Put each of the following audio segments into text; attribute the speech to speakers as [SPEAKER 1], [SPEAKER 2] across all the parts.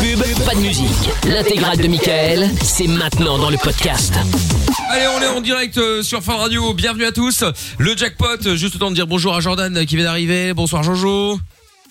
[SPEAKER 1] pub, pas de musique. L'intégrale de Michael, c'est maintenant dans le podcast.
[SPEAKER 2] Allez, on est en direct euh, sur Fun Radio. Bienvenue à tous. Le jackpot, euh, juste le temps de dire bonjour à Jordan euh, qui vient d'arriver. Bonsoir Jojo.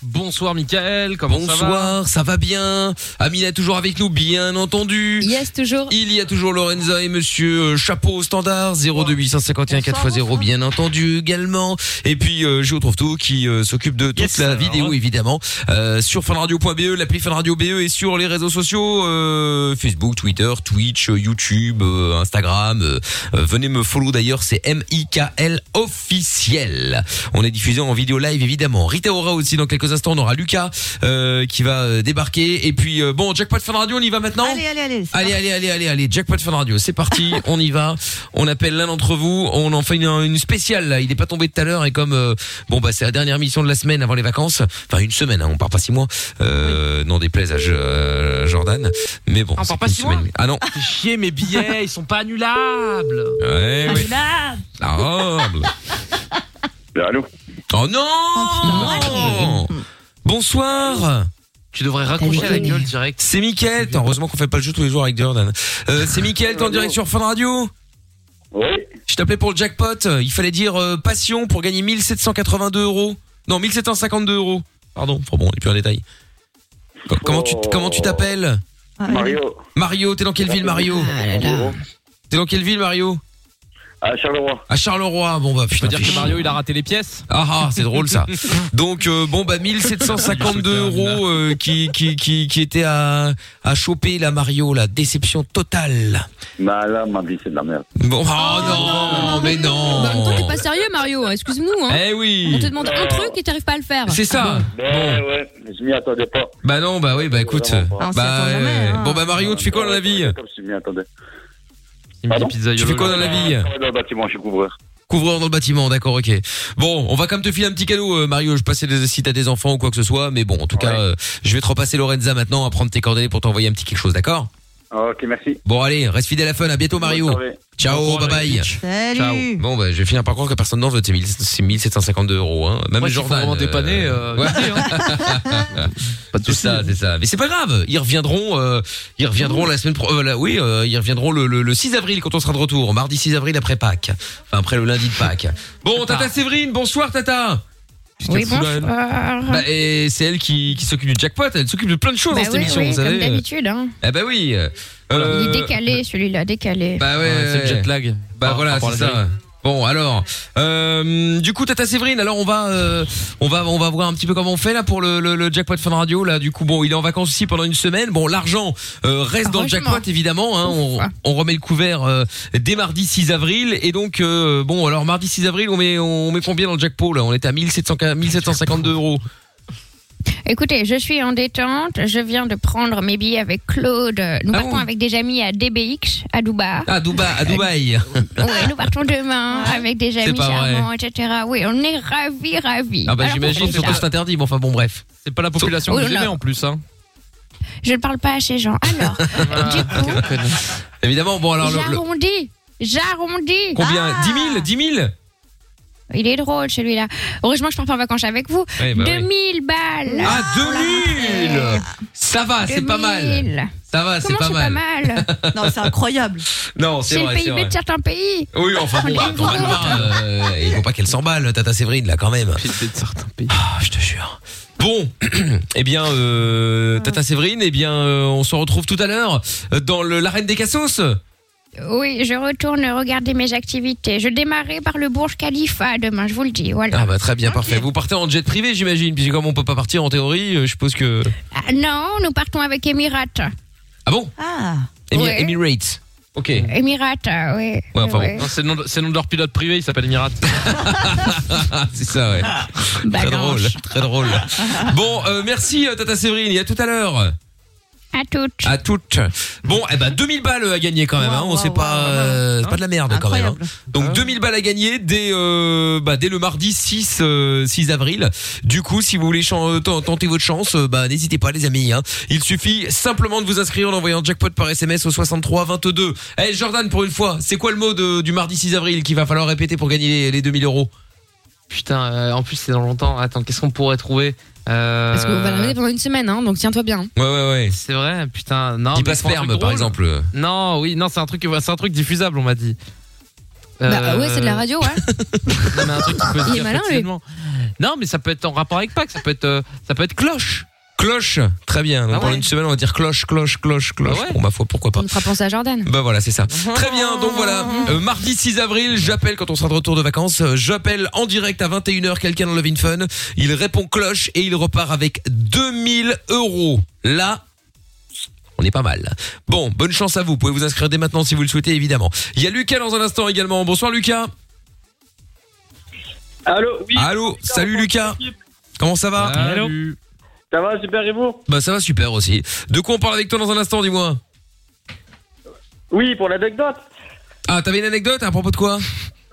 [SPEAKER 2] Bonsoir Mickaël, comment ça va Bonsoir, ça va bien. Amina est toujours avec nous, bien entendu.
[SPEAKER 3] Yes, toujours.
[SPEAKER 2] Il y a toujours Lorenza et monsieur euh, Chapeau au standard 02851 4x0 bien entendu également et puis euh, je retrouve tout qui euh, s'occupe de toute la vidéo évidemment euh, sur funradio.be l'appli funradio.be et sur les réseaux sociaux euh, Facebook, Twitter, Twitch, euh, YouTube, euh, Instagram. euh, euh, venez me follow d'ailleurs, c'est M I K L officiel. On est diffusé en vidéo live évidemment. Rita Ora aussi dans quelques instants, on aura Lucas euh, qui va euh, débarquer et puis euh, bon, jackpot Fun Radio, on y va maintenant.
[SPEAKER 4] Allez, allez, allez, c'est
[SPEAKER 2] Allez,
[SPEAKER 4] parti.
[SPEAKER 2] allez, allez, allez, allez, jackpot Fun Radio, c'est parti, on y va. On appelle l'un d'entre vous, on en fait une, une spéciale. Là. Il n'est pas tombé tout à l'heure et comme euh, bon bah c'est la dernière mission de la semaine avant les vacances, enfin une semaine, hein, on part pas six mois. Euh, Non, déplaise à Jo- euh, Jordan, mais bon.
[SPEAKER 5] On part
[SPEAKER 2] c'est
[SPEAKER 5] pas
[SPEAKER 2] une
[SPEAKER 5] six mois
[SPEAKER 2] Ah non.
[SPEAKER 5] Fais chier mes billets, ils sont pas annulables.
[SPEAKER 2] Ouais, ouais.
[SPEAKER 5] Annulables.
[SPEAKER 2] Arable. Allô Oh non Bonsoir Tu devrais
[SPEAKER 5] raccrocher à la gueule
[SPEAKER 2] direct. C'est Mickaël. Attends, Heureusement qu'on fait pas le jeu tous les jours avec Jordan. Euh, c'est Mickaël, t'es en direct sur Fun Radio Oui. Je t'appelais pour le jackpot. Il fallait dire euh, passion pour gagner 1782 euros. Non, 1752 euros. Pardon. Enfin bon, on est plus en détail. Co- Comment tu comment tu t'appelles
[SPEAKER 6] Mario.
[SPEAKER 2] Mario, t'es dans quelle ville, Mario T'es dans quelle ville, Mario
[SPEAKER 6] À Charleroi.
[SPEAKER 2] À Charleroi, bon bah putain.
[SPEAKER 5] dire
[SPEAKER 2] fais
[SPEAKER 5] que
[SPEAKER 2] chier.
[SPEAKER 5] Mario il a raté les pièces
[SPEAKER 2] Ah ah, c'est drôle ça. Donc euh, bon bah 1752 euros euh, qui, qui qui qui était à à choper la Mario, la déception totale.
[SPEAKER 6] Bah là, ma vie, c'est de la merde.
[SPEAKER 2] Bon, oh, non, Oh, mais non.
[SPEAKER 3] En même temps, t'es pas sérieux, Mario. Excuse-nous. Hein.
[SPEAKER 2] Eh oui.
[SPEAKER 3] On te demande un truc et t'arrives pas à le faire. Ah
[SPEAKER 2] C'est ça.
[SPEAKER 6] Ouais, Ben, ouais, je m'y attendais pas.
[SPEAKER 2] Bah non, bah oui, bah écoute.
[SPEAKER 6] Vraiment pas.
[SPEAKER 5] Ah,
[SPEAKER 2] euh, bah, euh,
[SPEAKER 5] hein.
[SPEAKER 2] bon bah Mario, tu fais quoi dans la vie
[SPEAKER 6] Comme si je m'y attendais.
[SPEAKER 5] Pardon
[SPEAKER 2] Tu fais quoi dans la vie
[SPEAKER 6] Je travaille dans le bâtiment, je suis couvreur.
[SPEAKER 2] Couvreur dans le bâtiment, d'accord, ok. Bon, on va quand même te filer un petit cadeau, euh, Mario. Je passais des, si t'as des enfants ou quoi que ce soit, mais bon, en tout cas, euh, je vais te repasser Lorenza maintenant, à prendre tes coordonnées pour t'envoyer un petit quelque chose, d'accord
[SPEAKER 6] Ok, merci.
[SPEAKER 2] Bon allez, reste fidèle à Fun, à bientôt Mario.
[SPEAKER 6] Bonne soirée.
[SPEAKER 2] Ciao,
[SPEAKER 5] Au
[SPEAKER 2] bye
[SPEAKER 5] revoir,
[SPEAKER 2] bye.
[SPEAKER 4] Salut.
[SPEAKER 2] Ciao. Bon bah je vais finir par croire que personne n'en veut, c'est 1000 c'est 1752 euros. Hein. Même
[SPEAKER 5] Moi, s'il faut
[SPEAKER 2] Jordan.
[SPEAKER 5] vraiment dépanner, euh,
[SPEAKER 2] ouais.
[SPEAKER 5] vas-y,
[SPEAKER 2] Pas de soucis. hein. C'est ça, c'est ça. Mais c'est pas grave, ils reviendront, euh, ils reviendront la semaine pro- euh, la- oui, euh, ils reviendront le, le- le 6 avril quand on sera de retour, mardi 6 avril après Pâques. Enfin après le lundi de Pâques. Bon, Tata Séverine, bonsoir Tata.
[SPEAKER 7] Oui,
[SPEAKER 2] Putain,
[SPEAKER 7] bonsoir.
[SPEAKER 2] foudre, elle. Bah, et c'est elle qui, qui s'occupe du jackpot, elle s'occupe de plein de choses
[SPEAKER 7] Bah
[SPEAKER 2] dans cette
[SPEAKER 7] oui,
[SPEAKER 2] émission,
[SPEAKER 7] oui,
[SPEAKER 2] vous
[SPEAKER 7] Comme
[SPEAKER 2] savez.
[SPEAKER 7] d'habitude, hein.
[SPEAKER 2] Ah bah oui. Euh,
[SPEAKER 7] Il est décalé, celui-là, décalé.
[SPEAKER 2] Bah ouais,
[SPEAKER 5] Ouais, C'est
[SPEAKER 2] ouais.
[SPEAKER 5] le jet lag.
[SPEAKER 2] Bah
[SPEAKER 5] Par
[SPEAKER 2] voilà,
[SPEAKER 5] rapport à
[SPEAKER 2] c'est
[SPEAKER 5] l'Algérie.
[SPEAKER 2] ça. Bon alors, euh, du coup Tata Séverine, alors on va, euh, on va, on va voir un petit peu comment on fait là pour le, le, le jackpot Fun Radio là. Du coup bon, il est en vacances aussi pendant une semaine. Bon l'argent euh, reste dans le
[SPEAKER 7] Heureusement.
[SPEAKER 2] jackpot évidemment. hein. on, on remet le couvert euh, dès mardi 6 avril et donc euh, bon alors mardi 6 avril on met, on met combien dans le jackpot là On est à 1700 1752 euros.
[SPEAKER 7] Écoutez, je suis en détente. Je viens de prendre mes billets avec Claude. Nous
[SPEAKER 2] Ah
[SPEAKER 7] partons
[SPEAKER 2] bon Ah.
[SPEAKER 7] avec des amis à DBX, à Dubaï.
[SPEAKER 2] À Dubaï,
[SPEAKER 5] Ah,
[SPEAKER 2] à Dubaï.
[SPEAKER 7] Ouais, nous partons demain avec des
[SPEAKER 2] C'est
[SPEAKER 7] amis
[SPEAKER 2] pas vrai.
[SPEAKER 7] charmants, etc. Oui, on est ravis, ravis.
[SPEAKER 2] Ah bah
[SPEAKER 7] Alors,
[SPEAKER 2] j'imagine
[SPEAKER 7] on fait
[SPEAKER 2] surtout
[SPEAKER 7] ça.
[SPEAKER 2] c'est interdit. Mais enfin bon bref.
[SPEAKER 5] C'est pas la population
[SPEAKER 7] Oh
[SPEAKER 5] que
[SPEAKER 7] là
[SPEAKER 5] vous aimez
[SPEAKER 7] là.
[SPEAKER 5] en plus. Hein.
[SPEAKER 7] Je ne parle pas à ces gens. Ah, Alors, du coup,
[SPEAKER 2] Évidemment bon alors le, le-
[SPEAKER 7] j'arrondis. J'arrondis. Ah,
[SPEAKER 2] combien 10 000 10 000
[SPEAKER 7] Il est drôle, celui-là. Heureusement que je pars pas en vacances avec vous.
[SPEAKER 2] Ouais, bah ouais.
[SPEAKER 7] 2000 balles.
[SPEAKER 2] Ah, 2000 Ça va, c'est pas mal.
[SPEAKER 7] 2000.
[SPEAKER 2] Ça va, c'est
[SPEAKER 7] Euh, Comment
[SPEAKER 2] pas
[SPEAKER 7] c'est pas
[SPEAKER 2] mal.
[SPEAKER 7] mal
[SPEAKER 4] Non, c'est incroyable.
[SPEAKER 2] Non, c'est
[SPEAKER 7] C'est le
[SPEAKER 2] vrai, c'est
[SPEAKER 7] PIB
[SPEAKER 2] vrai.
[SPEAKER 7] de certains pays. Ah,
[SPEAKER 2] Oui, enfin bon, bah,
[SPEAKER 7] On
[SPEAKER 2] attends,
[SPEAKER 7] est
[SPEAKER 2] pas, euh, il faut pas qu'elle s'emballe, Tata Séverine, là, quand même.
[SPEAKER 5] de certains pays.
[SPEAKER 2] Ah, je te jure. Bon, eh bien, euh,
[SPEAKER 7] Ah.
[SPEAKER 2] Tata Séverine, eh bien, euh, on se retrouve tout à l'heure euh, dans le- l'arène des Cassos. euh.
[SPEAKER 7] Oui, je retourne regarder mes activités. Je démarrerai par le Burj Khalifa demain, je vous le dis. Voilà.
[SPEAKER 2] Ah bah très bien, parfait. Vous partez en jet privé, j'imagine, puisque comme on peut pas partir en théorie, euh, je suppose que...
[SPEAKER 7] Ah, non, nous partons avec Emirates.
[SPEAKER 2] Ah bon
[SPEAKER 4] Ah.
[SPEAKER 2] Emi-
[SPEAKER 7] Ouais.
[SPEAKER 2] Emirates. Ok. Ouais,
[SPEAKER 7] Emirates, ah, oui.
[SPEAKER 2] enfin bon.
[SPEAKER 7] Ouais.
[SPEAKER 5] Non, c'est le nom de- c'est le nom de leur pilote privé, il s'appelle Emirat.
[SPEAKER 2] Ah, c'est ça, ouais.
[SPEAKER 7] Bah,
[SPEAKER 2] très
[SPEAKER 7] non.
[SPEAKER 2] drôle, très drôle. Bon, euh, merci euh, Tata Séverine, et à tout à l'heure.
[SPEAKER 7] À toutes.
[SPEAKER 2] À toutes. Bon, eh ben 2000 balles à gagner quand même. hein. On
[SPEAKER 4] Waouh,
[SPEAKER 2] sait
[SPEAKER 4] waouh,
[SPEAKER 2] pas,
[SPEAKER 4] waouh,
[SPEAKER 2] euh, c'est pas de la merde quand même. hein.
[SPEAKER 4] Incroyable.
[SPEAKER 2] Donc 2000 balles à gagner dès euh, bah, dès le mardi 6 euh, 6 avril. Du coup, si vous voulez chan- euh, ten- tenter votre chance, euh, bah n'hésitez pas les amis. hein. Il suffit simplement de vous inscrire en envoyant jackpot par SMS au 63 22. Eh Jordan, pour une fois, c'est quoi le mot de- du mardi 6 avril qu'il va falloir répéter pour gagner les, les 2000 euros
[SPEAKER 5] Putain, euh, en plus c'est dans longtemps. Attends, qu'est-ce qu'on pourrait trouver Euh,
[SPEAKER 3] Parce qu'on va l'amener pendant une semaine, hein, donc tiens-toi bien.
[SPEAKER 2] Ouais, ouais, ouais.
[SPEAKER 5] C'est vrai, putain, non.
[SPEAKER 2] Dis
[SPEAKER 5] mais
[SPEAKER 2] pas
[SPEAKER 5] c'est un
[SPEAKER 2] sperme,
[SPEAKER 5] truc
[SPEAKER 2] par
[SPEAKER 5] drôle.
[SPEAKER 2] exemple.
[SPEAKER 5] Non, oui, non, c'est un truc, c'est un truc diffusable, on m'a dit. Euh,
[SPEAKER 3] Bah ouais, c'est
[SPEAKER 2] Euh,
[SPEAKER 3] de la radio, ouais.
[SPEAKER 5] Non, mais un truc qui peut se
[SPEAKER 3] Il est
[SPEAKER 5] dire
[SPEAKER 3] malin, lui.
[SPEAKER 5] facilement. Non, mais ça peut être en rapport avec Pâques, ça peut être, euh, ça peut être cloche.
[SPEAKER 2] Cloche, très bien. Donc
[SPEAKER 5] Ah ouais.
[SPEAKER 2] pendant une semaine, on va dire cloche, cloche, cloche, cloche.
[SPEAKER 5] Ah ouais.
[SPEAKER 2] Bon, ma foi, pourquoi pas.
[SPEAKER 3] On me fera penser à Jordan.
[SPEAKER 2] Bah voilà, c'est ça. Très bien, donc voilà. Euh, mardi 6 avril, j'appelle quand on sera de retour de vacances. euh, j'appelle en direct à 21h quelqu'un dans Love in Fun. Il répond cloche et il repart avec 2000 euros. Là, on est pas mal. Bon, bonne chance à vous. Vous pouvez vous inscrire dès maintenant si vous le souhaitez, évidemment. Il y a Lucas dans un instant également. Bonsoir Lucas.
[SPEAKER 8] Allô, oui.
[SPEAKER 2] Allô, salut Lucas. Comment ça va
[SPEAKER 5] Salut.
[SPEAKER 8] Ça va, super, et vous
[SPEAKER 2] Bah ça va super aussi. De quoi on parle avec toi dans un instant, dis-moi
[SPEAKER 8] Oui, pour l'anecdote
[SPEAKER 2] Ah, t'avais une anecdote à propos de quoi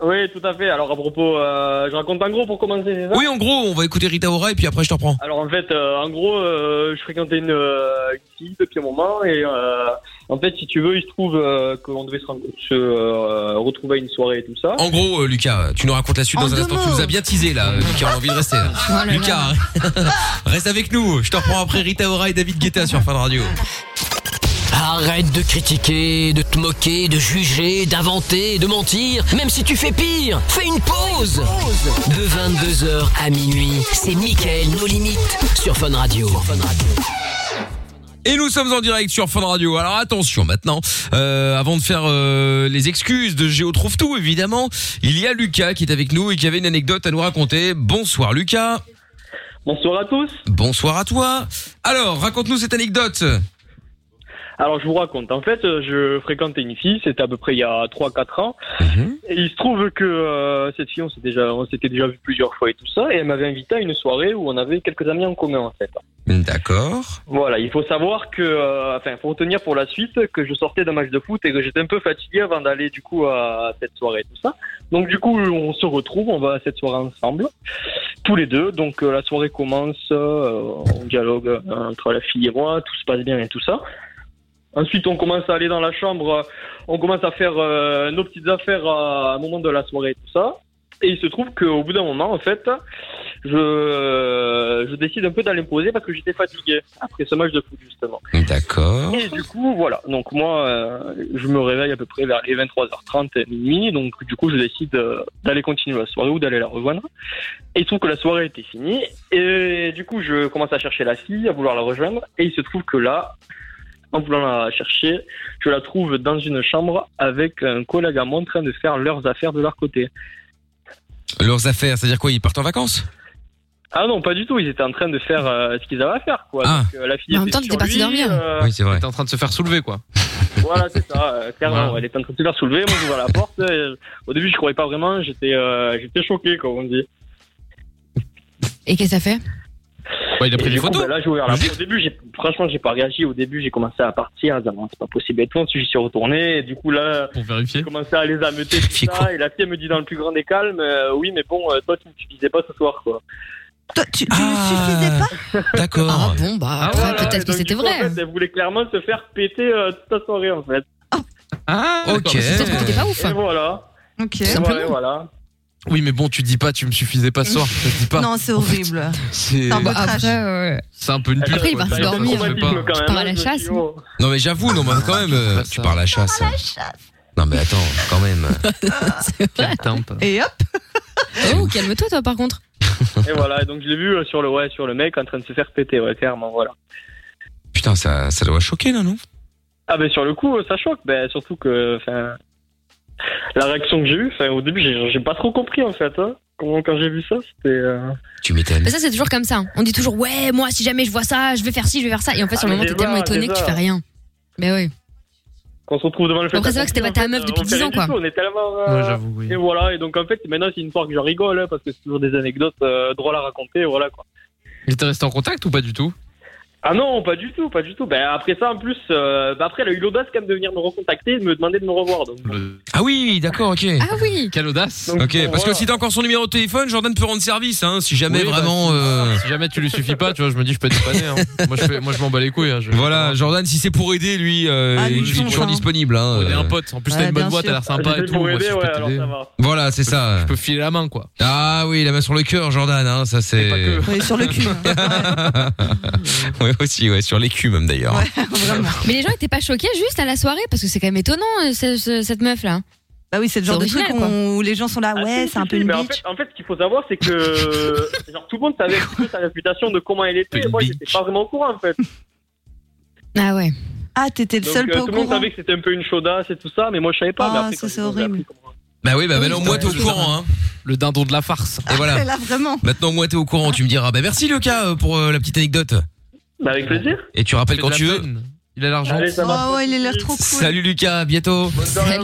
[SPEAKER 8] Oui, tout à fait. Alors, à propos, euh, je raconte en gros pour commencer, c'est ça
[SPEAKER 2] Oui, en gros, on va écouter Rita Ora et puis après je te reprends.
[SPEAKER 8] Alors, en fait, euh, en gros, euh, je fréquentais une, euh, une fille depuis un moment et euh, en fait, si tu veux, il se trouve euh, que l'on devait se, ren- se, euh, retrouver à une soirée et tout ça.
[SPEAKER 2] En gros, euh, Lucas, tu nous racontes la suite
[SPEAKER 4] En
[SPEAKER 2] dans un
[SPEAKER 4] deux
[SPEAKER 2] instant. Tu
[SPEAKER 4] mots. Oh
[SPEAKER 2] nous as bien teasé là, euh, Lucas, on a envie de rester. là. Lucas, hein. reste avec nous. Je te reprends après Rita Ora et David Guetta sur Fun Radio.
[SPEAKER 1] Arrête de critiquer, de te moquer, de juger, d'inventer, de mentir. Même si tu fais pire, fais une pause. De 22h à minuit, c'est Mickaël, nos limites, sur Fun Radio.
[SPEAKER 2] Et nous sommes en direct sur Fun Radio. Alors attention maintenant, euh, avant de faire euh, les excuses de Géo Trouve Tout, évidemment, il y a Lucas qui est avec nous et qui avait une anecdote à nous raconter. Bonsoir Lucas.
[SPEAKER 8] Bonsoir à tous.
[SPEAKER 2] Bonsoir à toi. Alors, raconte-nous cette anecdote.
[SPEAKER 8] Alors, je vous raconte. En fait, euh, je fréquentais une fille, c'était à peu près il y a 3-4 ans. Et il se trouve que euh, cette fille, on s'était déjà, on s'était déjà vu plusieurs fois et tout ça, et elle m'avait invité à une soirée où on avait quelques amis en commun, en fait.
[SPEAKER 2] D'accord.
[SPEAKER 8] Voilà, il faut savoir que, euh, enfin, faut retenir pour la suite que je sortais d'un match de foot et que j'étais un peu fatigué avant d'aller du coup à cette soirée et tout ça. Donc du coup, on se retrouve, on va à cette soirée ensemble, tous les deux. Donc euh, la soirée commence, euh, on dialogue euh, entre la fille et moi, tout se passe bien et tout ça. Ensuite, on commence à aller dans la chambre, euh, on commence à faire euh, nos petites affaires à, à un moment de la soirée et tout ça. Et il se trouve qu'au bout d'un moment, en fait, euh, je, je décide un peu d'aller me poser parce que j'étais fatigué après ce match de foot, justement.
[SPEAKER 2] D'accord.
[SPEAKER 8] Et du coup, voilà. Donc, moi, euh, je me réveille à peu près vers les 23h30 et minuit. Donc, du coup, je décide euh, d'aller continuer la soirée ou d'aller la rejoindre. Et il se trouve que la soirée était finie. Et du coup, je commence à chercher la fille, à vouloir la rejoindre. Et il se trouve que là, en voulant la chercher, je la trouve dans une chambre avec un collègue à moi en train de faire leurs affaires de leur côté.
[SPEAKER 2] Leurs affaires, c'est-à-dire quoi Ils partent en vacances
[SPEAKER 8] Ah non, pas du tout. Ils étaient en train de faire euh, ce qu'ils avaient à faire, quoi.
[SPEAKER 2] Ah.
[SPEAKER 8] Donc, euh, la fille
[SPEAKER 3] Mais en
[SPEAKER 8] était
[SPEAKER 3] même temps,
[SPEAKER 8] sur
[SPEAKER 3] t'étais parti
[SPEAKER 8] lui,
[SPEAKER 3] dormir.
[SPEAKER 8] euh,
[SPEAKER 2] Oui, c'est vrai.
[SPEAKER 5] T'es en train de se faire soulever, quoi.
[SPEAKER 8] Voilà, c'est ça. euh, clairement,
[SPEAKER 5] Voilà.
[SPEAKER 8] elle était en train de se faire soulever. Moi, j'ouvre la porte. euh, au début, je croyais pas vraiment. J'étais, euh, j'étais choqué, comme on dit.
[SPEAKER 3] Et qu'est-ce que ça fait
[SPEAKER 5] Ouais, Bah, il a
[SPEAKER 8] Et
[SPEAKER 5] pris des
[SPEAKER 8] du coup,
[SPEAKER 5] photos.
[SPEAKER 8] ben là, j'ai ouvert la porte. Au début, j'ai, franchement, j'ai pas réagi. Au début, j'ai commencé à partir. en disant, Non, c'est pas possible. Et tout. Ensuite, j'y suis retourné. Et du coup, là,
[SPEAKER 5] Pour
[SPEAKER 8] j'ai
[SPEAKER 5] vérifier.
[SPEAKER 8] commencé à les ameuter.
[SPEAKER 2] Fais
[SPEAKER 8] Tout
[SPEAKER 2] quoi
[SPEAKER 8] ça, et la fille elle me dit dans le plus grand des calmes, euh, oui, mais bon, euh, toi, tu me suffisais pas ce soir, quoi.
[SPEAKER 4] Toi, tu, tu
[SPEAKER 2] Ah.
[SPEAKER 4] ne suffisais pas
[SPEAKER 2] D'accord.
[SPEAKER 3] Ah bon, bah
[SPEAKER 5] Ah,
[SPEAKER 3] après,
[SPEAKER 5] voilà,
[SPEAKER 3] peut-être que
[SPEAKER 8] Donc,
[SPEAKER 3] c'était
[SPEAKER 8] du coup, en
[SPEAKER 3] vrai. hein.
[SPEAKER 8] fait, elle voulait clairement se faire péter euh, toute la soirée, en fait.
[SPEAKER 5] Ah, d'accord, mais c'est-
[SPEAKER 3] Sauf que t'étais pas ouf. hein.
[SPEAKER 8] Et voilà.
[SPEAKER 4] Ok.
[SPEAKER 8] Et
[SPEAKER 3] Simplement.
[SPEAKER 8] voilà, et voilà.
[SPEAKER 5] Oui, mais bon, tu dis pas, tu me suffisais pas ce soir. Je te dis pas.
[SPEAKER 4] Non, c'est horrible.
[SPEAKER 5] C'est
[SPEAKER 4] Non, bah,
[SPEAKER 2] Ah,
[SPEAKER 3] Après, euh,
[SPEAKER 5] c'est un peu une pute.
[SPEAKER 3] Après, il va
[SPEAKER 5] quoi.
[SPEAKER 3] se dormir.
[SPEAKER 5] Je sais pas.
[SPEAKER 3] Tu pars
[SPEAKER 2] hein,
[SPEAKER 3] à la chasse.
[SPEAKER 2] Non mais j'avoue, non mais quand même, euh,
[SPEAKER 5] ça.
[SPEAKER 2] tu parles à chasse. Non mais attends, quand même.
[SPEAKER 5] Quel timpe.
[SPEAKER 4] Et hop,
[SPEAKER 3] Oh, calme-toi, toi, par contre.
[SPEAKER 8] Et voilà, et donc je l'ai vu euh, sur le ouais, sur le mec en train de se faire péter, ouais, clairement, voilà.
[SPEAKER 2] Putain, ça, ça doit choquer là, non
[SPEAKER 8] Ah ben sur le coup, euh, ça choque, ben surtout que, enfin, la réaction que j'ai eue, enfin, au début, j'ai j'ai pas trop compris en fait. Hein. Comment quand j'ai vu ça, c'était. euh,
[SPEAKER 2] Tu m'étonnes.
[SPEAKER 3] Mais ça, c'est toujours comme ça. On dit toujours, ouais, moi, si jamais je vois ça, je vais faire ci, je vais faire ça. Et en fait, sur le
[SPEAKER 8] Ah,
[SPEAKER 3] moment,
[SPEAKER 8] mais
[SPEAKER 3] t'es tellement
[SPEAKER 8] voilà,
[SPEAKER 3] étonné
[SPEAKER 8] c'est
[SPEAKER 3] que tu
[SPEAKER 8] ça.
[SPEAKER 3] fais rien. Mais oui.
[SPEAKER 8] Qu'on se retrouve devant le fait.
[SPEAKER 3] Après, c'est vrai que c'était pas ta
[SPEAKER 8] accompli, en
[SPEAKER 3] meuf
[SPEAKER 8] fait,
[SPEAKER 3] depuis
[SPEAKER 8] on fait
[SPEAKER 3] 10 ans,
[SPEAKER 8] rien du
[SPEAKER 3] quoi.
[SPEAKER 8] tout, On est tellement. euh,
[SPEAKER 5] Ouais, j'avoue, oui.
[SPEAKER 8] et voilà, et donc en fait, maintenant c'est une histoire que je rigole, hein, parce que c'est toujours des anecdotes euh, drôles à raconter, voilà quoi.
[SPEAKER 5] Il était resté en contact ou pas du tout
[SPEAKER 8] Ah non, pas du tout, pas du tout. Ben, après ça, en plus, euh, ben après, elle a eu l'audace quand même de venir me recontacter et de me demander de me revoir. Donc.
[SPEAKER 2] Ah oui, d'accord, ok.
[SPEAKER 3] Ah oui
[SPEAKER 5] Quelle audace
[SPEAKER 8] Donc,
[SPEAKER 2] Ok,
[SPEAKER 8] bon,
[SPEAKER 2] parce que
[SPEAKER 8] voilà.
[SPEAKER 2] si t'as encore son numéro de téléphone, Jordan peut rendre service, hein, si jamais
[SPEAKER 5] Oui, bah,
[SPEAKER 2] vraiment. euh,
[SPEAKER 5] Si jamais tu lui suffis pas, tu vois, je me dis, je peux dépanner. Hein. moi, je fais- moi, je m'en bats les couilles. hein, je-
[SPEAKER 2] Voilà, Jordan, si c'est pour aider, lui, euh,
[SPEAKER 4] Ah, lui,
[SPEAKER 2] il est
[SPEAKER 4] ils sont
[SPEAKER 2] toujours
[SPEAKER 4] fins.
[SPEAKER 2] disponible. Hein,
[SPEAKER 5] On est
[SPEAKER 2] euh,
[SPEAKER 5] un pote. En plus,
[SPEAKER 4] Ouais,
[SPEAKER 5] t'as une bonne
[SPEAKER 4] bien
[SPEAKER 5] voix,
[SPEAKER 4] sûr.
[SPEAKER 5] t'as l'air sympa et
[SPEAKER 8] J'étais
[SPEAKER 5] tout.
[SPEAKER 8] pour
[SPEAKER 5] Moi, si
[SPEAKER 8] aider,
[SPEAKER 5] je peux
[SPEAKER 8] ouais, alors
[SPEAKER 5] t'aider,
[SPEAKER 8] ça va.
[SPEAKER 2] Voilà, c'est ça.
[SPEAKER 5] Je peux filer la main, quoi.
[SPEAKER 2] Ah oui, la main sur le cœur, Jordan, hein, ça c'est.
[SPEAKER 5] Et pas que.
[SPEAKER 4] Ouais, sur le cul. hein.
[SPEAKER 2] ouais, aussi, ouais, sur les culs même d'ailleurs.
[SPEAKER 4] Ouais, vraiment.
[SPEAKER 3] Mais les gens étaient pas choqués juste à la soirée parce que c'est quand même étonnant euh, ce- ce- cette meuf là.
[SPEAKER 4] Bah oui, c'est le genre de
[SPEAKER 3] C'est
[SPEAKER 4] truc
[SPEAKER 3] original,
[SPEAKER 4] où où les gens sont là,
[SPEAKER 8] Ah,
[SPEAKER 4] ouais,
[SPEAKER 8] si,
[SPEAKER 4] c'est un
[SPEAKER 8] si,
[SPEAKER 4] peu
[SPEAKER 8] si,
[SPEAKER 4] une
[SPEAKER 8] mais en
[SPEAKER 4] bitch.
[SPEAKER 8] fait, en fait, ce qu'il faut savoir, c'est que genre, tout le monde savait un petit peu sa réputation de comment elle était.
[SPEAKER 2] Une
[SPEAKER 8] Moi,
[SPEAKER 2] bitch.
[SPEAKER 8] j'étais pas vraiment au courant, en fait.
[SPEAKER 3] Ah ouais.
[SPEAKER 4] Ah, t'étais le
[SPEAKER 8] Donc,
[SPEAKER 4] seul
[SPEAKER 8] euh,
[SPEAKER 4] pas
[SPEAKER 8] tout
[SPEAKER 4] au
[SPEAKER 8] le monde
[SPEAKER 4] courant.
[SPEAKER 8] savait que c'était un peu une chaudasse et tout ça, mais moi, je savais pas.
[SPEAKER 4] Ah,
[SPEAKER 8] mais après,
[SPEAKER 4] ça,
[SPEAKER 8] quand
[SPEAKER 4] c'est
[SPEAKER 8] ils ont
[SPEAKER 4] horrible.
[SPEAKER 8] appris comment-
[SPEAKER 9] Eh
[SPEAKER 2] Bah
[SPEAKER 9] ben,
[SPEAKER 2] oui, bah maintenant,
[SPEAKER 4] Oui,
[SPEAKER 2] moi, t'es au
[SPEAKER 4] ouais.
[SPEAKER 2] courant, hein.
[SPEAKER 5] Le dindon de la farce.
[SPEAKER 2] Et voilà.
[SPEAKER 4] Là, vraiment.
[SPEAKER 2] Maintenant, moi, t'es au courant, tu me diras. Bah merci, Lucas, euh, pour euh, la petite anecdote.
[SPEAKER 8] Bah, avec plaisir.
[SPEAKER 2] Et tu rappelles
[SPEAKER 5] Fais de
[SPEAKER 2] quand
[SPEAKER 5] la
[SPEAKER 2] tu veux.
[SPEAKER 5] peine. Il a l'argent.
[SPEAKER 8] Allez, ça marche.
[SPEAKER 4] Oh, ouais, il a l'air trop cool.
[SPEAKER 2] Salut Lucas, à bientôt.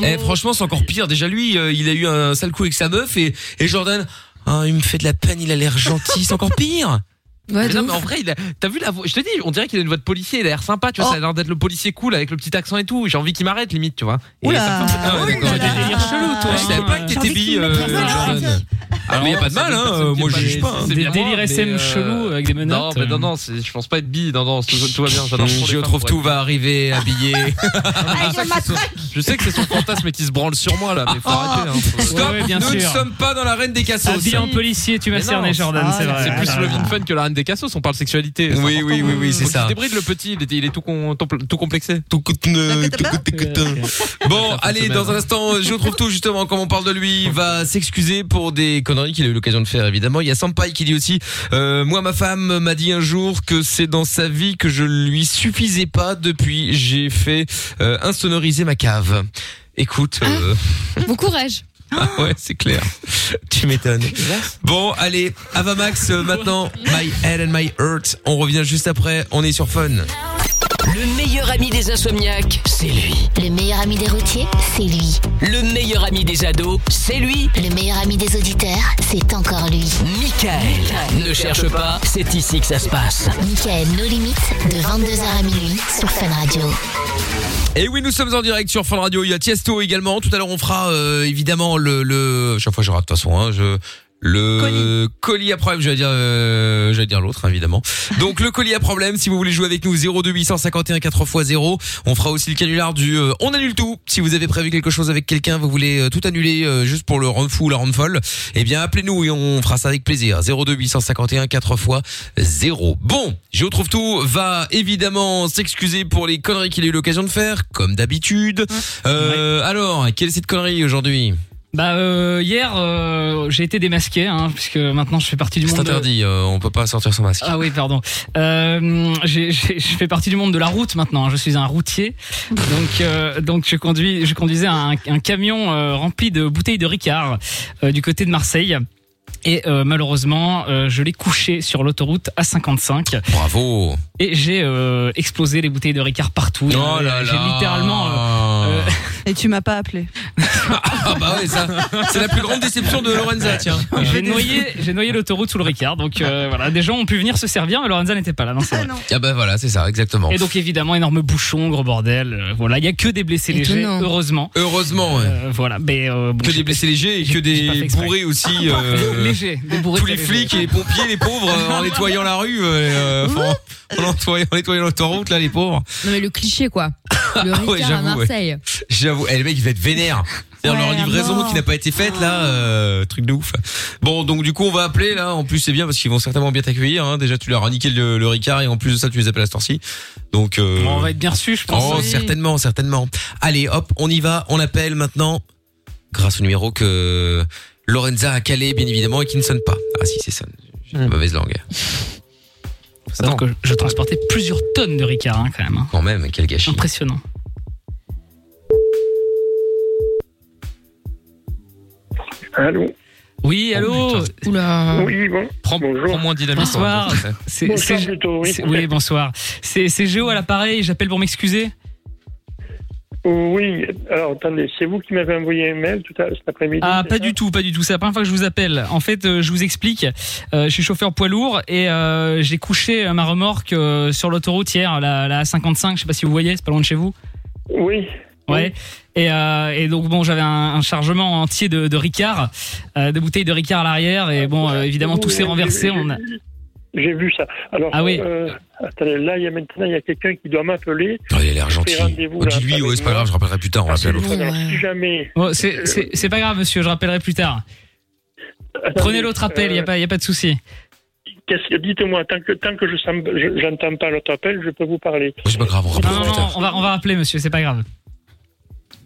[SPEAKER 2] Eh, franchement, c'est encore pire. Déjà, lui, euh, il a eu un sale coup avec sa meuf et, et Jordan, Ah,
[SPEAKER 5] hein,
[SPEAKER 2] il me fait de la peine, il a l'air gentil. C'est encore pire.
[SPEAKER 5] Mais
[SPEAKER 3] Ouais, de
[SPEAKER 5] non,
[SPEAKER 3] ouf.
[SPEAKER 5] mais en vrai, il a- t'as vu la voix Je te dis, on dirait qu'il a une voix de policier, il a l'air sympa, tu vois,
[SPEAKER 4] Oh.
[SPEAKER 5] ça a l'air d'être le policier cool avec le petit accent et tout. J'ai envie qu'il m'arrête limite, tu vois. Et ça me
[SPEAKER 4] Oula.
[SPEAKER 5] fait un peu peur.
[SPEAKER 2] Ah ouais, d'accord.
[SPEAKER 4] Oula là.
[SPEAKER 2] Des délires
[SPEAKER 5] chelous, toi.
[SPEAKER 2] Je savais pas que
[SPEAKER 4] J'ai
[SPEAKER 2] t'étais
[SPEAKER 4] envie qu'il
[SPEAKER 2] bi,
[SPEAKER 4] me
[SPEAKER 2] euh,
[SPEAKER 4] mette la main.
[SPEAKER 2] Jordan. Ah, mais y a pas de mal, hein. euh, Moi, je juge pas. hein.
[SPEAKER 5] C'est
[SPEAKER 9] Des
[SPEAKER 5] bien moi,
[SPEAKER 9] délires
[SPEAKER 5] mais,
[SPEAKER 9] SM
[SPEAKER 5] euh,
[SPEAKER 9] chelous avec des
[SPEAKER 5] Non,
[SPEAKER 9] menottes.
[SPEAKER 5] mais non, non, c'est- je pense pas être bi, non, non, tout, tout va bien, j'adore trop les
[SPEAKER 2] euh. Je
[SPEAKER 5] femmes,
[SPEAKER 2] trouve
[SPEAKER 5] ouais.
[SPEAKER 2] tout va arriver habillé.
[SPEAKER 4] Ah, je m'attrape.
[SPEAKER 5] Je sais que c'est son fantasme et qu'il se branle sur moi là, mais
[SPEAKER 4] Oh.
[SPEAKER 5] faut arrêter. hein, faut-
[SPEAKER 9] Ouais, ouais, bien
[SPEAKER 2] nous ne
[SPEAKER 9] sûr.
[SPEAKER 2] sommes pas dans la reine des cassos.
[SPEAKER 9] Habillé en policier, tu m'as
[SPEAKER 5] Mais non,
[SPEAKER 9] cerné, Jordan,
[SPEAKER 4] ah,
[SPEAKER 9] c'est vrai.
[SPEAKER 5] C'est plus
[SPEAKER 9] Ah,
[SPEAKER 5] le
[SPEAKER 9] là, là.
[SPEAKER 5] fun que la reine des cassos, on parle sexualité. c'est
[SPEAKER 2] Oui,
[SPEAKER 5] important.
[SPEAKER 2] oui, oui, oui, c'est
[SPEAKER 5] Faut qu'il
[SPEAKER 2] ça.
[SPEAKER 5] se débride le petit, il est, il est tout, con- tout complexé.
[SPEAKER 2] Tout coûte- euh, tout coûte- tout coûte-
[SPEAKER 9] Euh,
[SPEAKER 2] Bon,
[SPEAKER 5] Ça fait
[SPEAKER 2] allez,
[SPEAKER 5] semaine,
[SPEAKER 2] dans un
[SPEAKER 5] hein.
[SPEAKER 2] instant, je trouve tout justement, comme on parle de lui, il va s'excuser pour des conneries qu'il a eu l'occasion de faire, évidemment. Il y a Sampaï qui dit aussi, euh, moi, ma femme m'a dit un jour que c'est dans sa vie que je lui suffisais pas depuis j'ai fait euh, insonoriser ma cave. Écoute, euh,
[SPEAKER 3] Bon courage.
[SPEAKER 2] ah ouais, c'est clair. tu m'étonnes. Bon, allez, Avamax euh, maintenant, My Head and My Heart. On revient juste après, on est sur Fun.
[SPEAKER 1] Le meilleur ami des insomniaques, c'est lui.
[SPEAKER 10] Le meilleur ami des routiers, c'est lui.
[SPEAKER 1] Le meilleur ami des ados, c'est lui.
[SPEAKER 10] Le meilleur ami des auditeurs, c'est encore lui.
[SPEAKER 1] Michael. Ne cherche pas, c'est ici que ça se passe.
[SPEAKER 10] Michael No Limites, de 22h à minuit sur Fun Radio.
[SPEAKER 2] Et oui, nous sommes en direct sur Fun Radio. Il y a Tiesto également. Tout à l'heure, on fera euh, évidemment le, le. Chaque fois, je rate de toute façon. Hein, je le colis, à problème. Je vais dire, euh, j'allais dire l'autre, hein, évidemment. Donc le colis à problème. Si vous voulez jouer avec nous, 02851 4 x 0. On fera aussi le canular du. euh, on annule tout. Si vous avez prévu quelque chose avec quelqu'un, vous voulez euh, tout annuler euh, juste pour le rendre fou, ou la rendre folle. Eh bien, appelez-nous et on fera ça avec plaisir. 02851 4 fois 0. Bon, je retrouve tout. Va évidemment s'excuser pour les conneries qu'il a eu l'occasion de faire, comme d'habitude. Euh, Alors, quelle est cette connerie aujourd'hui
[SPEAKER 9] Bah euh, hier euh, j'ai été démasqué hein, puisque maintenant je fais partie du monde.
[SPEAKER 2] C'est
[SPEAKER 9] de-
[SPEAKER 2] interdit. euh, on peut pas sortir son masque.
[SPEAKER 9] Ah oui pardon. Euh, j'ai- j'ai- je fais partie du monde de la route maintenant. hein, Je suis un routier donc euh, donc je conduis je conduisais un, un camion euh, rempli de bouteilles de Ricard euh, du côté de Marseille. Et euh, malheureusement, euh, je l'ai couché sur l'autoroute A55
[SPEAKER 2] Bravo.
[SPEAKER 9] et j'ai euh, explosé les bouteilles de Ricard partout.
[SPEAKER 2] Oh là
[SPEAKER 9] J'ai
[SPEAKER 2] là.
[SPEAKER 9] littéralement euh, euh,
[SPEAKER 4] Et tu m'as pas appelé.
[SPEAKER 2] Ah bah ouais, ça. C'est la plus grande déception de Lorenza, tiens.
[SPEAKER 9] J'ai noyé, j'ai noyé l'autoroute sous le Ricard, donc euh, voilà, des gens ont pu venir se servir, mais Lorenza n'était pas là. Non, c'est vrai.
[SPEAKER 4] non.
[SPEAKER 2] Ah bah voilà, c'est ça, exactement.
[SPEAKER 9] Et donc évidemment, énorme bouchon, gros bordel. euh, voilà, il y a que des blessés légers,
[SPEAKER 3] Étonnant.
[SPEAKER 9] heureusement.
[SPEAKER 2] Heureusement, ouais.
[SPEAKER 9] Euh, voilà, mais euh, bon,
[SPEAKER 2] que
[SPEAKER 9] j'ai-
[SPEAKER 2] des blessés légers et que
[SPEAKER 9] j'ai pas fait
[SPEAKER 2] des
[SPEAKER 9] exprès. Ah,
[SPEAKER 2] bourrés aussi. euh,
[SPEAKER 9] légers, des bourrés
[SPEAKER 2] tous
[SPEAKER 9] de
[SPEAKER 2] les
[SPEAKER 9] légers.
[SPEAKER 2] flics et les pompiers, les pauvres, euh, en nettoyant la rue, euh, enfin, en, en nettoyant, en nettoyant l'autoroute, là, les pauvres.
[SPEAKER 3] Non mais le cliché quoi. Le
[SPEAKER 2] Ah ouais,
[SPEAKER 3] Ricard à
[SPEAKER 2] j'avoue, ouais.
[SPEAKER 3] Marseille.
[SPEAKER 2] J'avoue, eh, le mec, il va être vénère. C'est-à-dire
[SPEAKER 4] Ouais,
[SPEAKER 2] leur livraison
[SPEAKER 4] mort.
[SPEAKER 2] qui n'a pas été faite, là, euh, truc de ouf. Bon, donc du coup, on va appeler, là. En plus, c'est bien parce qu'ils vont certainement bien t'accueillir. hein. Déjà, tu leur as niqué le, le Ricard et en plus de ça, tu les appelles à cette heure-ci. Donc, euh,
[SPEAKER 9] Bon, on va être bien reçus, je pense.
[SPEAKER 2] oh, certainement, certainement. Allez, hop, on y va. On appelle maintenant, grâce au numéro que Lorenza a calé, bien évidemment, et qui ne sonne pas. Ah si, c'est sonne. J'ai une
[SPEAKER 5] Hmm.
[SPEAKER 2] mauvaise langue.
[SPEAKER 9] Faut savoir que je, je transportais plusieurs tonnes de Ricard hein, quand même. hein.
[SPEAKER 2] Quand même, quel gâchis.
[SPEAKER 9] Impressionnant.
[SPEAKER 6] Allô
[SPEAKER 9] Oui, allô.
[SPEAKER 3] Oula.
[SPEAKER 6] Oui, bon.
[SPEAKER 5] Prends,
[SPEAKER 6] Bonjour.
[SPEAKER 5] prends moins dynamique.
[SPEAKER 9] Bonsoir.
[SPEAKER 5] toi, ça,
[SPEAKER 9] C'est-
[SPEAKER 6] Bonsoir
[SPEAKER 9] c'est-
[SPEAKER 6] plutôt, oui.
[SPEAKER 9] c'est- oui, bonsoir. C'est c'est Géo à l'appareil. J'appelle pour m'excuser.
[SPEAKER 6] Oui, alors attendez, c'est vous qui m'avez envoyé un mail tout à cet après-midi.
[SPEAKER 9] Ah,
[SPEAKER 6] c'est
[SPEAKER 9] pas
[SPEAKER 6] ça
[SPEAKER 9] du tout, pas du tout. C'est la première fois que je vous appelle. En fait, euh, je vous explique. Euh, je suis chauffeur poids lourd et euh, j'ai couché euh, ma remorque euh, sur l'autoroute hier, la, la 55. Je sais pas si vous voyez, c'est pas loin de chez vous.
[SPEAKER 6] Oui.
[SPEAKER 9] Ouais. Et, euh, et donc bon, j'avais un, un chargement entier de, de Ricard, euh, de bouteilles de Ricard à l'arrière. Et bon, euh, évidemment, tout s'est
[SPEAKER 6] Oui,
[SPEAKER 9] renversé.
[SPEAKER 6] j'ai vu,
[SPEAKER 9] On a...
[SPEAKER 6] J'ai vu ça. Alors,
[SPEAKER 9] Ah oui.
[SPEAKER 6] euh, attendez, là, il y a maintenant, il y a quelqu'un qui doit m'appeler.
[SPEAKER 2] Oh, il a l'air gentil.
[SPEAKER 6] Fais rendez-vous,
[SPEAKER 2] Oh,
[SPEAKER 6] là,
[SPEAKER 2] Dis-lui,
[SPEAKER 6] avec
[SPEAKER 2] ouais, c'est pas
[SPEAKER 6] moi. Ah,
[SPEAKER 2] grave, je rappellerai plus tard, on l'appelle à l'autre.
[SPEAKER 6] Alors, si jamais.
[SPEAKER 9] Bon, c'est- c'est c'est pas grave, monsieur. Je rappellerai plus tard.
[SPEAKER 6] Attendez,
[SPEAKER 9] Prenez l'autre appel. Il y a
[SPEAKER 6] euh,
[SPEAKER 9] pas, y a pas de souci.
[SPEAKER 6] qu'est-ce que- Dites-moi, tant que, tant que je sens- je- j'entends pas l'autre appel, je peux vous parler.
[SPEAKER 2] C'est pas grave, on
[SPEAKER 9] Non,
[SPEAKER 2] rappellera
[SPEAKER 9] non,
[SPEAKER 2] plus
[SPEAKER 9] non,
[SPEAKER 2] tard.
[SPEAKER 9] on va on va rappeler, monsieur. C'est pas grave.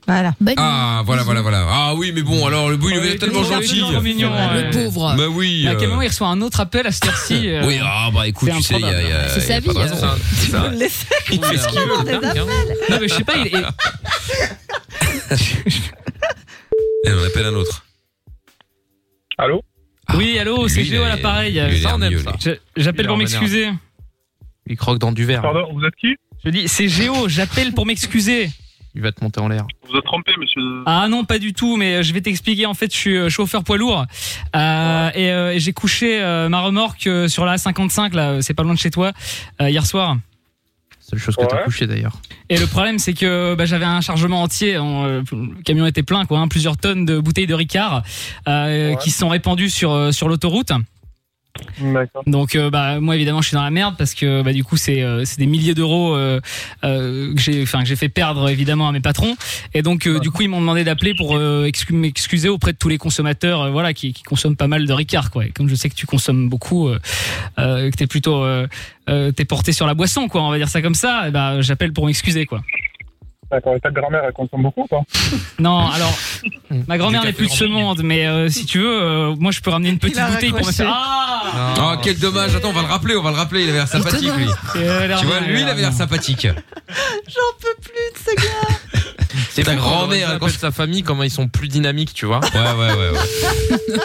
[SPEAKER 4] Voilà.
[SPEAKER 3] Bonne
[SPEAKER 2] Ah, voilà, voilà, voilà. Ah oui, mais bon, alors le bout, il
[SPEAKER 9] Ah oui,
[SPEAKER 2] est tellement
[SPEAKER 9] toujours
[SPEAKER 2] gentil.
[SPEAKER 9] trop mignon,
[SPEAKER 2] Ouais.
[SPEAKER 9] ouais. Ah,
[SPEAKER 1] Le pauvre.
[SPEAKER 2] Bah oui.
[SPEAKER 9] À quel
[SPEAKER 2] euh,
[SPEAKER 9] moment il reçoit un autre appel à cette heure-ci euh,
[SPEAKER 2] Oui, ah bah écoute,
[SPEAKER 9] c'est
[SPEAKER 2] tu sais, il y a- il y a.
[SPEAKER 3] C'est
[SPEAKER 2] il y a pas
[SPEAKER 3] sa
[SPEAKER 2] de
[SPEAKER 3] vie,
[SPEAKER 2] raison.
[SPEAKER 5] euh. C'est ça.
[SPEAKER 4] Laissez-
[SPEAKER 2] Il fait ce qu'il veut.
[SPEAKER 4] des
[SPEAKER 5] Dingue, hein.
[SPEAKER 9] Non, mais je sais pas. Il est...
[SPEAKER 2] Et on appelle un autre. Ah,
[SPEAKER 6] Allô
[SPEAKER 9] Oui, allô, c'est
[SPEAKER 2] Lui, il
[SPEAKER 9] Géo à
[SPEAKER 2] est-
[SPEAKER 9] l'appareil.
[SPEAKER 2] lui, il
[SPEAKER 5] Ça,
[SPEAKER 2] est
[SPEAKER 5] on aime
[SPEAKER 2] mieux,
[SPEAKER 5] ça.
[SPEAKER 2] lui.
[SPEAKER 9] Je- J'appelle pour m'excuser.
[SPEAKER 5] Il croque dans du verre.
[SPEAKER 6] Pardon, vous êtes qui
[SPEAKER 9] Je dis, c'est Géo, j'appelle pour m'excuser.
[SPEAKER 5] Il va te monter en l'air.
[SPEAKER 6] Vous êtes trompé, monsieur.
[SPEAKER 9] Ah non, pas du tout, mais euh, je vais t'expliquer. En fait, je suis euh, chauffeur poids lourd euh, et, euh, et j'ai couché euh, ma remorque euh, sur la 55, là, euh, c'est pas loin de chez toi, euh, hier soir.
[SPEAKER 5] Seule chose que t'as
[SPEAKER 6] Ouais.
[SPEAKER 5] couché d'ailleurs.
[SPEAKER 9] Et le problème, c'est que bah, j'avais un chargement entier. en, euh, le camion était plein, quoi, hein, plusieurs tonnes de bouteilles de Ricard euh,
[SPEAKER 6] Ouais.
[SPEAKER 9] qui se sont répandues sur euh, sur l'autoroute.
[SPEAKER 6] D'accord.
[SPEAKER 9] Donc euh, bah moi évidemment je suis dans la merde parce que bah du coup c'est euh, c'est des milliers d'euros euh, euh, que j'ai enfin que j'ai fait perdre évidemment à mes patrons et donc euh, du coup ils m'ont demandé d'appeler pour euh, excu- m'excuser auprès de tous les consommateurs euh, voilà qui, qui consomment pas mal de Ricard quoi. Et comme je sais que tu consommes beaucoup euh, euh, que t'es plutôt euh, euh, t'es porté sur la boisson quoi on va dire ça comme ça et bah j'appelle pour m'excuser quoi.
[SPEAKER 6] D'accord, et ta grand-mère, elle consomme beaucoup ou pas
[SPEAKER 9] Non alors ma grand-mère
[SPEAKER 5] Du
[SPEAKER 9] n'est plus de ce
[SPEAKER 5] café
[SPEAKER 9] monde mais euh, si tu veux euh, moi je peux ramener une petite
[SPEAKER 4] a
[SPEAKER 9] bouteille pour me faire
[SPEAKER 4] raccroché.
[SPEAKER 9] ah
[SPEAKER 2] Ah, quel dommage. Attends, on va le rappeler, on va le rappeler. Il avait l'air sympathique, lui.
[SPEAKER 9] Et, euh, elle a
[SPEAKER 2] Tu vois,
[SPEAKER 9] ramené,
[SPEAKER 2] lui,
[SPEAKER 9] elle
[SPEAKER 2] il
[SPEAKER 9] a
[SPEAKER 2] avait l'air
[SPEAKER 9] ramené.
[SPEAKER 2] sympathique.
[SPEAKER 4] J'en peux plus de ce gars.
[SPEAKER 5] C'est
[SPEAKER 2] Ta
[SPEAKER 5] fou, quand
[SPEAKER 2] grand-mère,
[SPEAKER 5] on
[SPEAKER 2] elle
[SPEAKER 5] appelle sa famille, comment ils sont plus dynamiques, tu vois.
[SPEAKER 2] Ouais, ouais, ouais. ouais.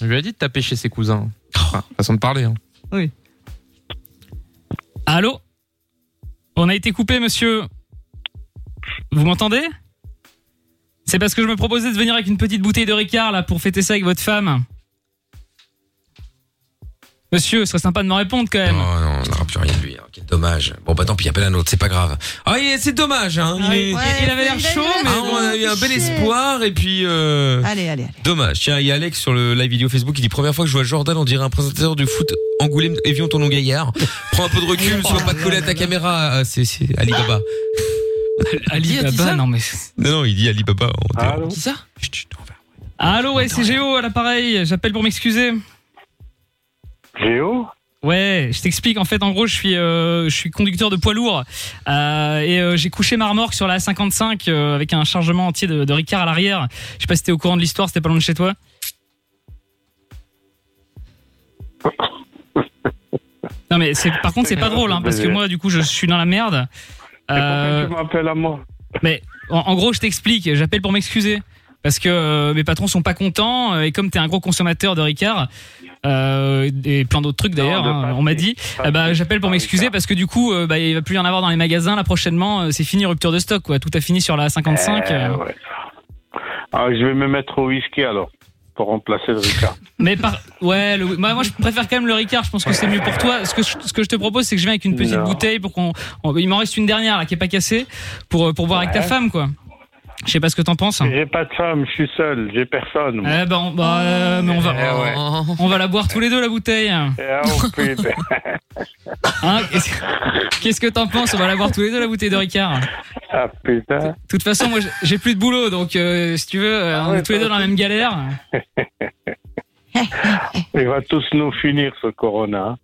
[SPEAKER 5] Je lui ai dit de taper chez ses cousins. Enfin, façon de parler. hein.
[SPEAKER 9] Allô On a été coupé, monsieur. Vous m'entendez C'est parce que je me proposais de venir avec une petite bouteille de Ricard là pour fêter ça avec votre femme. Monsieur, ce serait sympa de me répondre quand
[SPEAKER 2] Oh
[SPEAKER 9] même.
[SPEAKER 2] non, on n'aura plus rien de lui. hein. Quel dommage. Bon, bah tant pis, appelle un autre, c'est pas grave. Ah, il est- c'est dommage, hein. Il est-
[SPEAKER 9] Ah, Ouais, il avait l'air chaud, mais
[SPEAKER 2] Ah, on a eu un bel espoir et puis euh,
[SPEAKER 4] Allez, allez, allez.
[SPEAKER 2] dommage. Tiens, il y a Alex sur le live vidéo Facebook qui dit première fois que je vois Jordan, on dirait un présentateur de foot Angoulême, Evion ton nom gaillard. Prends un peu de recul, sois pas collé à ta caméra. Ah, c'est c'est Ali Baba.
[SPEAKER 9] Ali Baba, non mais.
[SPEAKER 2] Non non, il dit Ali Baba. on-
[SPEAKER 9] Ah,
[SPEAKER 6] Allô
[SPEAKER 5] Qui ça
[SPEAKER 2] Chut, chut, on va.
[SPEAKER 9] Allô, ouais, c'est Géo à l'appareil. J'appelle pour m'excuser.
[SPEAKER 6] Géo
[SPEAKER 9] Ouais, je t'explique. En fait, en gros, je suis, euh, je suis conducteur de poids lourd euh, et euh, j'ai couché ma remorque sur la 55 euh, avec un chargement entier de, de Ricard à l'arrière. Je sais pas si t'es au courant de l'histoire, c'était pas loin de chez toi. Non mais c'est, par contre, c'est pas drôle hein, parce que moi, du coup, je suis dans la merde. Euh,
[SPEAKER 6] Tu m'appelles à moi.
[SPEAKER 9] en, en gros, je t'explique. J'appelle pour m'excuser parce que euh, mes patrons sont pas contents euh, et comme t'es un gros consommateur de Ricard euh, et plein d'autres trucs d'ailleurs,
[SPEAKER 6] Non, de
[SPEAKER 9] hein,
[SPEAKER 6] pas-
[SPEAKER 9] on m'a dit. Ah bah, j'appelle pour
[SPEAKER 6] Ah,
[SPEAKER 9] m'excuser
[SPEAKER 6] Ricard.
[SPEAKER 9] parce que du coup, euh, bah, il va plus y en avoir dans les magasins. Là prochainement, euh, c'est fini rupture de stock. Quoi. Tout a fini sur la 55. euh.
[SPEAKER 6] Euh, ouais. Ah, je vais me mettre au whisky alors, pour remplacer le Ricard.
[SPEAKER 9] Mais par... ouais, le- bah, moi, moi, je préfère quand même le Ricard. Je pense que c'est mieux pour toi. Ce que je, ce que je te propose, c'est que je viens avec une petite
[SPEAKER 6] Non.
[SPEAKER 9] bouteille pour qu'on. on- Il m'en reste une dernière là qui est pas cassée pour euh, pour boire avec ta
[SPEAKER 6] Ouais.
[SPEAKER 9] femme quoi. Je sais pas ce que t'en penses. hein.
[SPEAKER 6] J'ai pas de femme, je suis seul, j'ai personne. moi.
[SPEAKER 9] Eh ben, on- bah, euh, mais on va
[SPEAKER 6] Eh ouais.
[SPEAKER 9] on va la boire tous les deux la bouteille. Hein
[SPEAKER 6] Eh, oh, putain.
[SPEAKER 9] Qu'est-ce que- Qu'est-ce que t'en penses On va la boire tous les deux la bouteille de Ricard.
[SPEAKER 6] Ah putain.
[SPEAKER 9] De toute façon, moi, j'ai- j'ai plus de boulot, donc euh, si tu veux, euh, on
[SPEAKER 6] ouais,
[SPEAKER 9] est tous les
[SPEAKER 6] toi
[SPEAKER 9] deux dans la même galère.
[SPEAKER 6] Il va tous nous finir ce corona. hein.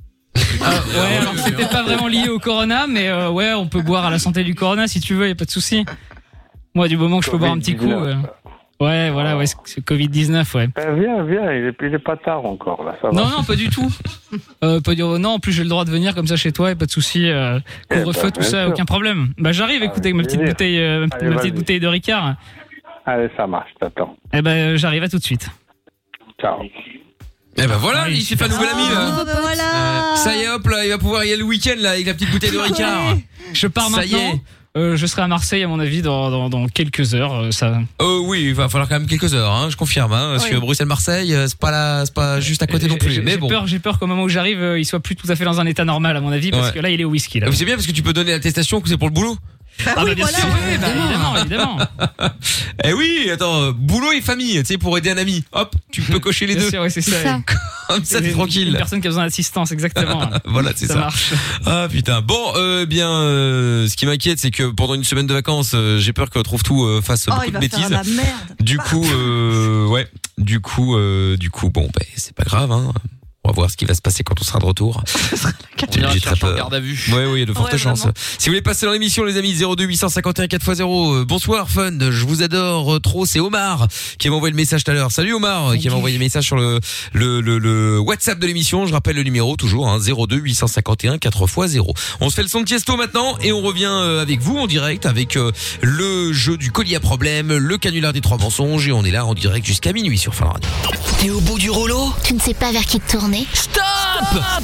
[SPEAKER 9] Ouais, Eh, alors c'était pas vraiment lié au corona, mais euh, ouais, on peut boire à la santé du corona si tu veux, y a pas de souci. Moi, du moment que je peux boire un petit coup. euh, ouais, voilà, ouais, c'est- c'est Covid-19, ouais.
[SPEAKER 6] Eh, viens, viens, il est, il est pas tard encore là, ça va.
[SPEAKER 9] Non, non, pas du tout. Euh, pas du- non, en plus, j'ai le droit de venir comme ça chez toi, y a pas de souci. euh, Couvre-feu,
[SPEAKER 6] Eh ben,
[SPEAKER 9] tout
[SPEAKER 6] bien
[SPEAKER 9] ça,
[SPEAKER 6] sûr.
[SPEAKER 9] aucun problème. Bah, j'arrive, écoute, avec ma
[SPEAKER 6] avec
[SPEAKER 9] petite
[SPEAKER 6] plaisir.
[SPEAKER 9] bouteille, euh, ma
[SPEAKER 6] Allez,
[SPEAKER 9] petite
[SPEAKER 6] vas-y.
[SPEAKER 9] bouteille de Ricard.
[SPEAKER 6] Allez, ça marche, t'attends.
[SPEAKER 9] Eh ben, j'arrive à tout de suite.
[SPEAKER 6] Ciao.
[SPEAKER 2] Eh ben voilà,
[SPEAKER 9] Ah,
[SPEAKER 2] il
[SPEAKER 9] oui,
[SPEAKER 2] s'est fait un nouvel ami là. Euh,
[SPEAKER 4] Oh, bah voilà.
[SPEAKER 2] Ça y est, hop là, il va pouvoir y aller le week-end là avec la petite bouteille de Ricard.
[SPEAKER 9] Je pars
[SPEAKER 2] Ça y
[SPEAKER 9] maintenant.
[SPEAKER 2] est.
[SPEAKER 9] Euh, je serai à Marseille, à mon avis, dans, dans, dans quelques heures. euh, ça.
[SPEAKER 2] Euh, oui, il va falloir quand même quelques heures, hein, je confirme. Hein, parce
[SPEAKER 9] Oui.
[SPEAKER 2] que Bruxelles-Marseille, euh, c'est pas là, c'est pas juste à côté non plus.
[SPEAKER 9] Euh, J'ai
[SPEAKER 2] Mais
[SPEAKER 9] j'ai
[SPEAKER 2] bon.
[SPEAKER 9] peur, j'ai peur qu'au moment où j'arrive, euh, il soit plus tout à fait dans un état normal, à mon avis, parce
[SPEAKER 2] Ouais. Ah,
[SPEAKER 9] que là, il est au whisky. Là.
[SPEAKER 2] Mais C'est bien parce que tu peux donner l'attestation que c'est pour le boulot.
[SPEAKER 9] Ah bah, bien sûr, oui, oui, bah, évidemment, évidemment.
[SPEAKER 2] Eh oui, attends, euh, boulot et famille, tu sais, pour aider un ami. Hop, tu peux cocher les
[SPEAKER 9] Bien
[SPEAKER 2] deux.
[SPEAKER 9] sûr, oui, c'est ça.
[SPEAKER 2] Comme ça, t'es
[SPEAKER 9] Une
[SPEAKER 2] tranquille.
[SPEAKER 9] personne qui a besoin d'assistance, exactement.
[SPEAKER 2] voilà, c'est ça.
[SPEAKER 9] Ça marche.
[SPEAKER 2] Ah putain. Bon, euh, bien, euh, ce qui m'inquiète, c'est que pendant une semaine de vacances, euh, j'ai peur que trouve tout euh, fasse
[SPEAKER 4] Oh,
[SPEAKER 2] beaucoup
[SPEAKER 4] il
[SPEAKER 2] de
[SPEAKER 4] va
[SPEAKER 2] bêtises.
[SPEAKER 4] faire la merde. Bah.
[SPEAKER 2] Du coup, euh, ouais. Du coup, euh, du coup, bon, ben, c'est pas grave. Hein. On va voir ce qui va se passer quand on sera de retour.
[SPEAKER 5] ira
[SPEAKER 2] J'ai très
[SPEAKER 5] chercher en
[SPEAKER 2] peur.
[SPEAKER 5] garde à vue.
[SPEAKER 2] Ouais, ouais, il y a de fortes
[SPEAKER 5] Ouais,
[SPEAKER 2] chances.
[SPEAKER 5] vraiment.
[SPEAKER 2] Si vous voulez passer dans l'émission, les amis, 02 851 4x0. euh, Bonsoir, fun. Je vous adore euh, trop. C'est Omar qui m'a envoyé le message tout à l'heure. Salut Omar, euh, qui m'a envoyé le message sur le le, le, le WhatsApp de l'émission. Je rappelle le numéro toujours, hein, 02 851 4x0. On se fait le son de Tiesto maintenant et on revient euh, avec vous en direct avec euh, le jeu du collier à problème, le canular des trois mensonges et on est là en direct jusqu'à minuit sur Fin Radio.
[SPEAKER 10] T'es au bout du rouleau Tu ne sais pas vers qui te tourner Stop,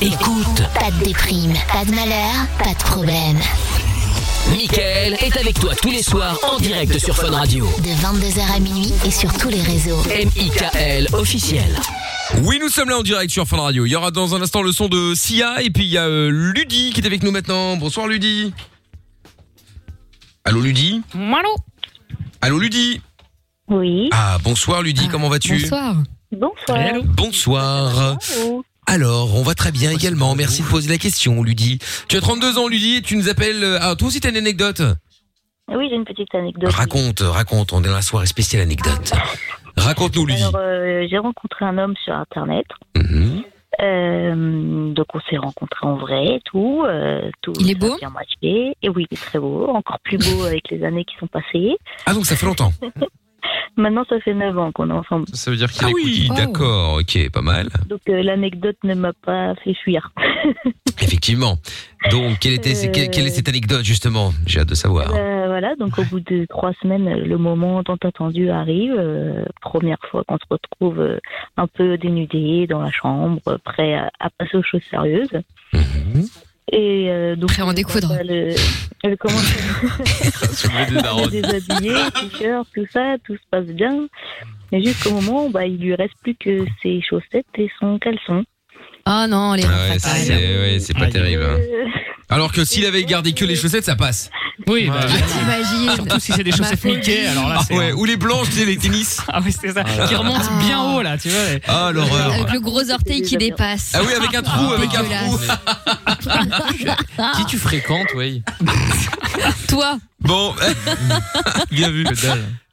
[SPEAKER 1] Écoute
[SPEAKER 10] Pas de déprime, pas de malheur, pas de problème.
[SPEAKER 1] Mickaël est avec toi tous les soirs en direct sur Fun Radio.
[SPEAKER 10] De 22h à minuit et sur tous les réseaux.
[SPEAKER 1] M.I.K.L. officiel.
[SPEAKER 2] Oui, nous sommes là en direct sur Fun Radio. Il y aura dans un instant le son de Sia et puis il y a euh, Ludie qui est avec nous maintenant. Bonsoir Ludie. Allô Ludie
[SPEAKER 7] Allô
[SPEAKER 2] Allô Ludie
[SPEAKER 11] Oui.
[SPEAKER 2] Ah bonsoir Ludie, comment vas-tu
[SPEAKER 11] Bonsoir.
[SPEAKER 2] Bonsoir. Alors, on va très bien également. Merci de poser la question Ludie. Tu as 32 ans Ludie et tu nous appelles euh, Ah, toi aussi t'as une anecdote
[SPEAKER 11] Oui, j'ai une petite anecdote.
[SPEAKER 2] Raconte, raconte, on est dans la soirée spéciale anecdote. Raconte-nous Ludie.
[SPEAKER 11] Alors, euh, j'ai rencontré un homme sur Internet.
[SPEAKER 2] Mhm.
[SPEAKER 11] Euh, donc, on s'est rencontrés en vrai et tout. euh, tout il est beau bien matché. Et oui, il est très beau. Encore plus beau avec les années qui sont passées.
[SPEAKER 2] Ah donc ça fait longtemps.
[SPEAKER 11] Maintenant, ça fait 9 ans qu'on est ensemble.
[SPEAKER 5] Ça veut dire qu'il
[SPEAKER 2] Ah oui,
[SPEAKER 11] écoute.
[SPEAKER 2] d'accord, ok, pas mal.
[SPEAKER 11] Donc, euh, l'anecdote ne m'a pas fait fuir.
[SPEAKER 2] Effectivement. Donc, quelle, était,
[SPEAKER 11] Euh,
[SPEAKER 2] quelle, quelle est cette anecdote, justement J'ai hâte de savoir.
[SPEAKER 11] Euh, voilà, donc au bout de trois semaines, euh, le moment tant attendu arrive. euh, première fois qu'on se retrouve euh, un peu dénudé dans la chambre, euh, prêt à, à passer aux choses sérieuses. Et euh, donc, prêt à en découdre. Elle, elle commence à
[SPEAKER 12] darons.
[SPEAKER 11] se déshabiller, t-shirt, tout ça, tout se passe bien. Mais jusqu'au moment, où, bah, il lui reste plus que ses chaussettes et son caleçon. Ah non, les
[SPEAKER 2] Ah ouais, c'est ouais, c'est pas terrible. hein.
[SPEAKER 11] Euh,
[SPEAKER 2] Alors que s'il avait gardé que les chaussettes, ça passe. Oui, Ah,
[SPEAKER 9] T'imagines bah, Surtout si c'est
[SPEAKER 3] Bah,
[SPEAKER 9] des chaussettes Mickey, alors là, c'est.
[SPEAKER 2] ouais, ou les blanches, tu sais, les tennis.
[SPEAKER 9] Ah oui, c'est ça. Qui remontent bien haut, là, tu vois.
[SPEAKER 2] Ah, l'horreur.
[SPEAKER 3] Avec le gros orteil qui dépasse.
[SPEAKER 2] Ah oui, avec un trou, avec un trou.
[SPEAKER 5] Qui tu fréquentes, oui
[SPEAKER 3] Toi,
[SPEAKER 2] Bon, bien vu.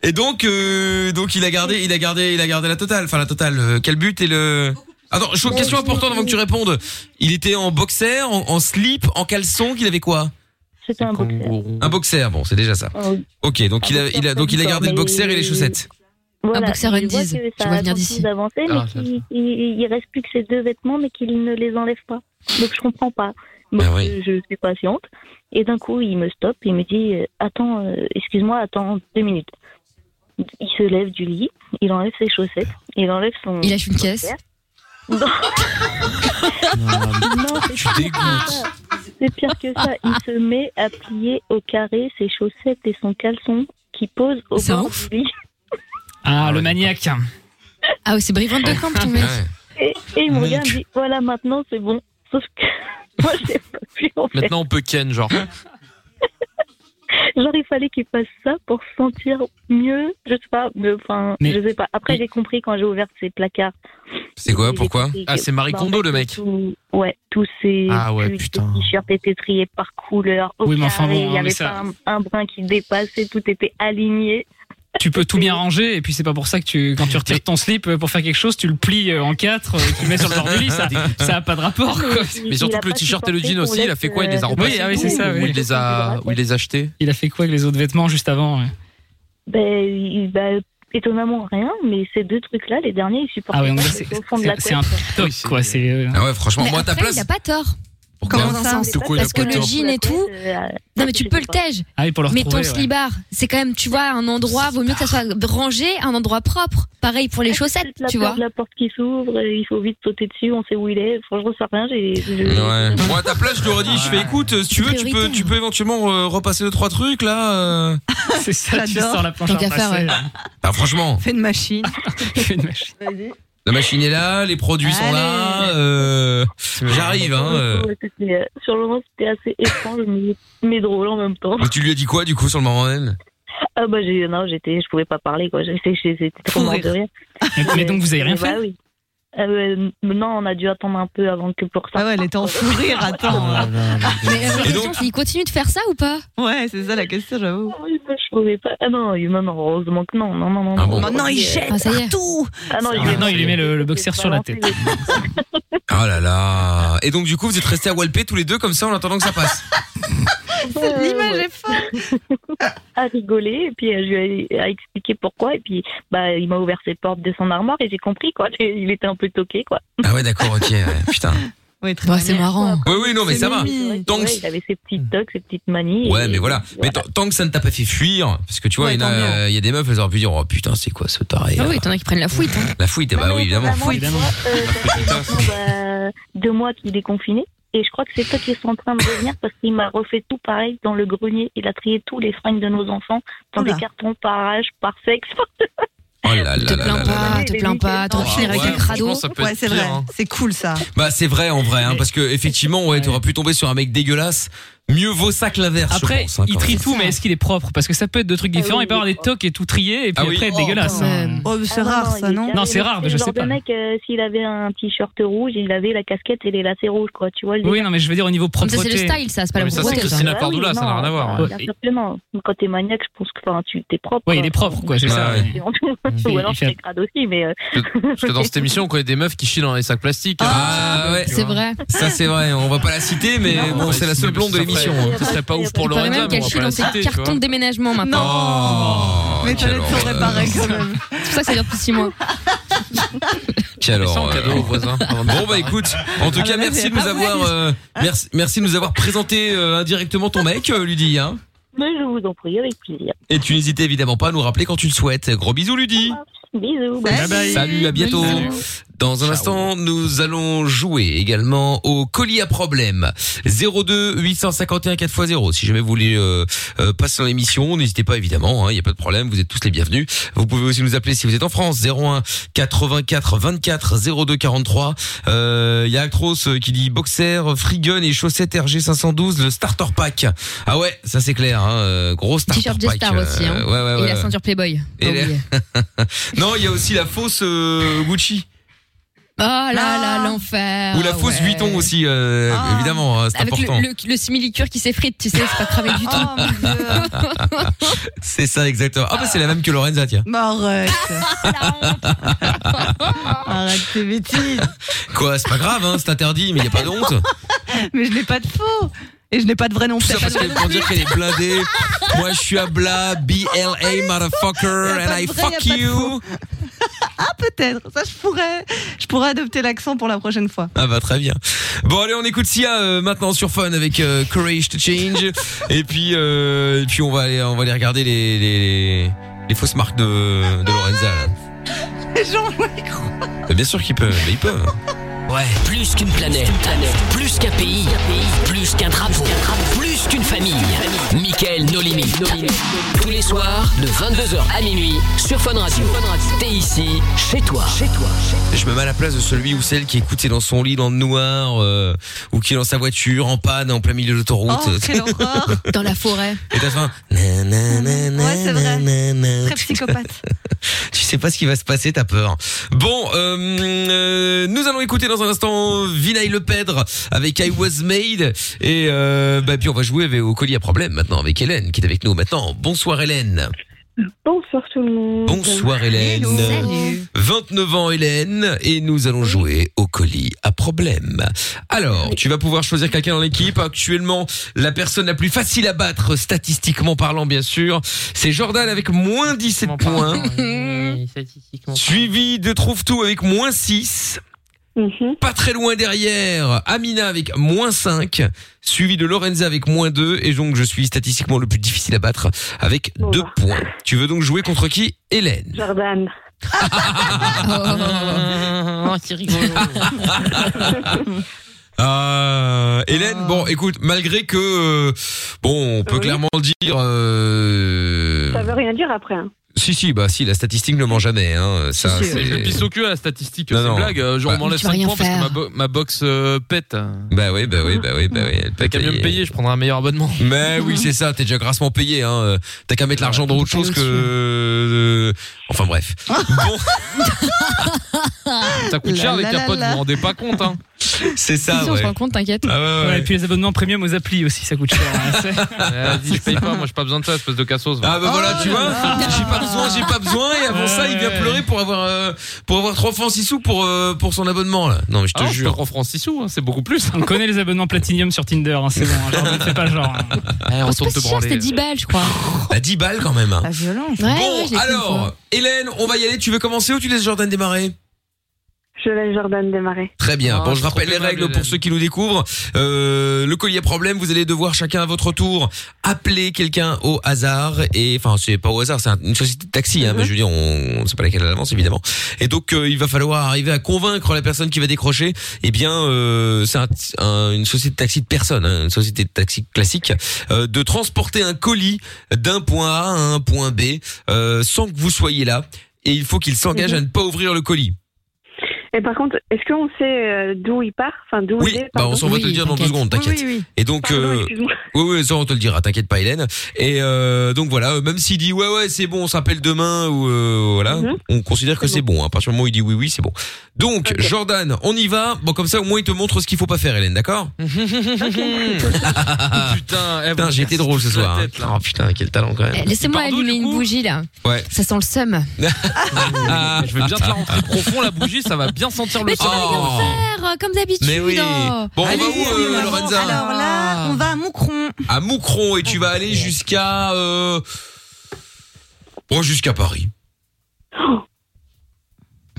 [SPEAKER 2] Et donc, euh, donc il a gardé, il a gardé, il a gardé la totale. Enfin, la totale. Euh, Quel but et le. Attends, je- question importante avant que tu répondes. Il était en boxer, en, en slip, en caleçon. Qu'il avait quoi
[SPEAKER 11] C'était un
[SPEAKER 2] boxer. Un boxer. Bon, c'est déjà ça.
[SPEAKER 11] euh,
[SPEAKER 2] Ok, donc il a, il a, donc il a gardé le boxer et les chaussettes.
[SPEAKER 11] Voilà,
[SPEAKER 3] boxer
[SPEAKER 11] il voit
[SPEAKER 3] undies.
[SPEAKER 11] que
[SPEAKER 3] Tu
[SPEAKER 11] ça
[SPEAKER 3] vas
[SPEAKER 11] a
[SPEAKER 3] venir
[SPEAKER 11] tenté
[SPEAKER 3] d'ici.
[SPEAKER 11] d'avancer,
[SPEAKER 2] Ah,
[SPEAKER 11] mais
[SPEAKER 2] ça,
[SPEAKER 11] qu'il- il, il reste plus que ces deux vêtements, mais qu'il ne les enlève pas. Donc je comprends pas. Donc,
[SPEAKER 2] Ah oui.
[SPEAKER 11] euh, je suis patiente. Et d'un coup, il me stoppe, il me dit euh, Attends, euh, excuse-moi, attends deux minutes. Il se lève du lit, il enlève ses chaussettes, il enlève son.
[SPEAKER 3] Il lâche une caisse.
[SPEAKER 11] Non, non, c'est pire que ça. C'est pire que ça. Il se met à plier au carré ses chaussettes et son caleçon qui pose au
[SPEAKER 9] C'est un
[SPEAKER 11] bord
[SPEAKER 9] ouf.
[SPEAKER 11] du lit.
[SPEAKER 9] Ah, le maniaque.
[SPEAKER 3] Ah oui, c'est Brivante de Camp, ton mec.
[SPEAKER 2] Ah,
[SPEAKER 11] Et, et il me
[SPEAKER 5] Mon
[SPEAKER 11] regarde et
[SPEAKER 5] cul.
[SPEAKER 11] me dit voilà maintenant c'est bon. Sauf que moi j'ai pas pu en fait.
[SPEAKER 5] Maintenant, on peut ken, genre.
[SPEAKER 2] Ah,
[SPEAKER 11] Genre il fallait qu'il fasse ça pour se sentir mieux. Je sais pas, mais enfin
[SPEAKER 5] Mais-
[SPEAKER 11] je sais pas. Après j'ai compris quand j'ai ouvert ces placards.
[SPEAKER 2] C'est quoi Pourquoi
[SPEAKER 11] Et
[SPEAKER 5] Ah,
[SPEAKER 11] que-
[SPEAKER 5] c'est Marie
[SPEAKER 11] bah, en
[SPEAKER 5] Kondo,
[SPEAKER 11] fait,
[SPEAKER 5] le mec.
[SPEAKER 11] tout- ouais, tous ces
[SPEAKER 5] Ah ouais,
[SPEAKER 11] ces t-shirts étaient triés par couleur. Au
[SPEAKER 9] Oui, mais enfin
[SPEAKER 11] carré,
[SPEAKER 9] bon,
[SPEAKER 11] il
[SPEAKER 9] hein,
[SPEAKER 11] n'y
[SPEAKER 9] mais
[SPEAKER 11] avait
[SPEAKER 9] ça-
[SPEAKER 11] pas un, un brin qui dépassait, tout était aligné.
[SPEAKER 9] Tu peux tout bien ranger, et puis c'est pas pour ça que tu, quand tu retires ton slip pour faire quelque chose, tu le plies euh, en quatre, euh, tu le mets sur le bord du lit, ça, ça a pas de rapport, quoi.
[SPEAKER 5] Mais surtout que le t-shirt et le jean aussi, il a fait quoi Il
[SPEAKER 11] euh,
[SPEAKER 5] les a remplacés
[SPEAKER 9] Oui, ah oui, c'est ça,
[SPEAKER 5] Ou
[SPEAKER 9] oui.
[SPEAKER 5] il les a, ou il les a achetés
[SPEAKER 9] Il a fait quoi avec les autres vêtements juste avant ouais.
[SPEAKER 11] Ben, il- ben, étonnamment rien, mais ces deux trucs-là, les derniers, ils supportent
[SPEAKER 9] Ah ouais, donc là,
[SPEAKER 11] pas,
[SPEAKER 9] c'est-
[SPEAKER 11] au fond de la
[SPEAKER 9] c'est- c'est un
[SPEAKER 11] tête.
[SPEAKER 9] toc, quoi. C'est. euh,
[SPEAKER 2] Ah ouais, franchement,
[SPEAKER 3] Mais
[SPEAKER 2] moi, à ta
[SPEAKER 3] après,
[SPEAKER 2] place.
[SPEAKER 3] Il a pas tort. Comment
[SPEAKER 9] Pourquoi
[SPEAKER 3] ça
[SPEAKER 9] C'est quoi la
[SPEAKER 3] Parce que le
[SPEAKER 9] poteur
[SPEAKER 3] jean et tout. Non mais tu peux le tège.
[SPEAKER 9] Ah oui, pour le
[SPEAKER 3] mais ton
[SPEAKER 9] retrouver, ouais.
[SPEAKER 3] slibard, c'est quand même, tu vois, un endroit, vaut mieux que ça soit rangé, un endroit propre. Pareil pour les chaussettes,
[SPEAKER 11] La
[SPEAKER 3] tu
[SPEAKER 11] peur
[SPEAKER 3] vois.
[SPEAKER 11] de la porte qui s'ouvre, et il faut vite sauter dessus, on sait où il est. Franchement, ça rien. j'ai- j'ai-
[SPEAKER 2] Ouais. Moi, à ta place, je lui aurais dit, je fais écoute, euh, si tu veux, tu peux, tu peux éventuellement euh, repasser deux trois trucs là. euh.
[SPEAKER 9] C'est ça, tu
[SPEAKER 4] J'adore.
[SPEAKER 9] sors la planche
[SPEAKER 4] Tant
[SPEAKER 9] à
[SPEAKER 4] qu'à faire,
[SPEAKER 9] repasser.
[SPEAKER 4] ouais.
[SPEAKER 2] Bah, franchement,
[SPEAKER 4] Fais une machine.
[SPEAKER 9] Fais une machine.
[SPEAKER 4] Vas-y.
[SPEAKER 2] la machine est là, les produits sont là. euh, J'arrive, hein. euh.
[SPEAKER 11] C'était, euh, Sur le moment, c'était assez étrange, mais, mais drôle en même temps.
[SPEAKER 2] Mais tu lui as dit quoi du coup sur le moment même
[SPEAKER 11] Ah bah j'ai non, j'étais, je pouvais pas parler quoi. J'étais, j'étais trop mort de rire.
[SPEAKER 9] Mais donc vous avez rien
[SPEAKER 11] Mais
[SPEAKER 9] fait
[SPEAKER 11] bah oui. Euh, non, on a dû attendre un peu avant que pour ça. Ah ouais, elle était en fou rire,
[SPEAKER 13] Ah,
[SPEAKER 11] attends.
[SPEAKER 3] Mais la vraie question, c'est il continue de faire ça ou pas
[SPEAKER 11] Ouais, c'est ça la question, j'avoue. je pouvais pas. Ah non, non, non, heureusement que non, non, non, non. non.
[SPEAKER 4] Maintenant, il jette
[SPEAKER 3] Ah, ça y est.
[SPEAKER 4] partout.
[SPEAKER 11] Ah non, il
[SPEAKER 9] Ah, non, il lui met le, le boxer sur la tête.
[SPEAKER 2] Oh là là Et donc du coup vous êtes restés à Walpé tous les deux comme ça en attendant que ça passe
[SPEAKER 4] L'image est folle.
[SPEAKER 11] à rigoler et puis euh, je lui ai à expliqué pourquoi et puis bah il m'a ouvert ses portes de son armoire et j'ai compris quoi. Il était un peu toqué quoi.
[SPEAKER 2] Ah ouais d'accord ok ouais. putain
[SPEAKER 4] Oui,
[SPEAKER 3] c'est marrant.
[SPEAKER 2] Oui oui non mais
[SPEAKER 11] C'est
[SPEAKER 2] ça va
[SPEAKER 11] mimi.
[SPEAKER 2] Tant que-
[SPEAKER 11] Ouais, il avait ses petites tocs, ses petites manies.
[SPEAKER 2] Ouais
[SPEAKER 11] et-
[SPEAKER 2] mais voilà Mais tant- tant que ça ne t'a pas fait fuir Parce que tu vois
[SPEAKER 11] Ouais,
[SPEAKER 2] il y, en a,
[SPEAKER 11] tant mieux.
[SPEAKER 2] euh, il y a des meufs elles auraient pu dire Oh putain c'est quoi ce taré
[SPEAKER 3] Ah
[SPEAKER 2] là
[SPEAKER 3] oui, t'en as qui prennent la hein. fouille.
[SPEAKER 2] La fouille bah oui évidemment
[SPEAKER 11] Vraiment, toi, euh, ça fait maintenant, bah, deux mois qu'il est confiné et je crois que c'est toi qui sont en train de revenir parce qu'il m'a refait tout pareil dans le grenier. Il a trié tous les fringues de nos enfants dans
[SPEAKER 4] Oula.
[SPEAKER 11] des cartons par âge, par sexe.
[SPEAKER 2] Oh là là là là là là.
[SPEAKER 3] Ah, te plains pas, t'en finir avec
[SPEAKER 2] ouais,
[SPEAKER 3] un crado.
[SPEAKER 2] franchement, ça peut
[SPEAKER 4] Ouais,
[SPEAKER 2] être
[SPEAKER 4] c'est
[SPEAKER 2] pire,
[SPEAKER 4] vrai.
[SPEAKER 2] hein.
[SPEAKER 4] C'est cool ça.
[SPEAKER 2] Bah c'est vrai en vrai hein, Parce que effectivement ouais, t'aurais pu tomber sur un mec dégueulasse Mieux vaut ça que l'inverse je
[SPEAKER 9] Après,
[SPEAKER 2] pense, hein,
[SPEAKER 9] il
[SPEAKER 2] quand
[SPEAKER 9] trie
[SPEAKER 2] même.
[SPEAKER 9] tout, mais est-ce qu'il est propre Parce que ça peut être deux trucs différents. Il peut avoir des tocs et tout trier, et puis
[SPEAKER 2] Ah oui.
[SPEAKER 9] après être dégueulasse. hein.
[SPEAKER 4] Oh, mais c'est
[SPEAKER 11] Ah non,
[SPEAKER 4] rare
[SPEAKER 11] il
[SPEAKER 4] ça,
[SPEAKER 11] est
[SPEAKER 4] non
[SPEAKER 11] carré,
[SPEAKER 9] c'est
[SPEAKER 11] le-
[SPEAKER 9] rare, mais
[SPEAKER 11] le
[SPEAKER 9] je
[SPEAKER 11] genre
[SPEAKER 9] sais
[SPEAKER 11] de
[SPEAKER 9] pas.
[SPEAKER 11] mec, euh, s'il avait un t-shirt rouge, il avait la casquette et les lacets rouges, quoi. Tu vois, le
[SPEAKER 9] Oui,
[SPEAKER 11] délire.
[SPEAKER 9] non, mais je veux dire au niveau
[SPEAKER 3] Comme ça,
[SPEAKER 9] propreté.
[SPEAKER 3] c'est le style, ça, c'est pas
[SPEAKER 9] Ouais,
[SPEAKER 3] la
[SPEAKER 9] mais ça, c'est
[SPEAKER 3] propreté.
[SPEAKER 9] Christina
[SPEAKER 11] Bah oui,
[SPEAKER 9] Cordula, ça n'a rien à voir.
[SPEAKER 11] bah,
[SPEAKER 9] Ouais.
[SPEAKER 11] bien sûr que non. Quand t'es maniaque, je pense que enfin, tu t'es propre.
[SPEAKER 9] Ouais, il est propre, quoi, c'est ça.
[SPEAKER 5] Ouais, ouais.
[SPEAKER 9] ouais.
[SPEAKER 11] Ou
[SPEAKER 9] Il-
[SPEAKER 11] alors
[SPEAKER 9] il fait-
[SPEAKER 11] t'es crade aussi, mais euh,
[SPEAKER 5] Parce que dans cette émission, on connaît des meufs qui chient dans les sacs plastiques. hein.
[SPEAKER 2] Ah ouais
[SPEAKER 3] C'est vrai.
[SPEAKER 2] Ça c'est vrai On va pas la citer mais
[SPEAKER 5] Non,
[SPEAKER 2] bon
[SPEAKER 5] ouais,
[SPEAKER 2] c'est la
[SPEAKER 5] si,
[SPEAKER 2] seule
[SPEAKER 5] mais
[SPEAKER 2] blonde de
[SPEAKER 5] ça
[SPEAKER 2] l'émission
[SPEAKER 5] ferait-
[SPEAKER 2] hein.
[SPEAKER 5] Ce serait pas ouf pour
[SPEAKER 3] Il paraît
[SPEAKER 5] Lorenza,
[SPEAKER 3] même
[SPEAKER 5] mais on
[SPEAKER 3] qu'elle
[SPEAKER 5] va
[SPEAKER 3] chie
[SPEAKER 5] pas
[SPEAKER 3] dans
[SPEAKER 5] la
[SPEAKER 3] ses
[SPEAKER 5] citer. tu vois.
[SPEAKER 3] cartons de déménagement maintenant.
[SPEAKER 2] Oh
[SPEAKER 4] Mais
[SPEAKER 2] quelle
[SPEAKER 4] fallait te
[SPEAKER 2] horreur.
[SPEAKER 4] réparer quand même.
[SPEAKER 3] C'est pour ça que ça dure plus 6 mois.
[SPEAKER 2] Quelle
[SPEAKER 5] Fais ça en
[SPEAKER 2] horreur.
[SPEAKER 5] cadeau aux voisins.
[SPEAKER 2] Bon bah écoute, en tout
[SPEAKER 4] Ah,
[SPEAKER 2] cas
[SPEAKER 4] bah, là,
[SPEAKER 2] merci
[SPEAKER 4] c'est-
[SPEAKER 2] de nous
[SPEAKER 4] Ah,
[SPEAKER 2] avoir
[SPEAKER 4] ouais.
[SPEAKER 2] euh, merci merci de nous avoir présenté euh, indirectement ton mec euh, Ludie hein.
[SPEAKER 11] mais je vous en prie avec plaisir.
[SPEAKER 2] Et tu n'hésites évidemment pas à nous rappeler quand tu le souhaites. Gros bisous Ludie.
[SPEAKER 11] Bisous. bye.
[SPEAKER 4] Salut.
[SPEAKER 2] Salut, à bientôt. Dans un instant, nous allons jouer également au colis à problème 02 851 4x0. Si jamais vous voulez euh, euh, passer dans l'émission, n'hésitez pas évidemment, hein, il n'y a pas de problème, vous êtes tous les bienvenus. Vous pouvez aussi nous appeler si vous êtes en France 01 84 24 02 43. Euh, Il y a Actros euh, qui dit boxer, free gun et chaussettes RG 512, le starter pack. Ah ouais, ça c'est clair, hein, euh, gros starter
[SPEAKER 3] T-shirt
[SPEAKER 2] pack.
[SPEAKER 3] Jester
[SPEAKER 2] euh,
[SPEAKER 3] aussi. hein.
[SPEAKER 2] ouais, ouais,
[SPEAKER 3] Et
[SPEAKER 2] ouais,
[SPEAKER 3] la
[SPEAKER 2] ouais.
[SPEAKER 3] ceinture Playboy. Oh
[SPEAKER 2] Et
[SPEAKER 4] Ah
[SPEAKER 3] Pas
[SPEAKER 2] la-
[SPEAKER 3] oublié.
[SPEAKER 2] Non, il y a aussi la fausse euh, Gucci.
[SPEAKER 3] Oh là là,
[SPEAKER 4] Ah.
[SPEAKER 3] l'enfer.
[SPEAKER 2] Ou la fausse
[SPEAKER 3] ouais.
[SPEAKER 2] Vuitton aussi, euh,
[SPEAKER 4] Ah.
[SPEAKER 2] évidemment, hein, c'est
[SPEAKER 3] Avec
[SPEAKER 2] important.
[SPEAKER 3] le, le, le simili-cuir qui s'effrite, tu sais, c'est pas cramé du
[SPEAKER 4] Oh
[SPEAKER 3] tout.
[SPEAKER 4] mon dieu.
[SPEAKER 2] C'est ça exactement. Ah bah c'est la même que Lorenza, tiens.
[SPEAKER 4] Mais
[SPEAKER 8] Ah,
[SPEAKER 4] arrête. euh, Arrête tes bêtises.
[SPEAKER 2] Quoi, c'est pas grave, hein, c'est interdit, mais il y a pas de honte.
[SPEAKER 4] Mais je n'ai pas de faux. Et je n'ai pas de vrai nom.
[SPEAKER 2] Tout ça
[SPEAKER 4] T'as pas
[SPEAKER 2] parce
[SPEAKER 4] de
[SPEAKER 2] qu'elle
[SPEAKER 4] vrai
[SPEAKER 2] pour dire qu'elle est blindée. Moi je suis à bla, BLA motherfucker,
[SPEAKER 4] Ah Y a pas
[SPEAKER 2] and
[SPEAKER 4] de vrai, y
[SPEAKER 2] I
[SPEAKER 4] a
[SPEAKER 2] fuck
[SPEAKER 4] pas de
[SPEAKER 2] you.
[SPEAKER 4] faux. Ah, peut-être. Ça, je pourrais, je pourrais adopter l'accent pour la prochaine fois.
[SPEAKER 2] Ah bah très bien. Bon allez, on écoute Sia euh, maintenant sur Fun avec euh, Courage to Change. et puis euh, et puis on va aller on va aller regarder les les, les fausses marques de de Lorenza. là.
[SPEAKER 4] Les gens, ils croient.
[SPEAKER 2] Bah, Bien sûr qu'ils peuvent, mais hein. ils peuvent.
[SPEAKER 1] Ouais. Plus qu'une planète, plus qu'un pays, plus qu'un drapeau, plus qu'une famille. Michael No Limites. Tous les soirs, de 22h à minuit, sur Fun Radio. T'es ici, chez toi. Chez toi.
[SPEAKER 2] Je me mets à la place de celui ou celle qui écoute c'est dans son lit dans le noir euh, ou qui est dans sa voiture en panne en plein milieu de l'autoroute.
[SPEAKER 4] Oh, quelle horreur.
[SPEAKER 3] Dans la forêt.
[SPEAKER 2] Et t'as faim. Na, na, na, na,
[SPEAKER 4] Ouais, c'est vrai.
[SPEAKER 2] na, na.
[SPEAKER 4] Très psychopathe.
[SPEAKER 2] Tu sais pas ce qui va se passer, t'as peur. Bon, euh, euh, nous allons écouter dans un instant Vinay Lepèdre avec I Was Made et euh, bah puis on va jouer avec- au colis à problème maintenant avec Hélène qui est avec nous maintenant. Bonsoir Hélène.
[SPEAKER 12] Bonsoir tout le monde.
[SPEAKER 2] Bonsoir Hélène.
[SPEAKER 4] Hello.
[SPEAKER 2] 29 ans Hélène et nous allons jouer au colis à problème. Alors, tu vas pouvoir choisir quelqu'un dans l'équipe. Actuellement, la personne la plus facile à battre, statistiquement parlant bien sûr, c'est Jordan avec moins 17 points,
[SPEAKER 5] Statistiquement parlant, oui, statistiquement
[SPEAKER 2] suivi de Trouve-Tout avec moins 6. Pas très loin derrière, Amina avec moins 5, suivi de Lorenza avec moins 2, et donc je suis statistiquement le plus difficile à battre avec 2 points. Tu veux donc jouer contre qui Hélène.
[SPEAKER 12] Jordan.
[SPEAKER 14] c'est rigolo.
[SPEAKER 2] Euh, Hélène,
[SPEAKER 5] Ah.
[SPEAKER 2] bon, écoute, malgré que, euh, bon, on peut clairement dire... euh,
[SPEAKER 12] Ça veut rien dire après. hein.
[SPEAKER 2] Si, si, bah si, la statistique ne ment jamais. Hein. Ça,
[SPEAKER 5] Si, si,
[SPEAKER 2] c'est-
[SPEAKER 5] mais je le pisse au cul à la statistique,
[SPEAKER 2] Non,
[SPEAKER 5] c'est
[SPEAKER 2] non.
[SPEAKER 5] une blague. euh, Genre,
[SPEAKER 2] Bah,
[SPEAKER 5] on m'enlève
[SPEAKER 2] tu vas
[SPEAKER 5] 5
[SPEAKER 2] rien
[SPEAKER 5] points parce que
[SPEAKER 2] faire.
[SPEAKER 5] ma, bo- ma box euh, pète.
[SPEAKER 2] Bah oui, bah oui, bah oui, bah oui.
[SPEAKER 5] T'as qu'à mieux me payer, je prendrai un meilleur abonnement. Bah,
[SPEAKER 2] Mais oui, c'est ça, t'es déjà grassement payé. Hein. euh, T'as qu'à mettre l'argent dans autre chose que... euh, Enfin bref.
[SPEAKER 5] Ça coûte
[SPEAKER 9] La
[SPEAKER 5] cher avec
[SPEAKER 9] la
[SPEAKER 5] ta
[SPEAKER 9] la
[SPEAKER 5] pote, vous
[SPEAKER 9] la.
[SPEAKER 5] vous rendez pas compte. Hein.
[SPEAKER 2] C'est ça,
[SPEAKER 9] Si, on se
[SPEAKER 2] ouais.
[SPEAKER 9] rend compte, t'inquiète.
[SPEAKER 2] Ah ouais, ouais.
[SPEAKER 9] Et puis les abonnements premium aux applis aussi, ça coûte cher. hein, c'est-
[SPEAKER 5] Vas-y, je paye pas, moi j'ai pas besoin de toi, espèce de cassos.
[SPEAKER 2] Ah bah voilà, tu vois, j'ai pas besoin, j'ai pas besoin. Et avant ça, il vient pleurer pour avoir euh, pour avoir 3 francs 6 sous pour euh, pour son abonnement là. Non mais je te
[SPEAKER 5] Ah,
[SPEAKER 2] jure.
[SPEAKER 5] 3 francs 6 sous, c'est beaucoup plus.
[SPEAKER 9] On connaît les abonnements platinium sur Tinder, hein, c'est bon, hein, genre, ne fais pas genre. hein.
[SPEAKER 5] on
[SPEAKER 3] C'est pas si cher, c'était 10 balles, je crois.
[SPEAKER 2] Bah 10 balles quand même. hein.
[SPEAKER 3] violent. Ah, Ouais,
[SPEAKER 2] Bon,
[SPEAKER 3] ouais, je l'ai fait une
[SPEAKER 2] alors,
[SPEAKER 3] fois.
[SPEAKER 2] Hélène, on va y aller. Tu veux commencer ou tu laisses Jordan démarrer
[SPEAKER 12] Je laisse Jordan démarrer.
[SPEAKER 2] Très bien.
[SPEAKER 12] Ah,
[SPEAKER 2] bon,
[SPEAKER 12] c'est
[SPEAKER 2] je rappelle les règles pour ceux qui nous découvrent. Euh, le collier à problème, vous allez devoir chacun à votre tour appeler quelqu'un au hasard. Et enfin, c'est pas au hasard, c'est un- une société de taxi. Hein, mais je veux dire, on, on sait pas laquelle elle avance évidemment. Et donc, euh, il va falloir arriver à convaincre la personne qui va décrocher. Eh bien, euh, c'est un- un- une société de taxi de personnes, hein, une société de taxi classique, euh, de transporter un colis d'un point A à un point B euh, sans que vous soyez là. Et il faut qu'il s'engage à ne pas ouvrir le colis.
[SPEAKER 12] Et par contre, est-ce qu'on sait euh, d'où il part Enfin, d'où il est
[SPEAKER 2] Bah,
[SPEAKER 5] Ah,
[SPEAKER 12] pardon
[SPEAKER 2] on s'en va te le dire dans deux secondes, t'inquiète.
[SPEAKER 12] Oui, oui, oui.
[SPEAKER 2] Et donc, euh, oui, oui, ça on te le dira, t'inquiète pas, Hélène. Et euh, donc voilà, euh, même s'il dit ouais, ouais, c'est bon, on s'appelle demain ou euh, voilà,
[SPEAKER 5] Mhm.
[SPEAKER 2] on considère que c'est bon. hein. À partir du moment où il dit oui, oui, c'est bon. Donc, Jordan, on y va. Bon, comme ça, au moins, il te montre ce qu'il faut pas faire, Hélène, d'accord
[SPEAKER 9] Hmm.
[SPEAKER 5] Oh, Putain, eh,
[SPEAKER 2] putain, j'ai été drôle ce soir. hein. Oh putain, quel talent quand
[SPEAKER 3] Eh,
[SPEAKER 2] même.
[SPEAKER 3] Laissez-moi allumer une bougie là.
[SPEAKER 2] Ouais.
[SPEAKER 3] Ça sent le seum.
[SPEAKER 5] Je vais bien te la rentrer profond, la bougie, ça va bien sentir
[SPEAKER 2] Oh.
[SPEAKER 5] le
[SPEAKER 3] Mais tu vas
[SPEAKER 5] sang.
[SPEAKER 3] Faire, euh, comme d'habitude.
[SPEAKER 5] Mais oui.
[SPEAKER 3] oh.
[SPEAKER 2] Ah. Bon, on
[SPEAKER 5] Allez,
[SPEAKER 2] va où, euh, Lorenza
[SPEAKER 4] Alors là, on va à Moucron.
[SPEAKER 2] À Moucron et tu vas aller jusqu'à euh... bon, jusqu'à Paris.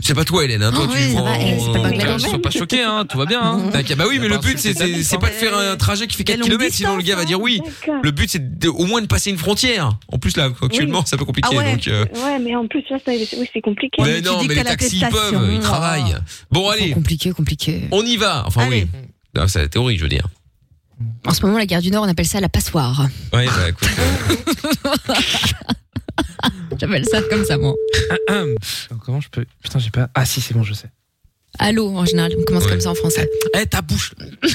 [SPEAKER 2] C'est pas toi, Hélène. Hein. Toi,
[SPEAKER 5] Oh
[SPEAKER 2] tu
[SPEAKER 5] oui, ça
[SPEAKER 2] vends-
[SPEAKER 5] va, Hélène, c'est pas grave.
[SPEAKER 2] Sois
[SPEAKER 5] Sois pas choqué, hein, tout va bien. hein.
[SPEAKER 2] T'inquiète, bah oui, mais le
[SPEAKER 5] Attention,
[SPEAKER 2] but, c'est- c'est c'est pas de faire un trajet qui fait 4
[SPEAKER 5] longue
[SPEAKER 2] km, sinon le gars va dire oui. Le but, c'est de- au moins de passer une frontière. En plus, là, actuellement,
[SPEAKER 12] Oui.
[SPEAKER 2] c'est un peu compliqué.
[SPEAKER 12] Ah ouais.
[SPEAKER 2] donc, euh,
[SPEAKER 12] Ouais, mais en plus, là, ça, oui, c'est compliqué.
[SPEAKER 2] mais non, mais les taxis, ils peuvent,
[SPEAKER 12] Oh.
[SPEAKER 2] ils travaillent. Bon, allez.
[SPEAKER 3] Compliqué, compliqué.
[SPEAKER 2] On y va. Enfin, oui. Non, C'est la théorie, je veux dire.
[SPEAKER 3] En ce moment, la gare du Nord, on appelle ça la passoire.
[SPEAKER 2] Ouais, bah écoute.
[SPEAKER 3] J'appelle ça comme ça, moi.
[SPEAKER 5] Comment je peux. Putain, j'ai pas. Ah si, c'est bon, je sais.
[SPEAKER 3] Allô, en général, on commence comme ça en français.
[SPEAKER 2] Eh, ta bouche
[SPEAKER 8] Euh,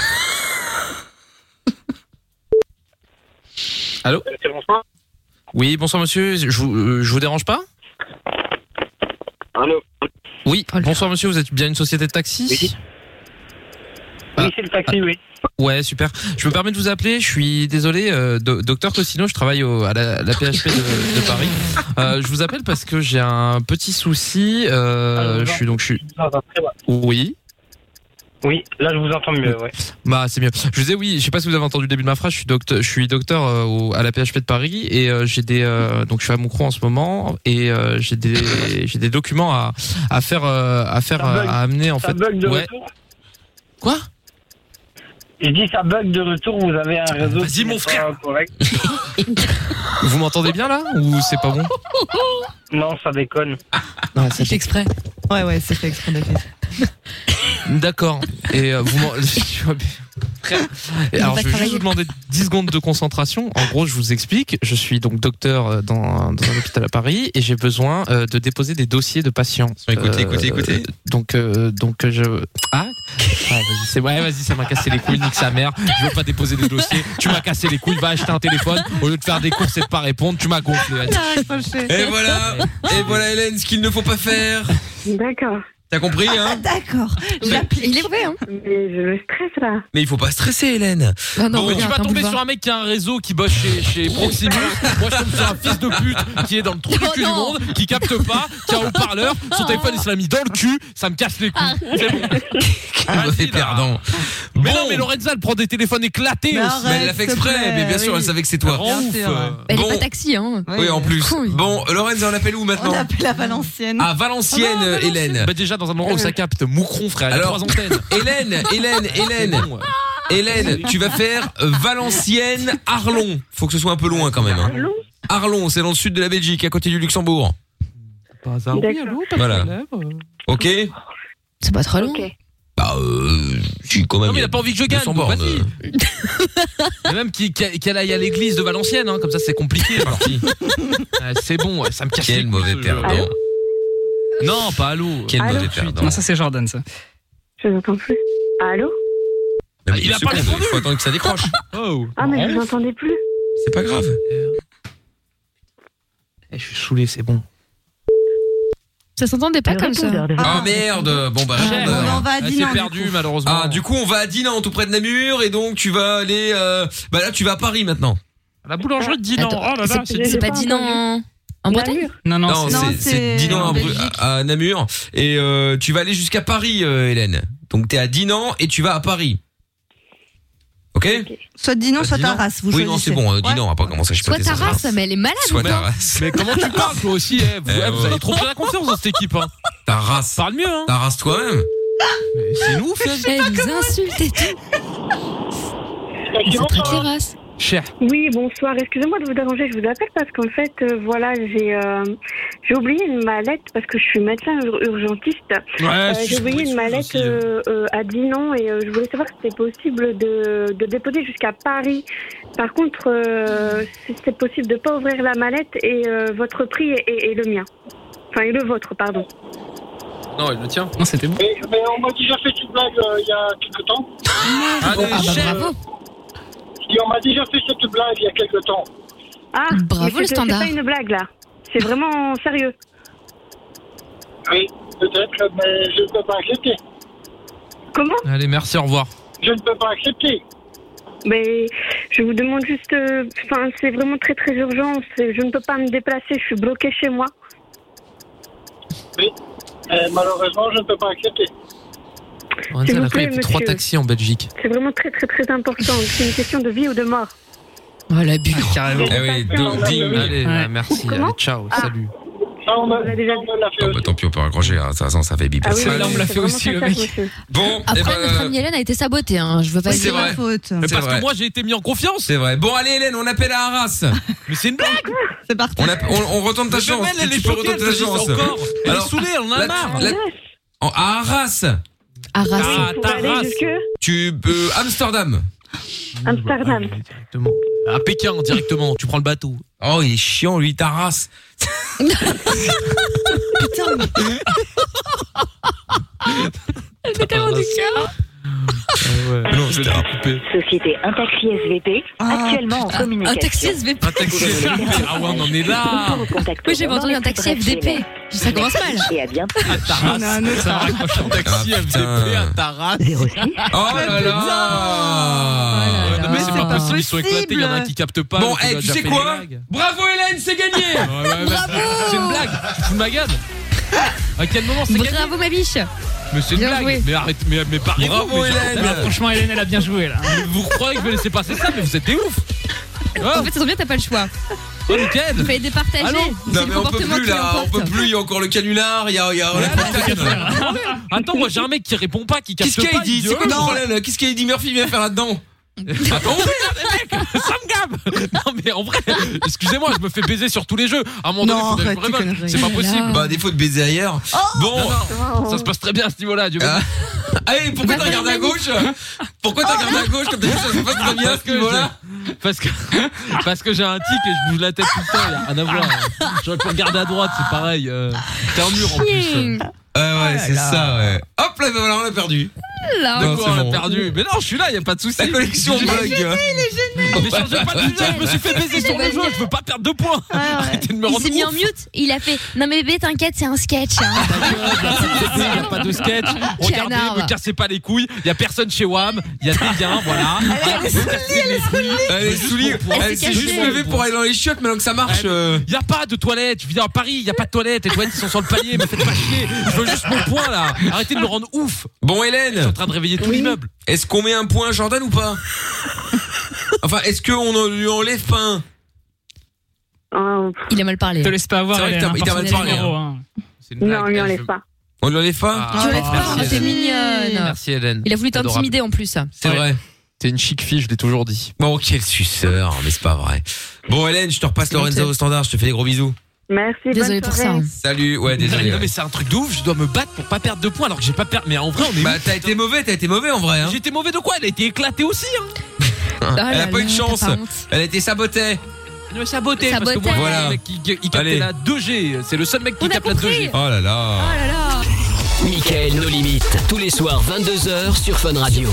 [SPEAKER 5] Allô Oui, bonsoir monsieur, je vous, euh, je vous dérange pas
[SPEAKER 8] Allô
[SPEAKER 5] Oui,
[SPEAKER 3] Oh
[SPEAKER 5] bonsoir monsieur, vous êtes bien une société de taxi
[SPEAKER 8] Oui, c'est le taxi, oui.
[SPEAKER 5] Ouais, super. Je me permets de vous appeler. Je suis désolé, euh, do- docteur Cossino, je travaille au- à la, la PHP de, de Paris. Euh, je vous appelle parce que j'ai un petit souci.
[SPEAKER 8] Ah,
[SPEAKER 5] euh, je suis donc je suis. Oui.
[SPEAKER 8] Oui, là, je vous entends mieux, Euh, ouais.
[SPEAKER 5] Bah c'est mieux. Je vous disais oui, je sais pas si vous avez entendu le début de ma phrase. Je suis docteur, je suis docteur euh, au- à la PHP de Paris et euh, j'ai des euh, donc je suis à Moucron en ce moment et euh, j'ai des j'ai des documents à à faire euh, à faire euh, à amener en
[SPEAKER 8] ça
[SPEAKER 5] fait.
[SPEAKER 8] bug de
[SPEAKER 5] Ouais.
[SPEAKER 8] retour
[SPEAKER 5] Quoi
[SPEAKER 8] Je dis ça bug de retour, vous avez un réseau. Vas-y, mon frère correct.
[SPEAKER 5] Vous m'entendez bien là ou c'est pas bon
[SPEAKER 8] Non, ça déconne.
[SPEAKER 5] Non, c'est
[SPEAKER 4] exprès. Ouais, ouais, c'est fait exprès, t'inquiète.
[SPEAKER 5] D'accord. Et euh, vous m'en- Et alors,
[SPEAKER 4] va
[SPEAKER 5] je vais juste
[SPEAKER 4] travailler.
[SPEAKER 5] vous demander 10 secondes de concentration. En gros, je vous explique. Je suis donc docteur euh, dans, dans un hôpital à Paris et j'ai besoin euh, de déposer des dossiers de patients.
[SPEAKER 2] Écoutez, écoutez, écoutez.
[SPEAKER 5] Donc, euh, donc euh, je. Ah, Ah, vas-y, c'est ouais, vas-y, ça m'a cassé les couilles, nique sa mère. Je veux pas déposer des dossiers. Tu m'as cassé les couilles, va acheter un téléphone. Au lieu de faire des courses et de pas répondre, tu m'as gonflé. Vas-y.
[SPEAKER 2] Et voilà. Et voilà, Hélène, ce qu'il ne faut pas faire.
[SPEAKER 12] D'accord.
[SPEAKER 2] T'as compris, hein
[SPEAKER 4] D'accord.
[SPEAKER 3] Il est vrai, hein
[SPEAKER 12] Mais je le stresse, là.
[SPEAKER 2] Mais il faut pas stresser, Hélène.
[SPEAKER 5] Bon, tu vas tomber sur un mec qui a un réseau qui bosse chez, chez Proximus. Moi, je tombe sur un fils de pute qui est dans le
[SPEAKER 2] Oh,
[SPEAKER 5] trou du cul du monde, qui capte pas, qui a un haut-parleur. Son téléphone, il se l'a mis dans le cul. Ça me casse les couilles. C'est bon.
[SPEAKER 2] mauvais Ah, bah, perdant.
[SPEAKER 5] Mais non, mais Lorenza, elle prend des téléphones éclatés
[SPEAKER 2] Mais
[SPEAKER 5] aussi.
[SPEAKER 2] arrête, Mais elle l'a fait s'il te exprès, plaît, mais bien sûr, oui. elle savait que c'est toi.
[SPEAKER 5] Rends
[SPEAKER 2] Bien
[SPEAKER 5] ouf.
[SPEAKER 2] sûr.
[SPEAKER 5] euh.
[SPEAKER 3] Elle est
[SPEAKER 2] Bon.
[SPEAKER 3] pas taxi, hein
[SPEAKER 2] Oui, en plus. Bon, Lorenza, on l'appelle où maintenant
[SPEAKER 4] On appelle à Valenciennes.
[SPEAKER 3] Ah
[SPEAKER 2] À Ah, Valenciennes, Hélène. Euh,
[SPEAKER 5] Bah, déjà, dans un endroit où ça capte. Moucron, frère. il y a
[SPEAKER 2] Alors,
[SPEAKER 5] trois antennes.
[SPEAKER 2] Hélène, Hélène, Hélène. Hélène, tu vas faire euh, Valenciennes, Arlon. Faut que ce soit un peu loin quand même. hein. Arlon, c'est dans le sud de la Belgique, à côté du Luxembourg.
[SPEAKER 5] Pas hasard.
[SPEAKER 2] oui, allô, pas de Voilà. problème. Ok
[SPEAKER 3] C'est pas trop long.
[SPEAKER 2] Bah, euh, si, quand même.
[SPEAKER 5] Non, mais il a pas envie que je gagne,
[SPEAKER 2] 200
[SPEAKER 5] donc
[SPEAKER 2] bornes.
[SPEAKER 5] vas-y. Il y a même qui- qui- qu'elle aille à l'église de Valenciennes, hein, comme ça c'est compliqué. parti. Ah, c'est bon, ça me casse Quel mauvais
[SPEAKER 2] perdant.
[SPEAKER 5] Non, pas allô.
[SPEAKER 2] Quel Allô mauvais perdant.
[SPEAKER 9] Non, ça c'est Jordan, ça.
[SPEAKER 12] Je vous entends plus. Allô
[SPEAKER 2] Non, mais Ah, il a pas Il faut attendre que ça décroche.
[SPEAKER 5] Oh.
[SPEAKER 12] Ah, mais je vous entendais plus.
[SPEAKER 2] C'est pas grave.
[SPEAKER 5] Eh, je suis saoulé, c'est bon.
[SPEAKER 3] Ça s'entendait pas comme ça.
[SPEAKER 2] Ah merde Bon bah
[SPEAKER 5] J'aime.
[SPEAKER 2] merde.
[SPEAKER 5] On en va à Ah, Dinan, c'est du perdu, coup. malheureusement.
[SPEAKER 2] Ah du coup on va à Dinan tout près de Namur et donc tu vas aller euh, bah là tu vas à Paris maintenant.
[SPEAKER 5] La boulangerie de Dinan.
[SPEAKER 3] Attends,
[SPEAKER 5] Oh là là,
[SPEAKER 3] c'est c'est pas Dinan en, en Bretagne
[SPEAKER 9] non,
[SPEAKER 2] c'est- c'est Dinan à, Bru- à- à Namur et euh, tu vas aller jusqu'à Paris euh, Hélène. Donc t'es à Dinan et tu vas à Paris. OK
[SPEAKER 4] Soit Dinan, soit
[SPEAKER 2] Dinan
[SPEAKER 4] Taras. Vous
[SPEAKER 2] Oui Bah, non
[SPEAKER 4] choisissez.
[SPEAKER 2] c'est bon euh, Dinan on va pas commencer je sais pas
[SPEAKER 3] Soit
[SPEAKER 2] tes
[SPEAKER 3] ta
[SPEAKER 2] affaires.
[SPEAKER 3] race, mais elle est malade.
[SPEAKER 2] Soit
[SPEAKER 3] non
[SPEAKER 2] ta race.
[SPEAKER 5] Ah, Mais comment tu parles toi aussi eh Vous,
[SPEAKER 2] Eh,
[SPEAKER 5] eh, vous
[SPEAKER 2] ouais.
[SPEAKER 5] avez trop pris la confiance dans cette équipe. Hein.
[SPEAKER 2] Ta race.
[SPEAKER 5] Parle mieux. Hein.
[SPEAKER 2] Ta race toi-même.
[SPEAKER 5] C'est nous,
[SPEAKER 3] Elle nous insulte et tout.
[SPEAKER 12] C'est très
[SPEAKER 3] terrasse.
[SPEAKER 5] Cher.
[SPEAKER 12] Oui, bonsoir. Excusez-moi de vous déranger. Je vous appelle parce qu'en fait, euh, voilà, j'ai euh, j'ai oublié une mallette parce que je suis médecin ur- urgentiste.
[SPEAKER 14] Ouais,
[SPEAKER 12] Euh,
[SPEAKER 14] si,
[SPEAKER 12] j'ai
[SPEAKER 14] je
[SPEAKER 12] oublié
[SPEAKER 14] m'excuse
[SPEAKER 12] une mallette
[SPEAKER 14] aussi.
[SPEAKER 12] euh, euh, à Dinan et euh, je voulais savoir si c'était possible de, de déposer jusqu'à Paris. Par contre, euh, si c'est possible de pas ouvrir la mallette et euh, votre prix est, est- est le mien. Enfin, et le vôtre, pardon.
[SPEAKER 5] Non, il le tient.
[SPEAKER 9] Non, c'était bon.
[SPEAKER 14] Mais, mais on m'a déjà fait une blague euh, il y a quelques temps.
[SPEAKER 13] Ah,
[SPEAKER 5] Allez,
[SPEAKER 13] bah,
[SPEAKER 5] chef.
[SPEAKER 14] Et on m'a déjà fait cette blague il y a quelques temps.
[SPEAKER 12] Ah,
[SPEAKER 14] Bravo,
[SPEAKER 12] mais
[SPEAKER 14] le
[SPEAKER 12] c'est-
[SPEAKER 14] standard.
[SPEAKER 12] C'est pas une blague là. C'est vraiment sérieux.
[SPEAKER 14] Oui, peut-être, mais je ne peux pas accepter.
[SPEAKER 12] Comment
[SPEAKER 5] Allez, merci, au revoir.
[SPEAKER 14] Je ne peux pas accepter.
[SPEAKER 12] Mais je vous demande juste, euh, enfin, c'est vraiment très très urgent. C'est- Je ne peux pas me déplacer, je suis bloquée chez moi.
[SPEAKER 14] Oui. Euh, malheureusement, je ne peux pas accepter.
[SPEAKER 5] On
[SPEAKER 12] S'il
[SPEAKER 5] a
[SPEAKER 12] vous plaît,
[SPEAKER 5] fait trois
[SPEAKER 12] monsieur.
[SPEAKER 5] taxis en Belgique.
[SPEAKER 12] C'est vraiment très très très important. C'est une question de vie ou de mort.
[SPEAKER 3] Oh la bulle.
[SPEAKER 5] Carrément.
[SPEAKER 2] Eh oui, do- ding.
[SPEAKER 5] Allez,
[SPEAKER 2] Ouais.
[SPEAKER 5] bah, merci.
[SPEAKER 12] Comment
[SPEAKER 5] Allez, ciao. Salut.
[SPEAKER 14] Ça, on me on me l'a fait.
[SPEAKER 2] Bah, tant pis on peut raccrocher hein. ça, ça fait bip.
[SPEAKER 5] Ah oui,
[SPEAKER 2] Allez.
[SPEAKER 5] là, on me l'a fait C'est vraiment aussi, le sincère, mec.
[SPEAKER 12] monsieur.
[SPEAKER 2] Bon, eh
[SPEAKER 3] Après,
[SPEAKER 2] ben,
[SPEAKER 3] notre amie Hélène a été sabotée. Hein. Je veux pas
[SPEAKER 2] Oui, c'est
[SPEAKER 3] dire
[SPEAKER 2] vrai.
[SPEAKER 5] Mais
[SPEAKER 2] C'est
[SPEAKER 5] parce
[SPEAKER 2] vrai.
[SPEAKER 5] que moi j'ai été mis en confiance.
[SPEAKER 2] C'est vrai. Bon, allez, Hélène, on appelle à Arras.
[SPEAKER 5] Mais c'est une blague.
[SPEAKER 4] C'est parti.
[SPEAKER 2] On, app- on- on retourne ta
[SPEAKER 5] Mais
[SPEAKER 2] chance.
[SPEAKER 5] Jamel, elle
[SPEAKER 2] tu
[SPEAKER 5] est
[SPEAKER 2] peux
[SPEAKER 5] choquée,
[SPEAKER 2] retourner
[SPEAKER 5] elle
[SPEAKER 2] ta
[SPEAKER 5] se dit
[SPEAKER 2] chance.
[SPEAKER 5] encore. Elle
[SPEAKER 2] Alors,
[SPEAKER 5] est saoulée, elle en a
[SPEAKER 2] la-
[SPEAKER 5] marre.
[SPEAKER 2] la- en- à Arras.
[SPEAKER 3] Arras.
[SPEAKER 2] Ah,
[SPEAKER 12] Pour aller
[SPEAKER 2] Arras.
[SPEAKER 12] jusque
[SPEAKER 2] Tu peux Amsterdam.
[SPEAKER 12] Amsterdam.
[SPEAKER 5] À Pékin directement, tu prends le bateau.
[SPEAKER 2] Oh, il est chiant lui ta race.
[SPEAKER 3] Putain, mais-
[SPEAKER 12] Elle fait tellement du cœur.
[SPEAKER 5] Ah,
[SPEAKER 2] Non, je t'ai coupé.
[SPEAKER 11] Société un taxi SVP,
[SPEAKER 4] Ah,
[SPEAKER 11] actuellement en communication.
[SPEAKER 3] Un taxi SVP.
[SPEAKER 5] Ah ouais, on en est là.
[SPEAKER 3] Oui, j'ai entendu un taxi FDP. Ça commence mal.
[SPEAKER 11] Et à bientôt.
[SPEAKER 5] Ça raccroche en
[SPEAKER 2] Ah,
[SPEAKER 5] taxi, FDP à Taras.
[SPEAKER 3] Ah,
[SPEAKER 2] Oh là là.
[SPEAKER 5] Non, Ah, mais c'est pas possible, ils sont éclatés, il y en a un qui capte pas.
[SPEAKER 2] Bon,
[SPEAKER 5] l'autre, il
[SPEAKER 2] eh,
[SPEAKER 5] a
[SPEAKER 2] tu
[SPEAKER 5] déjà
[SPEAKER 2] sais
[SPEAKER 5] fait
[SPEAKER 2] quoi
[SPEAKER 5] des blagues.
[SPEAKER 2] Bravo Hélène, c'est gagné.
[SPEAKER 5] Ouais, ouais, ouais. C'est une blague, tu fous de ma gueule. À Ah, quel moment c'est gagné
[SPEAKER 3] Bravo ma biche.
[SPEAKER 5] Mais c'est une
[SPEAKER 3] Bien
[SPEAKER 5] blague.
[SPEAKER 3] joué.
[SPEAKER 5] Mais arrête, mais, mais parlez-vous,
[SPEAKER 2] Bravo,
[SPEAKER 5] mais j'ai-
[SPEAKER 2] Hélène.
[SPEAKER 5] Là, franchement,
[SPEAKER 9] Ah, Franchement, Hélène, elle a bien joué là.
[SPEAKER 5] vous croyez que je vais laisser passer ça, mais vous êtes des ouf.
[SPEAKER 3] En fait, ça tombe bien, t'as pas le choix.
[SPEAKER 5] Oh, nickel.
[SPEAKER 3] Il fallait départager.
[SPEAKER 5] Allô
[SPEAKER 3] C'est
[SPEAKER 2] Non
[SPEAKER 3] le
[SPEAKER 2] mais on peut
[SPEAKER 3] comportement
[SPEAKER 2] plus
[SPEAKER 3] qui
[SPEAKER 2] là, on
[SPEAKER 3] l'emporte.
[SPEAKER 2] peut plus, il y a encore le canular, il y a, il y a la montagne.
[SPEAKER 3] Ah
[SPEAKER 5] Attends, moi j'ai un mec qui répond pas, qui capte
[SPEAKER 2] Qu'est-ce
[SPEAKER 5] pas.
[SPEAKER 2] qu'il a dit
[SPEAKER 5] il
[SPEAKER 2] C'est quoi le
[SPEAKER 5] oh,
[SPEAKER 2] problème là Qu'est-ce qu'il a dit Murphy vient faire là-dedans Attends,
[SPEAKER 5] Ça me gamme Non mais en vrai, excusez-moi, je me fais baiser sur tous les jeux. À un moment donné, faut que je me révolte. c'est pas possible. Oh.
[SPEAKER 2] Bah, des fois de baiser ailleurs. Bon,
[SPEAKER 12] Oh.
[SPEAKER 3] Oh.
[SPEAKER 5] Non, non, ça se passe très bien à ce niveau-là, Dieu merci.
[SPEAKER 2] allez, Ah. pourquoi
[SPEAKER 3] Bah,
[SPEAKER 2] t'as regardé à gauche Pourquoi t'as regardé à gauche Comme t'as dit, ça se passe très bien à
[SPEAKER 5] Parce
[SPEAKER 2] ce
[SPEAKER 5] que,
[SPEAKER 2] niveau-là.
[SPEAKER 5] j'ai- parce que parce que j'ai un tic et je bouge la tête tout le temps, y a rien à voir. J'aurais pu regarder à droite, c'est pareil. euh, T'es un mur en plus.
[SPEAKER 2] Ah Ouais,
[SPEAKER 3] Oh
[SPEAKER 2] ouais, c'est ça, ouais. Hop là, ben voilà, on l'a perdu.
[SPEAKER 3] Là.
[SPEAKER 5] De
[SPEAKER 2] Non,
[SPEAKER 5] quoi
[SPEAKER 2] c'est
[SPEAKER 5] on l'a
[SPEAKER 2] bon.
[SPEAKER 5] perdu Mais non, je suis là, y a pas de souci.
[SPEAKER 2] La collection
[SPEAKER 5] J'ai-
[SPEAKER 2] bug.
[SPEAKER 5] Mais changez pas de sujet, je me suis fait baiser sur le jeu, je veux pas perdre de points. Arrêtez de me
[SPEAKER 3] Ah Il
[SPEAKER 5] rendre
[SPEAKER 3] s'est mis en
[SPEAKER 5] ouf.
[SPEAKER 3] mute. Il a fait Non, mais bébé, t'inquiète, c'est un sketch. hein.
[SPEAKER 5] Il n'y a pas de sketch. Regardez,
[SPEAKER 3] Canard.
[SPEAKER 5] me cassez pas les couilles. Il n'y a personne chez WAM. Il y a des liens, voilà.
[SPEAKER 2] Elle est saoulie, Elle est saoulie. Elle s'est juste levée pour aller dans les chiottes, mais alors que ça marche. euh,
[SPEAKER 5] Il n'y a pas de toilette. Je vis à Paris, il n'y a pas de toilette. Les toilettes, ils sont sur le palier. Me faites pas chier. Je veux juste mon point, là. Arrêtez de me rendre ouf.
[SPEAKER 2] Bon,
[SPEAKER 5] Je suis en
[SPEAKER 2] Hélène,
[SPEAKER 5] train de réveiller tout l'immeuble.
[SPEAKER 2] est-ce qu'on met un point à Jordan ou pas Enfin, est-ce qu'on en- lui enlève pas un
[SPEAKER 12] Oh,
[SPEAKER 3] Il a mal parlé.
[SPEAKER 9] Te laisse pas avoir.
[SPEAKER 2] C'est vrai que
[SPEAKER 9] Hélène,
[SPEAKER 2] t'as- il t'a mal
[SPEAKER 9] personnel
[SPEAKER 2] parlé,
[SPEAKER 9] numéro
[SPEAKER 2] hein.
[SPEAKER 9] un.
[SPEAKER 5] C'est une
[SPEAKER 12] non,
[SPEAKER 5] blague.
[SPEAKER 12] lui
[SPEAKER 5] Eh,
[SPEAKER 12] enlève
[SPEAKER 5] je-
[SPEAKER 12] pas.
[SPEAKER 2] On ne l'enlève pas
[SPEAKER 3] Tu l'enlèves pas,
[SPEAKER 5] merci,
[SPEAKER 3] t'es
[SPEAKER 5] Hélène.
[SPEAKER 3] mignonne.
[SPEAKER 5] Merci Hélène.
[SPEAKER 3] Il a voulu
[SPEAKER 5] Adorable.
[SPEAKER 3] t'intimider en plus.
[SPEAKER 5] C'est vrai. T'es une chic fille, je l'ai toujours dit.
[SPEAKER 2] Bon, quel suceur, mais c'est pas vrai. Bon, Hélène, je te repasse Lorenzo au standard, je te fais des gros bisous.
[SPEAKER 12] Merci.
[SPEAKER 3] Désolée
[SPEAKER 12] bonne
[SPEAKER 3] pour ça.
[SPEAKER 12] soirée.
[SPEAKER 2] hein. Salut, ouais, désolé.
[SPEAKER 13] Non,
[SPEAKER 2] ouais.
[SPEAKER 13] mais c'est un truc de ouf, je dois me battre pour pas perdre de points alors que j'ai pas perdu. Mais en vrai, on est.
[SPEAKER 2] Bah, t'as été mauvais, t'as été mauvais en vrai. Hein. Ah,
[SPEAKER 13] J'étais mauvais de quoi Elle a été éclatée aussi, hein
[SPEAKER 2] Elle
[SPEAKER 13] là
[SPEAKER 2] a
[SPEAKER 13] là,
[SPEAKER 2] pas eu de
[SPEAKER 13] t'as
[SPEAKER 2] chance.
[SPEAKER 13] pas honte.
[SPEAKER 2] Elle a été sabotée.
[SPEAKER 13] Mais saboté, parce que
[SPEAKER 2] Saboté.
[SPEAKER 13] moi,
[SPEAKER 2] Voilà.
[SPEAKER 13] le mec, il, il capte
[SPEAKER 2] Allez.
[SPEAKER 13] la 2G. C'est le seul mec qui capte la 2G.
[SPEAKER 2] Oh là là.
[SPEAKER 13] Ah,
[SPEAKER 1] Michael, nos limites. Tous les soirs, 22h sur Fun Radio.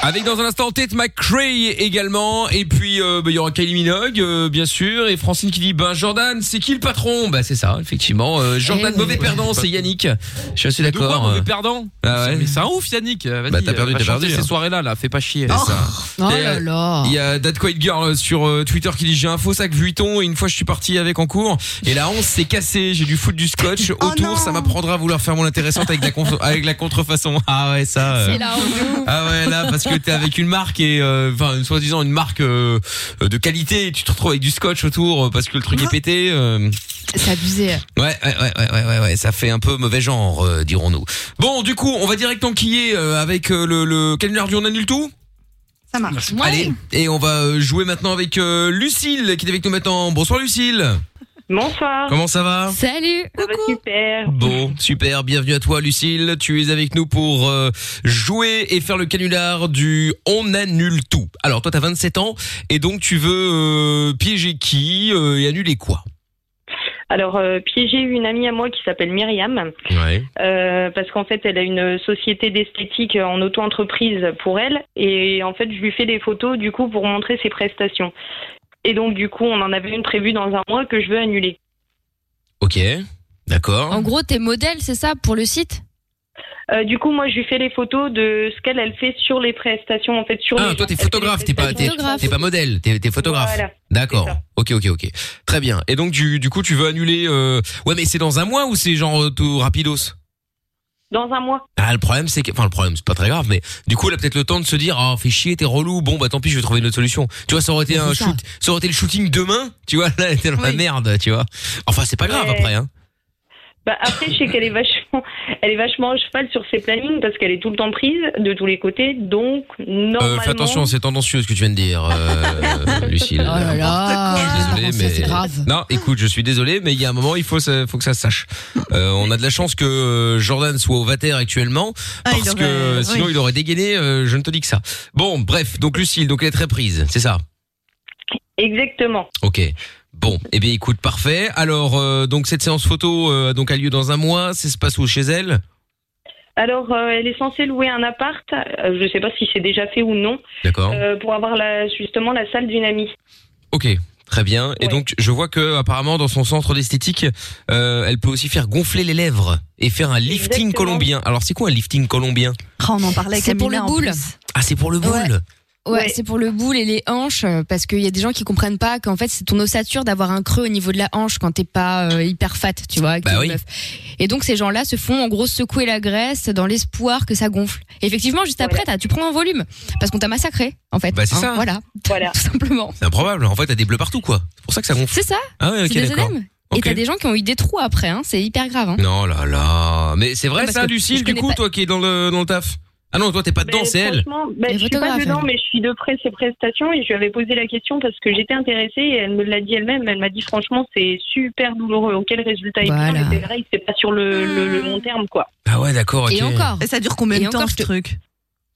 [SPEAKER 2] Avec dans un instant Tate McRae également et puis euh, bah, il y aura Kylie Minogue euh, bien sûr et Francine qui dit ben Jordan c'est qui le patron bah c'est ça effectivement Euh, Jordan
[SPEAKER 13] Eh
[SPEAKER 2] mauvais
[SPEAKER 13] oui.
[SPEAKER 2] perdant c'est Yannick je suis assez
[SPEAKER 13] De quoi,
[SPEAKER 2] d'accord
[SPEAKER 13] mauvais
[SPEAKER 2] euh.
[SPEAKER 13] perdant
[SPEAKER 2] Ah ouais.
[SPEAKER 13] Mais c'est un ouf, Yannick. euh, Vas-y,
[SPEAKER 2] Bah, t'as perdu,
[SPEAKER 13] va
[SPEAKER 2] t'as
[SPEAKER 13] chanter
[SPEAKER 2] perdu,
[SPEAKER 13] Ces
[SPEAKER 2] hein.
[SPEAKER 13] soirées-là, là, fais pas chier.
[SPEAKER 2] C'est ça.
[SPEAKER 13] Oh
[SPEAKER 2] Et, euh, Il y a Dad Quiet Girl sur euh, Twitter qui dit j'ai un faux sac Vuitton et une fois je suis parti avec en cours et la hanse s'est cassée, j'ai dû foutre du scotch
[SPEAKER 13] Oh
[SPEAKER 2] autour, ça m'apprendra à vouloir faire mon intéressante avec la contre- avec la contrefaçon. Ah ouais ça. euh.
[SPEAKER 13] C'est la honte.
[SPEAKER 2] Ah ouais là parce que t'es avec une marque et euh, enfin une soi-disant une marque euh, euh, de qualité et tu te retrouves avec du scotch autour euh, parce que le truc est pété. euh.
[SPEAKER 15] C'est abusé.
[SPEAKER 2] Ouais, ouais, ouais, ouais, ouais, ouais, ouais, ça fait un peu mauvais genre, euh, dirons-nous. Bon, du coup, on va direct enquiller euh, avec euh, le, le canular du on annule tout
[SPEAKER 4] Ça marche.
[SPEAKER 2] Allez, et on va euh, jouer maintenant avec euh, Lucille qui est avec nous maintenant. Bonsoir Lucille.
[SPEAKER 16] Bonsoir.
[SPEAKER 2] Comment ça va
[SPEAKER 3] Salut.
[SPEAKER 16] super.
[SPEAKER 2] Bon, super, bienvenue à toi Lucille. Tu es avec nous pour euh, jouer et faire le canular du on annule tout. Alors toi t'as 27 ans et donc tu veux euh, piéger qui euh, et annuler quoi
[SPEAKER 16] Alors, euh, piéger une amie à moi qui s'appelle Myriam,
[SPEAKER 2] Ouais.
[SPEAKER 16] euh, parce qu'en fait, elle a une société d'esthétique en auto-entreprise pour elle, et en fait, je lui fais des photos, du coup, pour montrer ses prestations. Et donc, du coup, on en avait une prévue dans un mois que je veux annuler.
[SPEAKER 2] euh, Ok, d'accord.
[SPEAKER 3] En gros, t'es modèle, c'est ça, pour le site
[SPEAKER 16] Euh, du coup, moi, je lui fais les photos de ce qu'elle elle fait sur les prestations, en fait, sur
[SPEAKER 2] Ah,
[SPEAKER 16] les
[SPEAKER 2] toi t'es
[SPEAKER 16] Elle fait les
[SPEAKER 2] photographe, t'es pas, t'es,
[SPEAKER 16] prestations.
[SPEAKER 2] t'es pas modèle, t'es, t'es photographe.
[SPEAKER 16] Voilà,
[SPEAKER 2] D'accord. Ok, ok, ok. Très bien. Et donc du, du coup tu veux annuler. euh, Ouais, mais c'est dans un mois ou c'est genre euh, tout rapidos
[SPEAKER 16] Dans un mois.
[SPEAKER 2] Ah, le problème, c'est que, enfin, le problème, c'est pas très grave, mais du coup, elle a peut-être le temps de se dire, ah, fais chier, t'es relou, bon, bah, tant pis, je vais trouver une autre solution. Tu vois, ça aurait été
[SPEAKER 13] C'est
[SPEAKER 2] un
[SPEAKER 13] ça.
[SPEAKER 2] shoot, ça aurait été le shooting demain, tu vois, là, elle était dans la merde, tu vois. Enfin, c'est pas grave
[SPEAKER 16] Ouais.
[SPEAKER 2] après, hein.
[SPEAKER 16] Bah après, je sais qu'elle est vachement, elle est vachement à cheval sur ses plannings parce qu'elle est tout le temps prise de tous les côtés. Donc normalement,
[SPEAKER 2] Euh, fais attention, c'est tendancieux ce que tu viens de dire, euh, Lucille.
[SPEAKER 3] Ah,
[SPEAKER 15] Oh là là.
[SPEAKER 2] Je suis désolé, mais
[SPEAKER 15] C'est grave.
[SPEAKER 2] non, écoute, je suis désolé, mais il y a un moment, il faut, ça- faut que ça se sache. Euh, on a de la chance que euh, Jordan soit au Vater actuellement,
[SPEAKER 13] Ah, il
[SPEAKER 2] parce
[SPEAKER 13] aurait-
[SPEAKER 2] que sinon,
[SPEAKER 13] oui.
[SPEAKER 2] il aurait dégainé. euh, je ne te dis que ça. Bon, bref, donc Lucille, donc elle est très prise, c'est ça.
[SPEAKER 16] exactement.
[SPEAKER 2] Ok. Bon, eh bien écoute, parfait. Alors, euh, donc cette séance photo euh, donc a lieu dans un mois. Ça se passe où chez elle
[SPEAKER 16] Alors euh, elle est censée louer un appart. euh, je sais pas si c'est déjà fait ou non.
[SPEAKER 2] D'accord.
[SPEAKER 16] euh, pour avoir la, justement la salle d'une amie.
[SPEAKER 2] Ok, très bien. Et donc je vois que apparemment dans son centre d'esthétique, euh, elle peut aussi faire gonfler les lèvres et faire un lifting
[SPEAKER 4] Exactement.
[SPEAKER 2] colombien. Alors c'est quoi un lifting colombien
[SPEAKER 4] Ah, on en parlait avec
[SPEAKER 3] C'est pour
[SPEAKER 4] Amina
[SPEAKER 3] le
[SPEAKER 4] en
[SPEAKER 3] boule.
[SPEAKER 4] plus.
[SPEAKER 2] Ah, c'est pour le boule.
[SPEAKER 3] Ouais, c'est pour le boule et les hanches, euh, parce qu'il y a des gens qui comprennent pas qu'en fait c'est ton ossature d'avoir un creux au niveau de la hanche quand t'es pas euh, hyper fat, tu vois. avec
[SPEAKER 2] Bah
[SPEAKER 3] tes
[SPEAKER 2] oui.
[SPEAKER 3] meufs. Et donc ces gens-là se font en gros secouer la graisse dans l'espoir que ça gonfle. Et effectivement, juste après, t'as- tu prends en volume, parce qu'on t'a massacré, en fait. Hein,
[SPEAKER 2] Bah, c'est ça.
[SPEAKER 3] Voilà. Tout simplement.
[SPEAKER 2] C'est improbable. En fait, t'as des bleus partout, quoi. C'est pour ça que ça gonfle.
[SPEAKER 3] C'est ça.
[SPEAKER 2] Ah ouais, ok,
[SPEAKER 3] c'est des
[SPEAKER 2] d'accord.
[SPEAKER 3] œdèmes.
[SPEAKER 2] Ok.
[SPEAKER 3] Et t'as des gens qui ont eu des trous après, hein. c'est hyper grave. Hein.
[SPEAKER 2] Non là là. Mais c'est vrai
[SPEAKER 3] Non, parce
[SPEAKER 2] ça,
[SPEAKER 3] que
[SPEAKER 2] Lucille.
[SPEAKER 3] je
[SPEAKER 2] Du
[SPEAKER 3] connais
[SPEAKER 2] coup,
[SPEAKER 3] pas-
[SPEAKER 2] toi qui es dans le dans le taf. Ah non, toi t'es pas dedans,
[SPEAKER 16] Mais
[SPEAKER 2] c'est elle.
[SPEAKER 16] franchement, ben, je suis pas
[SPEAKER 3] photographe,
[SPEAKER 16] dedans,
[SPEAKER 3] elle.
[SPEAKER 16] mais je suis de près ses prestations et je lui avais posé la question parce que j'étais intéressée et elle me l'a dit elle-même. Elle m'a dit franchement c'est super douloureux. Auquel résultat Ah, il
[SPEAKER 2] Voilà.
[SPEAKER 16] voilà. mais c'est vrai, c'est pas sur le, le- le long terme quoi.
[SPEAKER 2] Ah ouais, d'accord. ok.
[SPEAKER 4] ça dure combien
[SPEAKER 16] Et
[SPEAKER 4] de temps
[SPEAKER 16] encore,
[SPEAKER 4] ce truc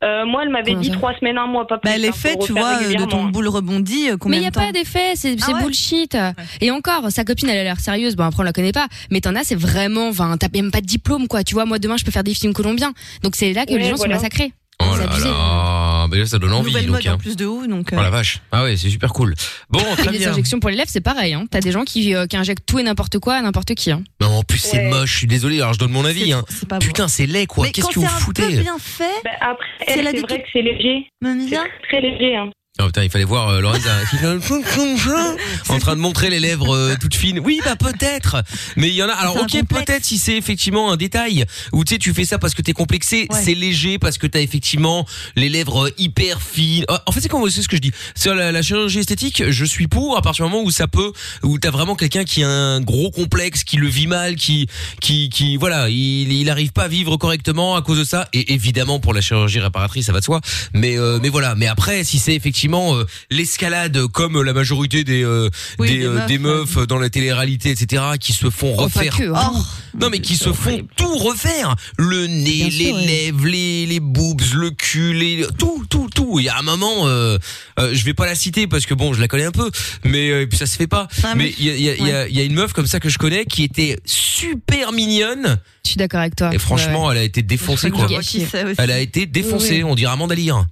[SPEAKER 16] Euh, moi, elle m'avait dit trois semaines, un mois, pas plus.
[SPEAKER 4] Bah,
[SPEAKER 16] hein,
[SPEAKER 4] L'effet,
[SPEAKER 16] pour
[SPEAKER 4] tu
[SPEAKER 16] refaire
[SPEAKER 4] vois, de
[SPEAKER 16] régulièrement. hein.
[SPEAKER 4] ton boule rebondie, euh,
[SPEAKER 3] Mais
[SPEAKER 4] combien
[SPEAKER 3] il n'y a
[SPEAKER 4] de temps Ah
[SPEAKER 3] pas d'effet, c'est c'est bullshit. Et encore, sa copine, elle a l'air sérieuse. Bon, après, on la connaît pas. Mais t'en as, c'est vraiment. Enfin, t'as même pas de diplôme, quoi. Tu vois, moi, demain, je peux faire des films colombiens. Donc, c'est là que les
[SPEAKER 4] Ouais,
[SPEAKER 3] gens
[SPEAKER 4] voilà.
[SPEAKER 3] sont massacrés.
[SPEAKER 2] Oh là là. Mais là, ça donne envie.
[SPEAKER 4] Nouvelle
[SPEAKER 2] donc,
[SPEAKER 4] mode en
[SPEAKER 2] hein.
[SPEAKER 4] plus de haut, donc. euh,
[SPEAKER 2] Oh la vache. Ah ouais, c'est super cool. Bon,
[SPEAKER 3] Et
[SPEAKER 2] très
[SPEAKER 3] les
[SPEAKER 2] bien.
[SPEAKER 3] injections pour les lèvres, c'est pareil. Hein. T'as des gens qui, euh, qui injectent tout et n'importe quoi à n'importe qui. Hein.
[SPEAKER 2] Non, en plus, c'est moche. Je suis désolé. Alors, je donne mon avis. Hein. Putain, c'est laid, quoi. Qu'est-ce que vous foutez
[SPEAKER 16] fait. Ben, après, elle,
[SPEAKER 4] la
[SPEAKER 16] c'est vrai que c'est léger. C'est très léger. Hein.
[SPEAKER 2] Oh putain, il fallait voir euh, Lorenza qui fait un choum, choum, choum en train de montrer les lèvres euh, toutes fines. Oui, bah peut-être. Mais il y en a. Alors ok, peut-être si c'est effectivement un détail ou tu sais, tu fais ça parce que t'es complexé, c'est léger parce que t'as effectivement les lèvres euh, hyper fines. Ah, En fait, c'est comme c'est ce que je dis. Sur la, la chirurgie esthétique, je suis pour à partir du moment où ça peut, où t'as vraiment quelqu'un qui a un gros complexe, qui le vit mal, qui, qui, qui, voilà, il, il arrive pas à vivre correctement à cause de ça. Et évidemment pour la chirurgie réparatrice, ça va de soi. Mais, euh, mais voilà. Mais après, si c'est effectivement euh, l'escalade comme la majorité des, euh,
[SPEAKER 13] Oui,
[SPEAKER 2] des,
[SPEAKER 13] des
[SPEAKER 2] euh,
[SPEAKER 13] meufs,
[SPEAKER 2] des meufs euh, dans la télé-réalité, etc., qui se font
[SPEAKER 13] Oh, pas
[SPEAKER 2] refaire.
[SPEAKER 13] que, hein.
[SPEAKER 2] tout. Non mais qui se font tout refaire. Le nez, les lèvres, les, les boobs, le cul, les... tout, tout, tout. Il y a un moment, euh, euh, je vais pas la citer parce que bon, je la connais un peu, mais euh, et puis ça se fait pas.
[SPEAKER 3] Ah,
[SPEAKER 2] mais il y a, il y a- il y a- il y a une meuf comme ça que je connais qui était super mignonne.
[SPEAKER 3] Je suis d'accord avec toi.
[SPEAKER 2] Et franchement, elle a été défoncée quoi.
[SPEAKER 3] Je gâchis ça aussi.
[SPEAKER 2] Elle a été défoncée,
[SPEAKER 3] Oui, oui.
[SPEAKER 2] on dirait Amanda Lire.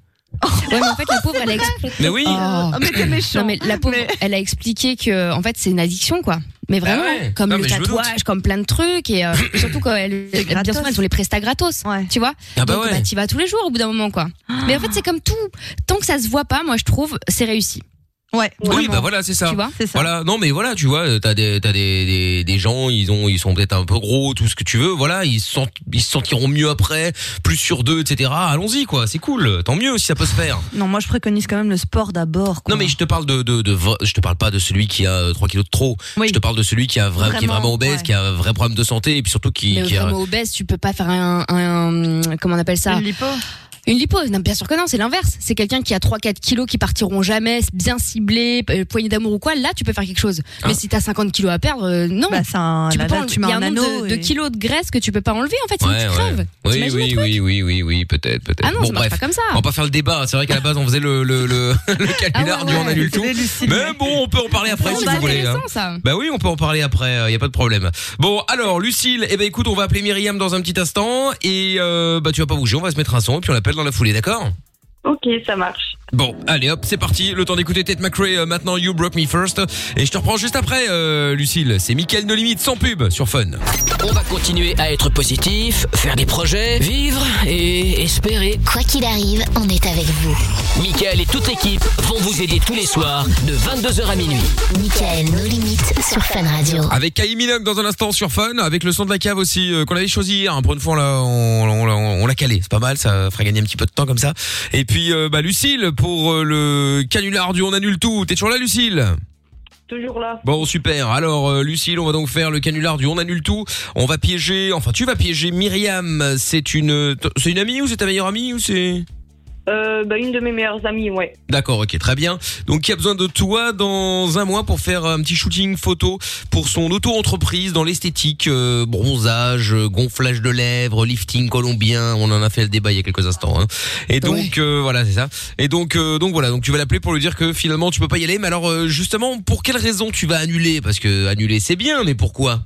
[SPEAKER 3] Ouais, mais en fait, la pauvre, elle a expliqué.
[SPEAKER 2] Mais oui. Ah, mais t'es méchant.
[SPEAKER 3] Non, mais la pauvre, elle a expliqué que, en fait, c'est une addiction, quoi. Mais vraiment,
[SPEAKER 2] Ah ouais.
[SPEAKER 3] comme
[SPEAKER 2] Non,
[SPEAKER 3] le
[SPEAKER 2] mais je me
[SPEAKER 3] tatouage,
[SPEAKER 2] doute.
[SPEAKER 3] comme plein de trucs, et euh, surtout quand elles, bien souvent, elles ont les prestats gratos, tu vois.
[SPEAKER 2] Ah bah
[SPEAKER 3] Donc,
[SPEAKER 2] ouais.
[SPEAKER 3] t'y vas tous les jours au bout d'un moment, quoi. Mais en fait, c'est comme tout. Tant que ça se voit pas, moi, je trouve, c'est réussi.
[SPEAKER 4] Ouais.
[SPEAKER 2] Oui, bah voilà, c'est ça.
[SPEAKER 3] Tu vois
[SPEAKER 2] Voilà, non, mais voilà, tu vois, euh, t'as des, t'as des, des, des gens, ils ont, ils sont peut-être un peu gros, tout ce que tu veux, voilà, ils se, sentent- ils se sentiront mieux après, plus sur deux, etc. Allons-y, quoi, c'est cool, tant mieux si ça peut se faire.
[SPEAKER 4] Non, moi je préconise quand même le sport d'abord.
[SPEAKER 2] Non mais je te parle de, de, de vra- je te parle pas de celui qui a euh, 3 kilos de trop. Je te parle de celui qui a vra- qui est
[SPEAKER 3] Vraiment,
[SPEAKER 2] vraiment obèse, qui a un vrai problème de santé et puis surtout qui,
[SPEAKER 3] Mais
[SPEAKER 2] qui a-
[SPEAKER 3] vraiment obèse, tu peux pas faire un, un- comment on appelle ça Une lipo. Une lipo, non, bien sûr que non, c'est l'inverse. C'est quelqu'un qui a 3-4 kilos qui partiront jamais, c'est bien ciblé, euh, poignée d'amour ou quoi, là tu peux faire quelque chose.
[SPEAKER 2] Ah.
[SPEAKER 3] Mais si t'as 50 kilos à perdre, euh, non. tu
[SPEAKER 4] là,
[SPEAKER 3] peux
[SPEAKER 4] là,
[SPEAKER 3] pas
[SPEAKER 4] tu
[SPEAKER 3] enlever-
[SPEAKER 4] mets
[SPEAKER 3] Il y a
[SPEAKER 4] Bah, un
[SPEAKER 3] un nombre
[SPEAKER 4] anneau
[SPEAKER 3] de,
[SPEAKER 4] et-
[SPEAKER 3] de kilos de graisse que tu peux pas enlever en fait, sinon
[SPEAKER 2] Ouais,
[SPEAKER 3] tu
[SPEAKER 2] ouais.
[SPEAKER 3] crèves.
[SPEAKER 2] Oui,
[SPEAKER 3] T'imagines
[SPEAKER 2] oui, oui, oui, oui, oui, peut-être, peut-être.
[SPEAKER 3] Ah non,
[SPEAKER 2] bon,
[SPEAKER 3] ça marche
[SPEAKER 2] bref.
[SPEAKER 3] pas comme ça.
[SPEAKER 2] On va pas faire le débat. hein. C'est vrai qu'à la base, on faisait le, le, le, le canular
[SPEAKER 3] Ah ouais,
[SPEAKER 2] du on
[SPEAKER 3] ouais.
[SPEAKER 2] annule tout.
[SPEAKER 3] C'était
[SPEAKER 2] Mais bon, on peut en parler après
[SPEAKER 3] Non,
[SPEAKER 2] si
[SPEAKER 3] mais
[SPEAKER 2] vous
[SPEAKER 3] c'est
[SPEAKER 2] voulez.
[SPEAKER 3] intéressant, ça.
[SPEAKER 11] hein.
[SPEAKER 2] Bah oui, on peut en parler après. Il y a pas de problème. Bon, alors, Lucille, eh ben, écoute, on va appeler Myriam dans un petit instant. Et, euh, bah, tu vas pas bouger. On va se mettre un son et puis on l'appelle dans la foulée, d'accord?
[SPEAKER 16] Ok, ça marche.
[SPEAKER 2] Bon, allez hop, c'est parti. Le temps d'écouter Ted McRae euh, maintenant You Broke Me First. Et je te reprends juste après, euh, Lucille. C'est Mickaël No Limite sans pub sur Fun.
[SPEAKER 1] On va continuer à être positif, faire des projets, vivre et espérer.
[SPEAKER 10] Quoi qu'il arrive, on est avec vous.
[SPEAKER 1] Michael et toute l'équipe vont vous aider tous les soirs de 22h à minuit.
[SPEAKER 10] Michael, nos limites sur Fun Radio.
[SPEAKER 2] Avec Kylie Minogue dans un instant sur Fun, avec le son de la cave aussi euh, qu'on avait choisi hier. hein. Pour une fois, on l'a, on, on l'a- on l'a calé. C'est pas mal, ça fera gagner un petit peu de temps comme ça. Et puis, euh, bah, Lucille pour euh, le canular du on annule tout. T'es toujours là, Lucille
[SPEAKER 16] Toujours là.
[SPEAKER 2] Bon super. Alors euh, Lucille, on va donc faire le canular du on annule tout. On va piéger, enfin tu vas piéger Myriam. C'est une, t- c'est une amie ou c'est ta meilleure amie ou c'est
[SPEAKER 16] Euh, bah, une de mes meilleures amies, ouais.
[SPEAKER 2] D'accord, ok, très bien. Donc, il y a besoin de toi dans un mois pour faire un petit shooting photo pour son auto-entreprise dans l'esthétique, euh, bronzage, euh, gonflage de lèvres, lifting colombien. On en a fait le débat il y a quelques instants. hein. Et donc, euh, voilà, c'est ça. Et donc, euh, donc voilà, donc tu vas l'appeler pour lui dire que finalement tu peux pas y aller. Mais alors, euh, justement, pour quelle raison tu vas annuler Parce que annuler c'est bien, mais pourquoi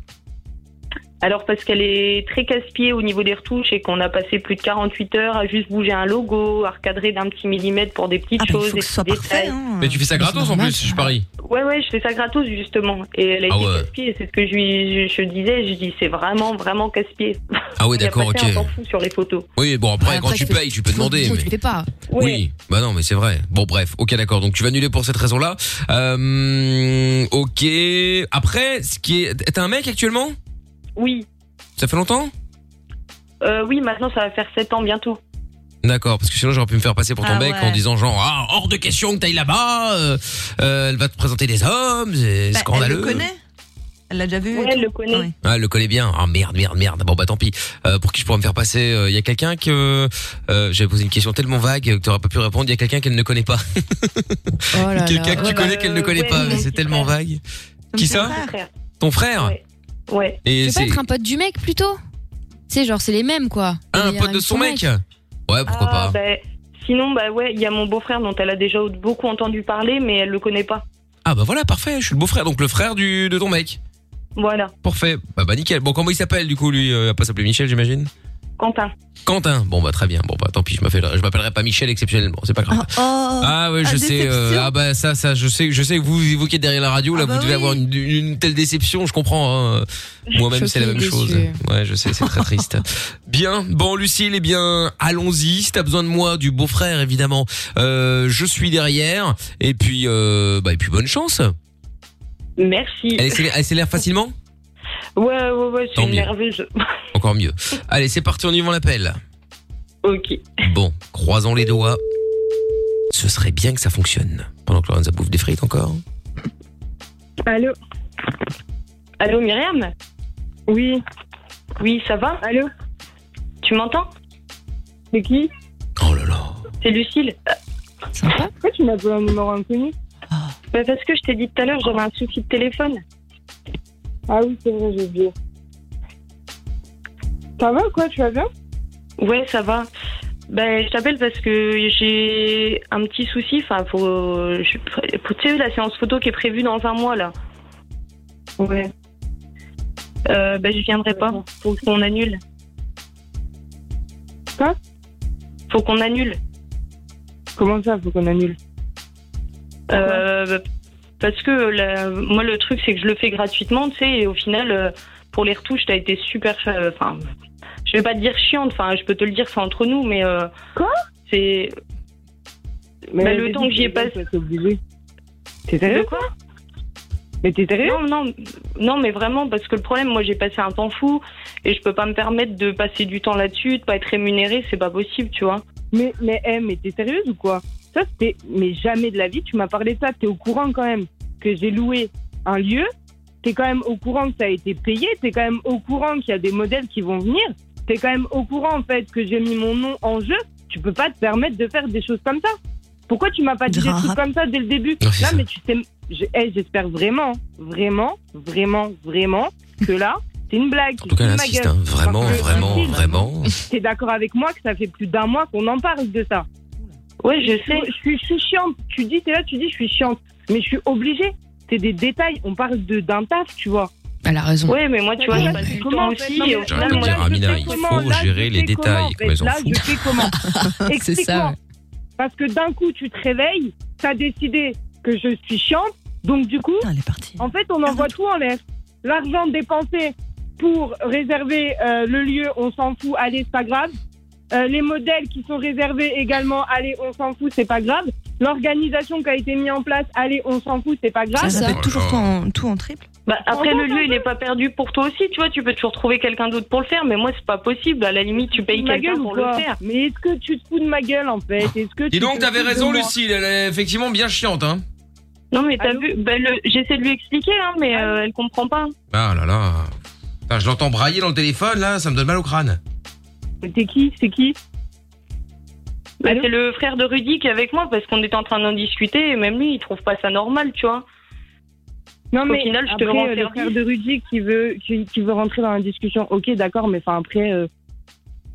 [SPEAKER 16] Alors parce qu'elle est très casse-pied au niveau des retouches et qu'on a passé plus de 48 heures à juste bouger un logo, à recadrer d'un petit millimètre pour des petites
[SPEAKER 4] Ah,
[SPEAKER 16] choses, des petits détails.
[SPEAKER 4] hein.
[SPEAKER 2] Hmm. Mais tu fais ça gratos en plus, je parie.
[SPEAKER 16] Ouais ouais, je fais ça gratos justement et elle a
[SPEAKER 2] Ah
[SPEAKER 16] été
[SPEAKER 2] ouais.
[SPEAKER 16] casse-pied, et c'est ce que je, lui- je, je disais, je dis c'est vraiment vraiment casse-pied.
[SPEAKER 2] Ah ouais,
[SPEAKER 16] Il a
[SPEAKER 2] d'accord,
[SPEAKER 16] passé
[SPEAKER 2] ok.
[SPEAKER 16] un temps fou sur les photos.
[SPEAKER 2] Oui, bon Bah, après,
[SPEAKER 16] Après,
[SPEAKER 2] quand tu
[SPEAKER 16] tu fais-
[SPEAKER 2] payes, tu peux demander. mais-
[SPEAKER 3] Tu fais pas.
[SPEAKER 2] Oui. Bah non, mais c'est vrai. Bon, bref. Ok, d'accord. Donc tu vas annuler pour cette raison-là. Euh, ok. Après, ce qui est, t'as un mec actuellement
[SPEAKER 16] Oui.
[SPEAKER 2] Ça fait longtemps
[SPEAKER 16] Euh, oui, maintenant ça va faire 7 ans bientôt.
[SPEAKER 2] D'accord, parce que sinon j'aurais pu me faire passer pour ton
[SPEAKER 16] Ah
[SPEAKER 2] mec
[SPEAKER 16] ouais.
[SPEAKER 2] en disant genre ah hors de question que t'ailles là-bas. euh, euh, elle va te présenter des hommes, c'est
[SPEAKER 4] Bah,
[SPEAKER 2] scandaleux.
[SPEAKER 4] Elle le connaît Elle l'a déjà vu
[SPEAKER 16] Ouais, elle le connaît.
[SPEAKER 2] Ah, elle le connaît bien. Ah merde, merde, merde. Bon bah tant pis. Euh, pour qui je pourrais me faire passer Il y a quelqu'un que euh, j'avais posé une question tellement vague que t'aurais pas pu répondre. Il y a quelqu'un qu'elle ne connaît pas. quelqu'un que tu connais qu'elle ne connaît pas. mais C'est tellement vague. Qui ça Ton frère.
[SPEAKER 16] Ouais.
[SPEAKER 2] Et
[SPEAKER 3] Tu peux
[SPEAKER 2] c'est
[SPEAKER 3] pas être un pote du mec plutôt Tu sais, genre, c'est les mêmes, quoi.
[SPEAKER 2] Ah, un
[SPEAKER 3] Les
[SPEAKER 2] pote
[SPEAKER 3] amis
[SPEAKER 2] de son mec. Ouais, pourquoi
[SPEAKER 16] Ah,
[SPEAKER 2] pas.
[SPEAKER 16] bah, sinon, bah ouais, il y a mon beau-frère dont elle a déjà beaucoup entendu parler, mais elle le connaît pas.
[SPEAKER 2] Ah bah voilà, parfait. Je suis le beau-frère, donc le frère du de ton mec.
[SPEAKER 16] Voilà.
[SPEAKER 2] euh, Parfait. Bah bah nickel. Bon, comment il s'appelle du coup lui Il va pas s'appeler Michel, j'imagine.
[SPEAKER 16] Quentin.
[SPEAKER 2] Quentin. Bon bah très bien. Bon bah tant pis, je m'appelle- je m'appellerai pas Michel exceptionnellement, c'est pas grave.
[SPEAKER 1] Oh,
[SPEAKER 2] ah ouais, je
[SPEAKER 13] ah,
[SPEAKER 2] sais. euh,
[SPEAKER 13] déception.
[SPEAKER 2] ah bah ça, ça, je sais, je sais que vous, vous qui êtes derrière la radio, là, vous devez avoir une, une telle déception. Je comprends. hein. Moi-même, c'est la même
[SPEAKER 13] Choquée,
[SPEAKER 2] chose.
[SPEAKER 13] déçue.
[SPEAKER 2] Ouais, je sais, c'est très triste. Bien, bon Lucille, eh bien allons-y. Si t'as besoin de moi, du beau-frère évidemment, euh, je suis derrière. Et puis, euh, bah et puis bonne chance.
[SPEAKER 16] Merci.
[SPEAKER 2] Elle s'élè- elle s'élève facilement.
[SPEAKER 16] Ouais, ouais, ouais, je
[SPEAKER 2] Tant
[SPEAKER 16] suis
[SPEAKER 2] mieux.
[SPEAKER 16] nerveuse.
[SPEAKER 2] Encore mieux. Allez, c'est parti, on y va on l'appelle.
[SPEAKER 16] Ok.
[SPEAKER 2] Bon, croisons les doigts. Ce serait bien que ça fonctionne. Pendant que Lorenza bouffe des frites encore.
[SPEAKER 16] Allô Allô, Myriam Oui. Oui, ça va Allô Tu m'entends C'est qui Oh là là. C'est Lucille. Pourquoi tu m'appelles un numéro inconnu
[SPEAKER 4] Ah.
[SPEAKER 16] Bah, Parce que je t'ai dit tout à l'heure, j'avais un souci de téléphone. Ah oui, c'est vrai, j'ai oublié. Ça va ou quoi Tu vas bien Ouais, ça va. Ben, je t'appelle parce que j'ai un petit souci. Enfin, faut. je- faut- Tu sais, la séance photo qui est prévue dans un mois, là. Ouais. Euh, ben, je viendrai pas. Faut qu'on annule. Quoi Faut qu'on annule. Comment ça, faut qu'on annule euh, bah, Parce que la- moi, le truc, c'est que je le fais gratuitement, tu sais, et au final, euh, pour les retouches, t'as été super. euh, Enfin, je vais pas te dire chiante, enfin, je peux te le dire, c'est entre nous, mais. Quoi C'est.
[SPEAKER 15] Mais
[SPEAKER 16] Bah, le
[SPEAKER 15] vas-y,
[SPEAKER 16] temps que j'y ai
[SPEAKER 15] c'est bon,
[SPEAKER 16] passé.
[SPEAKER 15] ça, T'es obligé. T'es sérieux
[SPEAKER 16] De quoi
[SPEAKER 15] Mais t'es sérieux
[SPEAKER 16] Non, non, non, mais vraiment, parce que le problème, moi, j'ai passé un temps fou et je peux pas me permettre de passer du temps là-dessus, de pas être rémunérée, c'est pas possible, tu vois.
[SPEAKER 15] Mais, mais, eh, mais t'es sérieuse ou quoi Ça, c'était. Mais jamais de la vie, tu m'as parlé de ça. T'es au courant quand même que j'ai loué un lieu. T'es quand même au courant que ça a été payé. T'es quand même au courant qu'il y a des modèles qui vont venir. T'es quand même au courant, en fait, que j'ai mis mon nom en jeu. Tu peux pas te permettre de faire des choses comme ça. Pourquoi tu m'as pas dit des trucs comme ça dès le début
[SPEAKER 17] Non,
[SPEAKER 15] Là, mais tu sais. je- eh, J'espère vraiment, vraiment, vraiment, vraiment que là, c'est une blague.
[SPEAKER 2] En tout cas, elle insiste. hein. Vraiment, vraiment, vraiment.
[SPEAKER 15] T'es d'accord avec moi que ça fait plus d'un mois qu'on en parle de ça
[SPEAKER 16] Ouais, je sais.
[SPEAKER 15] Je suis, je suis chiante. Tu dis, t'es là, tu dis, je suis chiante. Mais je suis obligée. C'est des détails. On parle de d'un taf, tu vois.
[SPEAKER 3] Elle a raison.
[SPEAKER 16] Ouais, mais moi, tu vois, je passe du
[SPEAKER 15] Comment,
[SPEAKER 16] temps
[SPEAKER 15] en fait
[SPEAKER 16] aussi
[SPEAKER 15] Non,
[SPEAKER 16] et au
[SPEAKER 15] mais-
[SPEAKER 16] final,
[SPEAKER 2] J'arrête de
[SPEAKER 16] moi,
[SPEAKER 2] dire,
[SPEAKER 16] je sais
[SPEAKER 2] Amina, il
[SPEAKER 16] comment,
[SPEAKER 2] faut
[SPEAKER 16] là,
[SPEAKER 2] gérer les
[SPEAKER 15] fais comment, en
[SPEAKER 2] détails.
[SPEAKER 15] fait
[SPEAKER 2] comme elles en
[SPEAKER 15] Là,
[SPEAKER 2] foutent.
[SPEAKER 15] je fais comment Explique-moi.
[SPEAKER 3] ouais.
[SPEAKER 15] Parce que d'un coup, tu te réveilles, t'as décidé que je suis chiante, donc du coup, en fait, on envoie tout en l'air. L'argent dépensé pour réserver euh, le lieu, on s'en fout, allez, c'est pas grave. Euh, les modèles qui sont réservés également, allez, on s'en fout, c'est pas grave. L'organisation qui a été mise en place, allez, on s'en fout, c'est pas
[SPEAKER 16] Ça,
[SPEAKER 15] grave.
[SPEAKER 16] ça
[SPEAKER 2] Oh
[SPEAKER 16] fait toujours tout en-
[SPEAKER 15] tout en triple.
[SPEAKER 16] Bah, après,
[SPEAKER 15] Entends,
[SPEAKER 16] le lieu, il est pas perdu pour toi aussi, tu vois, tu peux toujours trouver quelqu'un d'autre pour le faire, mais moi, c'est pas possible. À la limite, tu payes
[SPEAKER 15] ma
[SPEAKER 16] quelqu'un
[SPEAKER 15] gueule ou
[SPEAKER 16] pour le
[SPEAKER 15] quoi
[SPEAKER 16] faire.
[SPEAKER 15] Mais est-ce que tu te fous de ma gueule en fait Est-ce que
[SPEAKER 2] Dis
[SPEAKER 15] tu
[SPEAKER 2] donc,
[SPEAKER 15] te
[SPEAKER 2] t'avais
[SPEAKER 15] fous de
[SPEAKER 2] raison,
[SPEAKER 15] moi
[SPEAKER 2] Lucille. Elle est effectivement bien chiante, hein.
[SPEAKER 16] Non, mais t'as vu, ben, le- j'essaie de lui expliquer, hein, mais euh, elle comprend pas.
[SPEAKER 2] Ah là là. Putain, je l'entends brailler dans le téléphone, là, ça me donne mal au crâne.
[SPEAKER 15] Mais t'es qui C'est qui
[SPEAKER 16] Bah, c'est le frère de Rudy qui est avec moi parce qu'on était en train d'en discuter et même lui il trouve pas ça normal, tu vois.
[SPEAKER 15] Non
[SPEAKER 16] Au
[SPEAKER 15] mais
[SPEAKER 16] final, je te
[SPEAKER 15] après,
[SPEAKER 16] rends
[SPEAKER 15] euh, le
[SPEAKER 16] service.
[SPEAKER 15] frère de Rudy qui veut qui, qui veut rentrer dans la discussion. Ok, d'accord, mais enfin après. euh,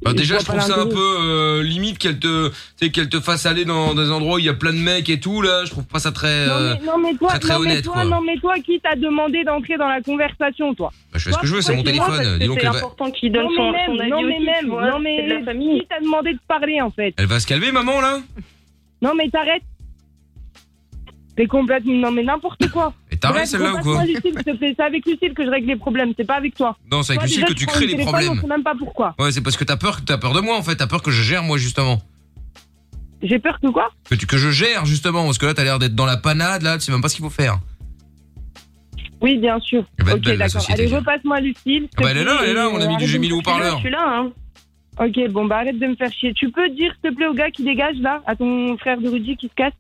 [SPEAKER 2] Bah, déjà, je
[SPEAKER 15] vois
[SPEAKER 2] trouve
[SPEAKER 15] pas
[SPEAKER 2] ça un
[SPEAKER 15] l'intérêt.
[SPEAKER 2] peu euh, limite qu'elle te, tu sais, qu'elle te fasse aller dans, dans des endroits où il y a plein de mecs et tout. Là, je trouve pas ça très, euh,
[SPEAKER 15] Non mais toi,
[SPEAKER 2] très, très
[SPEAKER 15] non, mais
[SPEAKER 2] honnête.
[SPEAKER 15] toi
[SPEAKER 2] quoi.
[SPEAKER 15] non mais toi, qui t'a demandé d'entrer dans la conversation, toi
[SPEAKER 2] Bah, je fais ce que je veux, c'est mon téléphone. Dis donc,
[SPEAKER 16] c'est
[SPEAKER 2] elle va,
[SPEAKER 16] important qu'il donne
[SPEAKER 15] Non, mais
[SPEAKER 16] son,
[SPEAKER 15] même,
[SPEAKER 16] son avis
[SPEAKER 15] non, mais
[SPEAKER 16] aussi,
[SPEAKER 15] même,
[SPEAKER 16] tu vois,
[SPEAKER 15] non, mais
[SPEAKER 16] c'est de la famille.
[SPEAKER 15] qui t'a demandé de parler en fait
[SPEAKER 2] elle va se calmer, maman, là.
[SPEAKER 15] Non mais t'arrêtes. T'es complètement non mais n'importe quoi.
[SPEAKER 2] Et
[SPEAKER 15] Bref,
[SPEAKER 2] t'arrêtes, celle-là, ou quoi
[SPEAKER 15] repasse-moi Lucille, s'il te plaît. C'est avec Lucille que je règle les problèmes, c'est pas avec toi.
[SPEAKER 2] Non, c'est avec
[SPEAKER 15] Toi,
[SPEAKER 2] Lucille
[SPEAKER 15] déjà,
[SPEAKER 2] que
[SPEAKER 15] tu
[SPEAKER 2] tu
[SPEAKER 15] prends
[SPEAKER 2] crées
[SPEAKER 15] le
[SPEAKER 2] les
[SPEAKER 15] téléphone,
[SPEAKER 2] problèmes.
[SPEAKER 15] On sait même pas pourquoi.
[SPEAKER 2] Ouais, c'est parce que t'as peur, t'as peur de moi en fait, t'as peur que je gère moi justement.
[SPEAKER 15] J'ai peur que quoi
[SPEAKER 2] Que, tu, que je gère justement, parce que là t'as l'air d'être dans la panade, là tu sais même pas ce qu'il faut faire.
[SPEAKER 15] Oui, bien sûr.
[SPEAKER 2] Elle va être
[SPEAKER 15] Ok,
[SPEAKER 2] Eh ben, belle, la
[SPEAKER 15] d'accord.
[SPEAKER 2] société,
[SPEAKER 15] Allez,
[SPEAKER 2] viens.
[SPEAKER 15] repasse-moi Lucille. s'il
[SPEAKER 2] Ah bah,
[SPEAKER 15] te
[SPEAKER 2] elle est là,
[SPEAKER 15] plaît,
[SPEAKER 2] elle est là,
[SPEAKER 15] et,
[SPEAKER 2] on a mis
[SPEAKER 15] euh,
[SPEAKER 2] du
[SPEAKER 15] arrête de
[SPEAKER 2] Gémino au
[SPEAKER 15] me faire
[SPEAKER 2] haut-parleur.
[SPEAKER 15] chier.
[SPEAKER 2] Je suis
[SPEAKER 16] là, hein.
[SPEAKER 15] Ok, bon, bah arrête de me faire chier. Tu peux dire, s'il te plaît, au gars qui dégage, là, à ton frère de Rudy qui se casse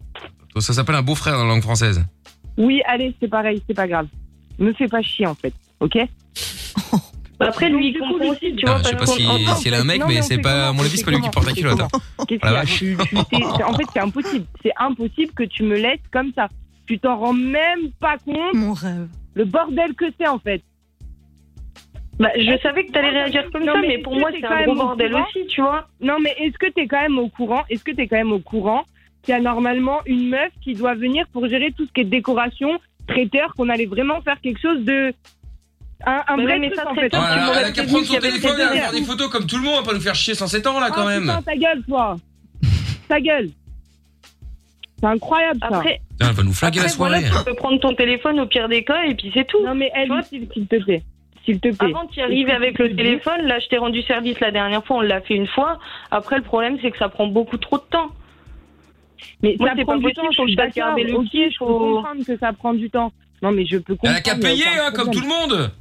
[SPEAKER 2] Toi, Ça s'appelle un beau-frère dans la langue française.
[SPEAKER 15] Oui, allez, c'est pareil, c'est pas grave. Me fais pas chier, en fait, ok
[SPEAKER 16] Après, lui, il comprend aussi, tu
[SPEAKER 2] Ah,
[SPEAKER 16] vois.
[SPEAKER 2] je sais pas
[SPEAKER 16] parce
[SPEAKER 2] si,
[SPEAKER 16] qu'on- en
[SPEAKER 2] si elle a un mec,
[SPEAKER 15] Non, mais
[SPEAKER 2] mais
[SPEAKER 15] on
[SPEAKER 2] c'est
[SPEAKER 15] fait
[SPEAKER 2] pas, à
[SPEAKER 15] comment
[SPEAKER 2] mon avis, c'est pas lui qui porte la culotte. hein.
[SPEAKER 15] Qu'est-ce
[SPEAKER 2] Ah la
[SPEAKER 15] qu'il y a
[SPEAKER 2] vache.
[SPEAKER 15] Tu- tu sais- c'est- En fait, c'est impossible. C'est impossible que tu me laisses comme ça. Tu t'en rends même pas compte. Mon rêve. Le bordel que c'est, en fait.
[SPEAKER 16] Bah, je savais que t'allais réagir comme ça, mais pour
[SPEAKER 15] est-ce que
[SPEAKER 16] moi,
[SPEAKER 15] t'es
[SPEAKER 16] c'est
[SPEAKER 15] quand
[SPEAKER 16] un
[SPEAKER 15] même
[SPEAKER 16] gros
[SPEAKER 15] au
[SPEAKER 16] bordel
[SPEAKER 15] courant
[SPEAKER 16] aussi, tu vois.
[SPEAKER 15] Non, mais est-ce que t'es quand même au courant Est-ce que t'es quand même au courant qu'il y a normalement une meuf qui doit venir pour gérer tout ce qui est décoration, traiteur, qu'on allait vraiment faire quelque chose de un, un
[SPEAKER 16] Mais
[SPEAKER 15] vrai
[SPEAKER 16] ouais, mais
[SPEAKER 15] truc,
[SPEAKER 16] ça,
[SPEAKER 15] en
[SPEAKER 16] c'est
[SPEAKER 15] fait.
[SPEAKER 16] toi qui
[SPEAKER 2] Voilà,
[SPEAKER 16] m'aurais
[SPEAKER 2] elle a qu'à
[SPEAKER 16] prévenu qu'il
[SPEAKER 2] prendre
[SPEAKER 16] y
[SPEAKER 2] son
[SPEAKER 16] avait
[SPEAKER 2] téléphone et
[SPEAKER 16] cette
[SPEAKER 2] à faire des
[SPEAKER 16] dernière.
[SPEAKER 2] photos comme tout le monde, on va pas nous faire chier sans 7 ans là quand
[SPEAKER 15] Ah,
[SPEAKER 2] même.
[SPEAKER 15] putain, ta gueule, toi Ta gueule C'est incroyable, ça
[SPEAKER 16] Après,
[SPEAKER 2] Putain, elle va nous flaguer la
[SPEAKER 16] après, voilà,
[SPEAKER 2] soirée.
[SPEAKER 16] tu peux prendre ton téléphone au pire des cas et puis c'est tout.
[SPEAKER 15] Non mais elle, s'il te plaît. S'il te plaît.
[SPEAKER 16] Avant, tu arrives avec le téléphone. Là, je t'ai rendu service la dernière fois, on l'a fait une fois. Après, le problème, c'est que ça prend beaucoup trop de temps.
[SPEAKER 15] Mais
[SPEAKER 16] Moi,
[SPEAKER 15] ça
[SPEAKER 16] c'est
[SPEAKER 15] prend
[SPEAKER 16] pas
[SPEAKER 15] du
[SPEAKER 16] possible,
[SPEAKER 15] temps,
[SPEAKER 16] faut
[SPEAKER 15] je
[SPEAKER 16] que
[SPEAKER 15] suis
[SPEAKER 16] je batte
[SPEAKER 15] d'accord.
[SPEAKER 16] garder le
[SPEAKER 15] Ok,
[SPEAKER 16] pied,
[SPEAKER 15] je peux
[SPEAKER 16] faut-
[SPEAKER 15] comprendre que ça prend du temps. Non, mais je peux comprendre.
[SPEAKER 2] Elle a qu'à
[SPEAKER 15] il y
[SPEAKER 2] payer,
[SPEAKER 15] aucun
[SPEAKER 2] hein, comme
[SPEAKER 15] problème.
[SPEAKER 2] tout le monde.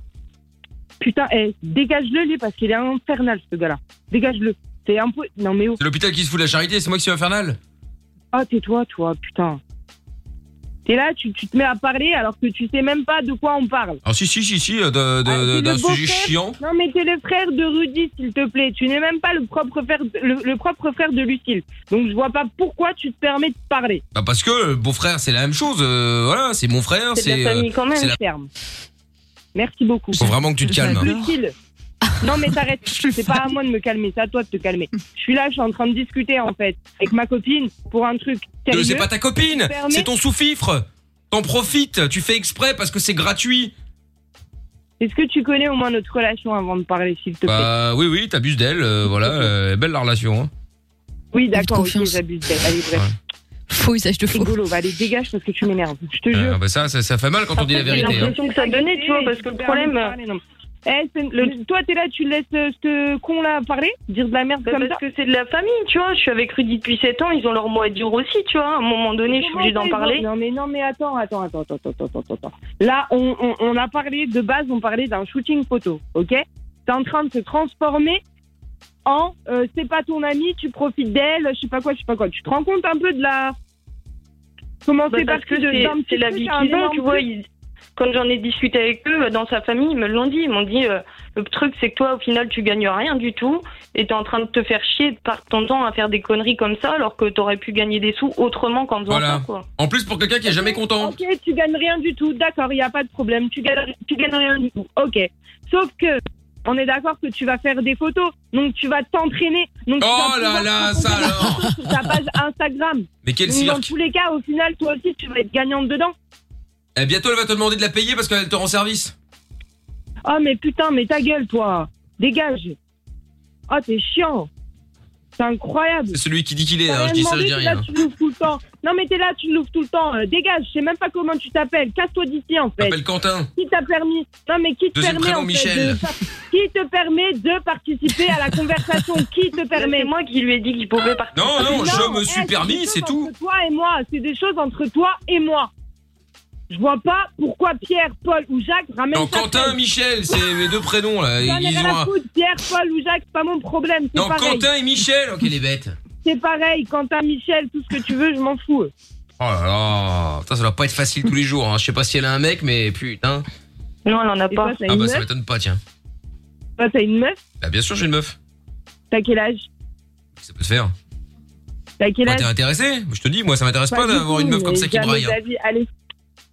[SPEAKER 15] Putain, eh, dégage-le, lui, parce qu'il est infernal, ce gars-là. Dégage-le. C'est un peu... Non, mais oh,
[SPEAKER 2] C'est l'hôpital qui se fout de la charité, c'est moi qui suis infernal.
[SPEAKER 15] ah, tais-toi, toi, putain. T'es là, tu, tu te mets à parler alors que tu sais même pas de quoi on parle.
[SPEAKER 2] Ah si, si, si, si, euh, de- de-
[SPEAKER 15] T'es le
[SPEAKER 2] d'un sujet
[SPEAKER 15] beau-frère-
[SPEAKER 2] chiant.
[SPEAKER 15] Non, mais t'es le frère de Rudy, s'il te plaît. Tu n'es même pas le propre frère, de- le, le propre frère de Lucille. Donc, je vois pas pourquoi tu te permets de parler.
[SPEAKER 2] Bah parce que beau frère, c'est la même chose. euh, voilà, c'est mon frère, c'est. euh, c'est la-
[SPEAKER 15] Ferme. Merci beaucoup.
[SPEAKER 2] Faut vraiment que tu te calmes. hein.
[SPEAKER 15] Lucille. Non mais t'arrêtes, c'est pas à moi de me calmer, c'est à toi de te calmer. Je suis là, je suis en train de discuter en fait avec ma copine pour un truc.
[SPEAKER 2] Euh, C'est
[SPEAKER 15] sérieux.
[SPEAKER 2] pas ta
[SPEAKER 15] Tu
[SPEAKER 2] copine,
[SPEAKER 15] te permets-
[SPEAKER 2] c'est ton sous-fifre. T'en profites, tu fais exprès parce que c'est gratuit.
[SPEAKER 15] Est-ce que tu connais au moins notre relation avant de parler s'il te plaît
[SPEAKER 2] Bah oui, oui, t'abuses d'elle, euh, voilà, euh, belle la relation. hein.
[SPEAKER 15] Oui d'accord, ok, j'abuse d'elle. Allez bref. Faux usage de faux. bah, allez dégage parce que tu m'énerves. Je te jure.
[SPEAKER 2] Ah, bah ça, ça, ça fait mal quand on dit la
[SPEAKER 15] J'ai
[SPEAKER 2] vérité. hein.
[SPEAKER 15] l'impression que ça donnait, tu vois, parce que le problème. Eh, toi, t'es là, tu laisses euh, ce con là parler, dire de la merde
[SPEAKER 16] Bah,
[SPEAKER 15] comme
[SPEAKER 16] parce
[SPEAKER 15] ça.
[SPEAKER 16] que c'est de la famille, tu vois. Je suis avec Rudy depuis 7 ans, ils ont leur mot à dire aussi, tu vois. À un moment donné, je suis obligée d'en
[SPEAKER 15] Comment ça,
[SPEAKER 16] parler.
[SPEAKER 15] ils vont- Non mais non mais attends attends attends attends attends attends attends, attends. Là on, on, on a parlé de base on parlait d'un shooting photo, ok T'es en train de se transformer en euh, c'est pas ton ami, tu profites d'elle, je sais pas quoi, je sais pas quoi. Tu te rends compte un peu de la comment
[SPEAKER 16] Bah,
[SPEAKER 15] c'est
[SPEAKER 16] parce
[SPEAKER 15] parti
[SPEAKER 16] que
[SPEAKER 15] de
[SPEAKER 16] c'est
[SPEAKER 15] d'un petit
[SPEAKER 16] c'est la
[SPEAKER 15] truc
[SPEAKER 16] vie
[SPEAKER 15] à un
[SPEAKER 16] qu'ils ont,
[SPEAKER 15] énorme
[SPEAKER 16] tu vois.
[SPEAKER 15] truc
[SPEAKER 16] ils- Quand j'en ai discuté avec eux, euh, dans sa famille, ils me l'ont dit. Ils m'ont dit euh, le truc, c'est que toi, au final, tu gagnes rien du tout. Et t'es en train de te faire chier de perdre ton temps à faire des conneries comme ça, alors que t'aurais pu gagner des sous autrement qu'en faisant
[SPEAKER 2] Voilà.
[SPEAKER 16] ça, quoi.
[SPEAKER 2] En plus, pour quelqu'un qui est jamais content.
[SPEAKER 15] Ok, tu gagnes rien du tout, d'accord, il n'y a pas de problème, tu gagnes, tu gagnes rien du tout, ok. Sauf que, on est d'accord que tu vas faire des photos, donc tu vas t'entraîner. donc tu
[SPEAKER 2] Oh
[SPEAKER 15] vas
[SPEAKER 2] là
[SPEAKER 15] pouvoir
[SPEAKER 2] là,
[SPEAKER 15] proposer
[SPEAKER 2] ça
[SPEAKER 15] des
[SPEAKER 2] alors.
[SPEAKER 15] photos sur ta page Instagram.
[SPEAKER 2] Mais quel
[SPEAKER 15] Donc, Dans
[SPEAKER 2] cirque.
[SPEAKER 15] tous les cas, au final, toi aussi, tu vas être gagnante dedans.
[SPEAKER 2] Eh, bientôt, elle va te demander de la payer parce qu'elle te rend service.
[SPEAKER 15] Oh, mais putain, mais ta gueule, toi. Dégage. Oh, t'es chiant. C'est incroyable.
[SPEAKER 2] C'est celui qui dit qu'il est,
[SPEAKER 15] T'as
[SPEAKER 2] hein,
[SPEAKER 15] rien
[SPEAKER 2] je dis ça, je
[SPEAKER 15] demandé, t'es
[SPEAKER 2] dis
[SPEAKER 15] là,
[SPEAKER 2] rien.
[SPEAKER 15] tu l'ouvres tout le temps. Non, mais t'es là, tu l'ouvres tout le temps. Euh, dégage, je sais même pas comment tu t'appelles. Casse-toi d'ici, en fait.
[SPEAKER 2] Appelle Quentin.
[SPEAKER 15] Qui t'a permis Non, mais qui te
[SPEAKER 2] Deuxième
[SPEAKER 15] permet
[SPEAKER 2] prénom,
[SPEAKER 15] en fait,
[SPEAKER 2] Michel.
[SPEAKER 15] de par- Qui te permet de participer à la conversation Qui te permet
[SPEAKER 16] C'est moi qui lui ai dit qu'il pouvait participer.
[SPEAKER 2] Non, non, je me
[SPEAKER 15] eh,
[SPEAKER 2] suis
[SPEAKER 15] des
[SPEAKER 2] permis,
[SPEAKER 15] choses
[SPEAKER 2] c'est tout.
[SPEAKER 15] Entre toi et moi, c'est des choses entre toi et moi. Je vois pas pourquoi Pierre, Paul ou Jacques ramènent.
[SPEAKER 2] Non,
[SPEAKER 15] ça.
[SPEAKER 2] Quentin, Michel, c'est mes deux prénoms là.
[SPEAKER 15] J'en ai
[SPEAKER 2] Ils
[SPEAKER 15] rien
[SPEAKER 2] ont
[SPEAKER 15] à
[SPEAKER 2] un-
[SPEAKER 15] foutre, Pierre, Paul ou Jacques, c'est pas mon problème. C'est
[SPEAKER 2] Non,
[SPEAKER 15] pareil.
[SPEAKER 2] Quentin et Michel. Ok, les bêtes.
[SPEAKER 15] C'est pareil, Quentin, Michel, tout ce que tu veux, je m'en fous.
[SPEAKER 2] Oh là là. Putain, ça doit pas être facile tous les jours. hein. Je sais pas si elle a un mec, mais putain.
[SPEAKER 16] Non, elle en a
[SPEAKER 15] Et
[SPEAKER 16] pas.
[SPEAKER 15] toi, t'as
[SPEAKER 2] Ah
[SPEAKER 15] une
[SPEAKER 2] bah ça
[SPEAKER 15] meuf
[SPEAKER 2] m'étonne pas, tiens.
[SPEAKER 15] Toi, t'as une meuf
[SPEAKER 2] Bah bien sûr, j'ai une meuf.
[SPEAKER 15] T'as quel âge
[SPEAKER 2] Ça peut se faire.
[SPEAKER 15] T'as quel
[SPEAKER 2] Moi,
[SPEAKER 15] âge
[SPEAKER 2] t'es intéressé Je te dis, moi, ça m'intéresse pas
[SPEAKER 15] du
[SPEAKER 2] d'avoir
[SPEAKER 15] tout,
[SPEAKER 2] une meuf
[SPEAKER 15] Bah,
[SPEAKER 2] comme
[SPEAKER 15] mais
[SPEAKER 2] ça qui
[SPEAKER 15] jamais
[SPEAKER 2] braille.
[SPEAKER 15] de la
[SPEAKER 2] hein.
[SPEAKER 15] vie. Allez.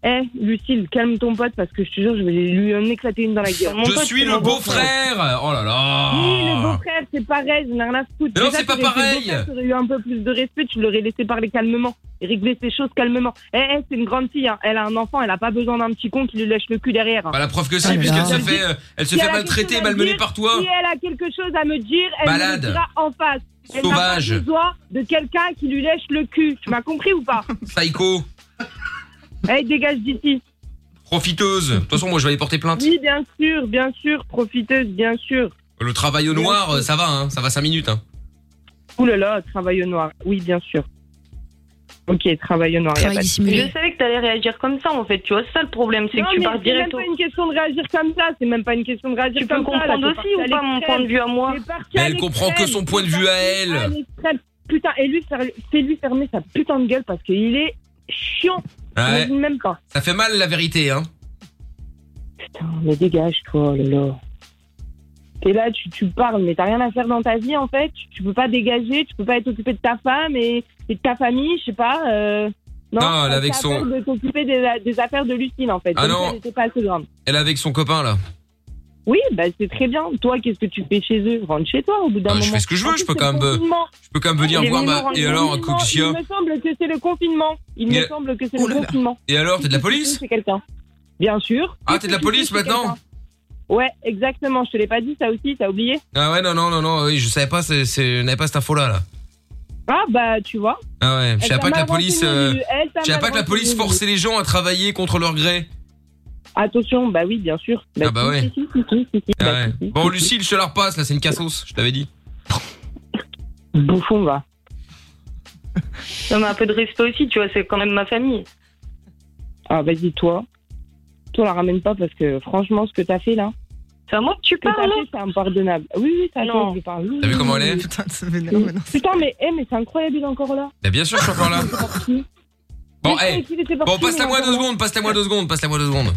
[SPEAKER 15] Eh, Lucille, calme ton pote parce que je te jure, je vais lui en éclater une dans la gueule.
[SPEAKER 2] Je suis le beau-frère. Oh là là.
[SPEAKER 15] Oui, le beau-frère, c'est pareil, je n'ai rien à foutre.
[SPEAKER 2] Mais non,
[SPEAKER 15] Déjà,
[SPEAKER 2] c'est pas
[SPEAKER 15] t'aurais été
[SPEAKER 2] pareil.
[SPEAKER 15] beau-frère, T'aurais eu un peu plus de respect, tu l'aurais laissé parler calmement et régler ses choses calmement. Eh, eh, c'est une grande fille, hein. elle a un enfant, elle a pas besoin d'un petit con qui lui lâche le cul derrière. hein.
[SPEAKER 2] Bah la preuve que
[SPEAKER 15] Ah
[SPEAKER 2] si,
[SPEAKER 15] là
[SPEAKER 2] puisqu'elle
[SPEAKER 15] là.
[SPEAKER 2] se fait, euh, elle se
[SPEAKER 15] Si
[SPEAKER 2] fait
[SPEAKER 15] a
[SPEAKER 2] maltraiter,
[SPEAKER 15] quelque chose à
[SPEAKER 2] malmener
[SPEAKER 15] dire,
[SPEAKER 2] par toi.
[SPEAKER 15] Si elle a quelque chose à me dire, elle
[SPEAKER 2] Malade.
[SPEAKER 15] me le dira en face. Elle n'a
[SPEAKER 2] Sauvage.
[SPEAKER 15] pas besoin de quelqu'un qui lui lèche le cul. Tu m'as compris ou pas
[SPEAKER 2] Psycho,
[SPEAKER 15] Eh, dégage d'ici.
[SPEAKER 2] profiteuse. De toute façon, moi, je vais aller porter plainte.
[SPEAKER 15] Oui, bien sûr, bien sûr, profiteuse, bien sûr.
[SPEAKER 2] Le travail au noir, euh, ça va, hein, ça va 5 minutes. Hein.
[SPEAKER 15] Ouh là là, travail au noir. Oui, bien sûr. Ok, travail au noir. y a pas de-
[SPEAKER 16] Je savais que t'allais réagir comme ça, en fait. Tu vois, c'est ça le problème, c'est
[SPEAKER 15] Non,
[SPEAKER 16] que tu
[SPEAKER 15] mais
[SPEAKER 16] pars
[SPEAKER 15] c'est même
[SPEAKER 16] direct au.
[SPEAKER 15] pas une question de réagir comme ça, c'est même pas une question de réagir
[SPEAKER 16] Tu peux
[SPEAKER 15] comme ça. là,
[SPEAKER 16] comprendre
[SPEAKER 15] t'es
[SPEAKER 16] aussi
[SPEAKER 15] parti
[SPEAKER 16] ou
[SPEAKER 15] à
[SPEAKER 16] pas mon
[SPEAKER 15] l'extrême.
[SPEAKER 16] point de vue à moi
[SPEAKER 15] T'es parti
[SPEAKER 2] Mais
[SPEAKER 15] à
[SPEAKER 2] elle comprend que
[SPEAKER 15] l'extrême.
[SPEAKER 2] son point de vue à
[SPEAKER 15] Ah,
[SPEAKER 2] elle.
[SPEAKER 15] l'extrême. Putain, et lui, fer- fais-lui fermer sa putain de gueule parce qu'il est chiant.
[SPEAKER 2] Ouais.
[SPEAKER 15] J'imagine même pas.
[SPEAKER 2] Ça fait mal la vérité. Hein.
[SPEAKER 15] Putain, mais dégage, toi, oh là là. T'es là, tu, tu parles, mais t'as rien à faire dans ta vie, en fait. Tu, tu peux pas dégager, tu peux pas être occupé de ta femme et, et de ta famille, je sais pas. euh, non,
[SPEAKER 2] Ah, elle est avec
[SPEAKER 15] t'as
[SPEAKER 2] son-
[SPEAKER 15] affaire de t'occuper des, des affaires de Lucine, en fait.
[SPEAKER 2] Ah
[SPEAKER 15] Comme
[SPEAKER 2] non.
[SPEAKER 15] si Elle était pas assez grande.
[SPEAKER 2] Elle est avec son copain là.
[SPEAKER 15] Oui, bah c'est très bien. Toi, qu'est-ce que tu fais chez eux Rentre chez toi au bout d'un
[SPEAKER 2] Euh,
[SPEAKER 15] moment.
[SPEAKER 2] je fais ce que je
[SPEAKER 15] En
[SPEAKER 2] veux,
[SPEAKER 15] plus,
[SPEAKER 2] je peux
[SPEAKER 15] c'est
[SPEAKER 2] quand
[SPEAKER 15] le
[SPEAKER 2] même, euh,
[SPEAKER 15] confinement.
[SPEAKER 2] je peux quand même venir
[SPEAKER 15] Il est
[SPEAKER 2] voir.
[SPEAKER 15] venu
[SPEAKER 2] bah,
[SPEAKER 15] dans le
[SPEAKER 2] et alors,
[SPEAKER 15] confinement.
[SPEAKER 2] Coxia
[SPEAKER 15] Il me semble que c'est le confinement. Il
[SPEAKER 2] Il y
[SPEAKER 15] me
[SPEAKER 2] a-
[SPEAKER 15] semble que c'est le confinement.
[SPEAKER 2] Et alors, t'es de la
[SPEAKER 15] Qu'est-ce que tu fais
[SPEAKER 2] police
[SPEAKER 15] chez quelqu'un. Bien sûr.
[SPEAKER 2] Ah, t'es de
[SPEAKER 15] Qu'est-ce
[SPEAKER 2] la
[SPEAKER 15] que
[SPEAKER 2] police
[SPEAKER 15] tu fais chez
[SPEAKER 2] maintenant
[SPEAKER 15] quelqu'un Ouais, exactement. Je te l'ai pas dit, ça aussi, t'as oublié.
[SPEAKER 2] Ah ouais, non, non, non, non, oui, je savais pas, c'est, c'est- je n'avais pas cette info-là, là.
[SPEAKER 15] Ah bah, tu vois.
[SPEAKER 2] Ah ouais, je
[SPEAKER 15] Elle
[SPEAKER 2] savais
[SPEAKER 15] t'a
[SPEAKER 2] pas que la
[SPEAKER 15] mal
[SPEAKER 2] police,
[SPEAKER 15] renseigné,
[SPEAKER 2] euh,
[SPEAKER 15] Lulu. Elle t'a
[SPEAKER 2] je savais
[SPEAKER 15] mal
[SPEAKER 2] pas que la
[SPEAKER 15] renseigné,
[SPEAKER 2] police
[SPEAKER 15] Lulu.
[SPEAKER 2] forçait les gens à travailler contre leur gré.
[SPEAKER 15] Attention, bah oui, bien sûr.
[SPEAKER 2] Ah bah
[SPEAKER 15] si,
[SPEAKER 2] ouais.
[SPEAKER 15] si, si, si, si, si, si,
[SPEAKER 2] Ah
[SPEAKER 15] bah,
[SPEAKER 2] ouais.
[SPEAKER 15] si, si.
[SPEAKER 2] Bon, Lucille, je te la repasse, là, c'est une cassos, je t'avais dit.
[SPEAKER 15] Bouffon, va.
[SPEAKER 16] Non, mais un peu de respect aussi, tu vois, c'est quand même ma famille.
[SPEAKER 15] Ah, vas-y, toi. Toi, la ramène pas parce que franchement, ce que t'as fait là.
[SPEAKER 16] C'est à moi que tu hein.
[SPEAKER 15] parles C'est impardonnable. Oui, oui, c'est à toi que je parle. Ah Oui,
[SPEAKER 2] T'as vu
[SPEAKER 15] oui,
[SPEAKER 2] comment
[SPEAKER 15] oui,
[SPEAKER 2] elle est
[SPEAKER 15] oui. Putain, mais, eh, mais c'est incroyable, il est encore là.
[SPEAKER 2] Bah, Bien sûr, je suis encore là. Bon,
[SPEAKER 15] Mais
[SPEAKER 2] hey.
[SPEAKER 15] qu'il était parti,
[SPEAKER 2] Bon, passe-la
[SPEAKER 15] mais
[SPEAKER 2] moi deux
[SPEAKER 15] encore là.
[SPEAKER 2] secondes, passe-la moi deux secondes, passe-la moi deux secondes.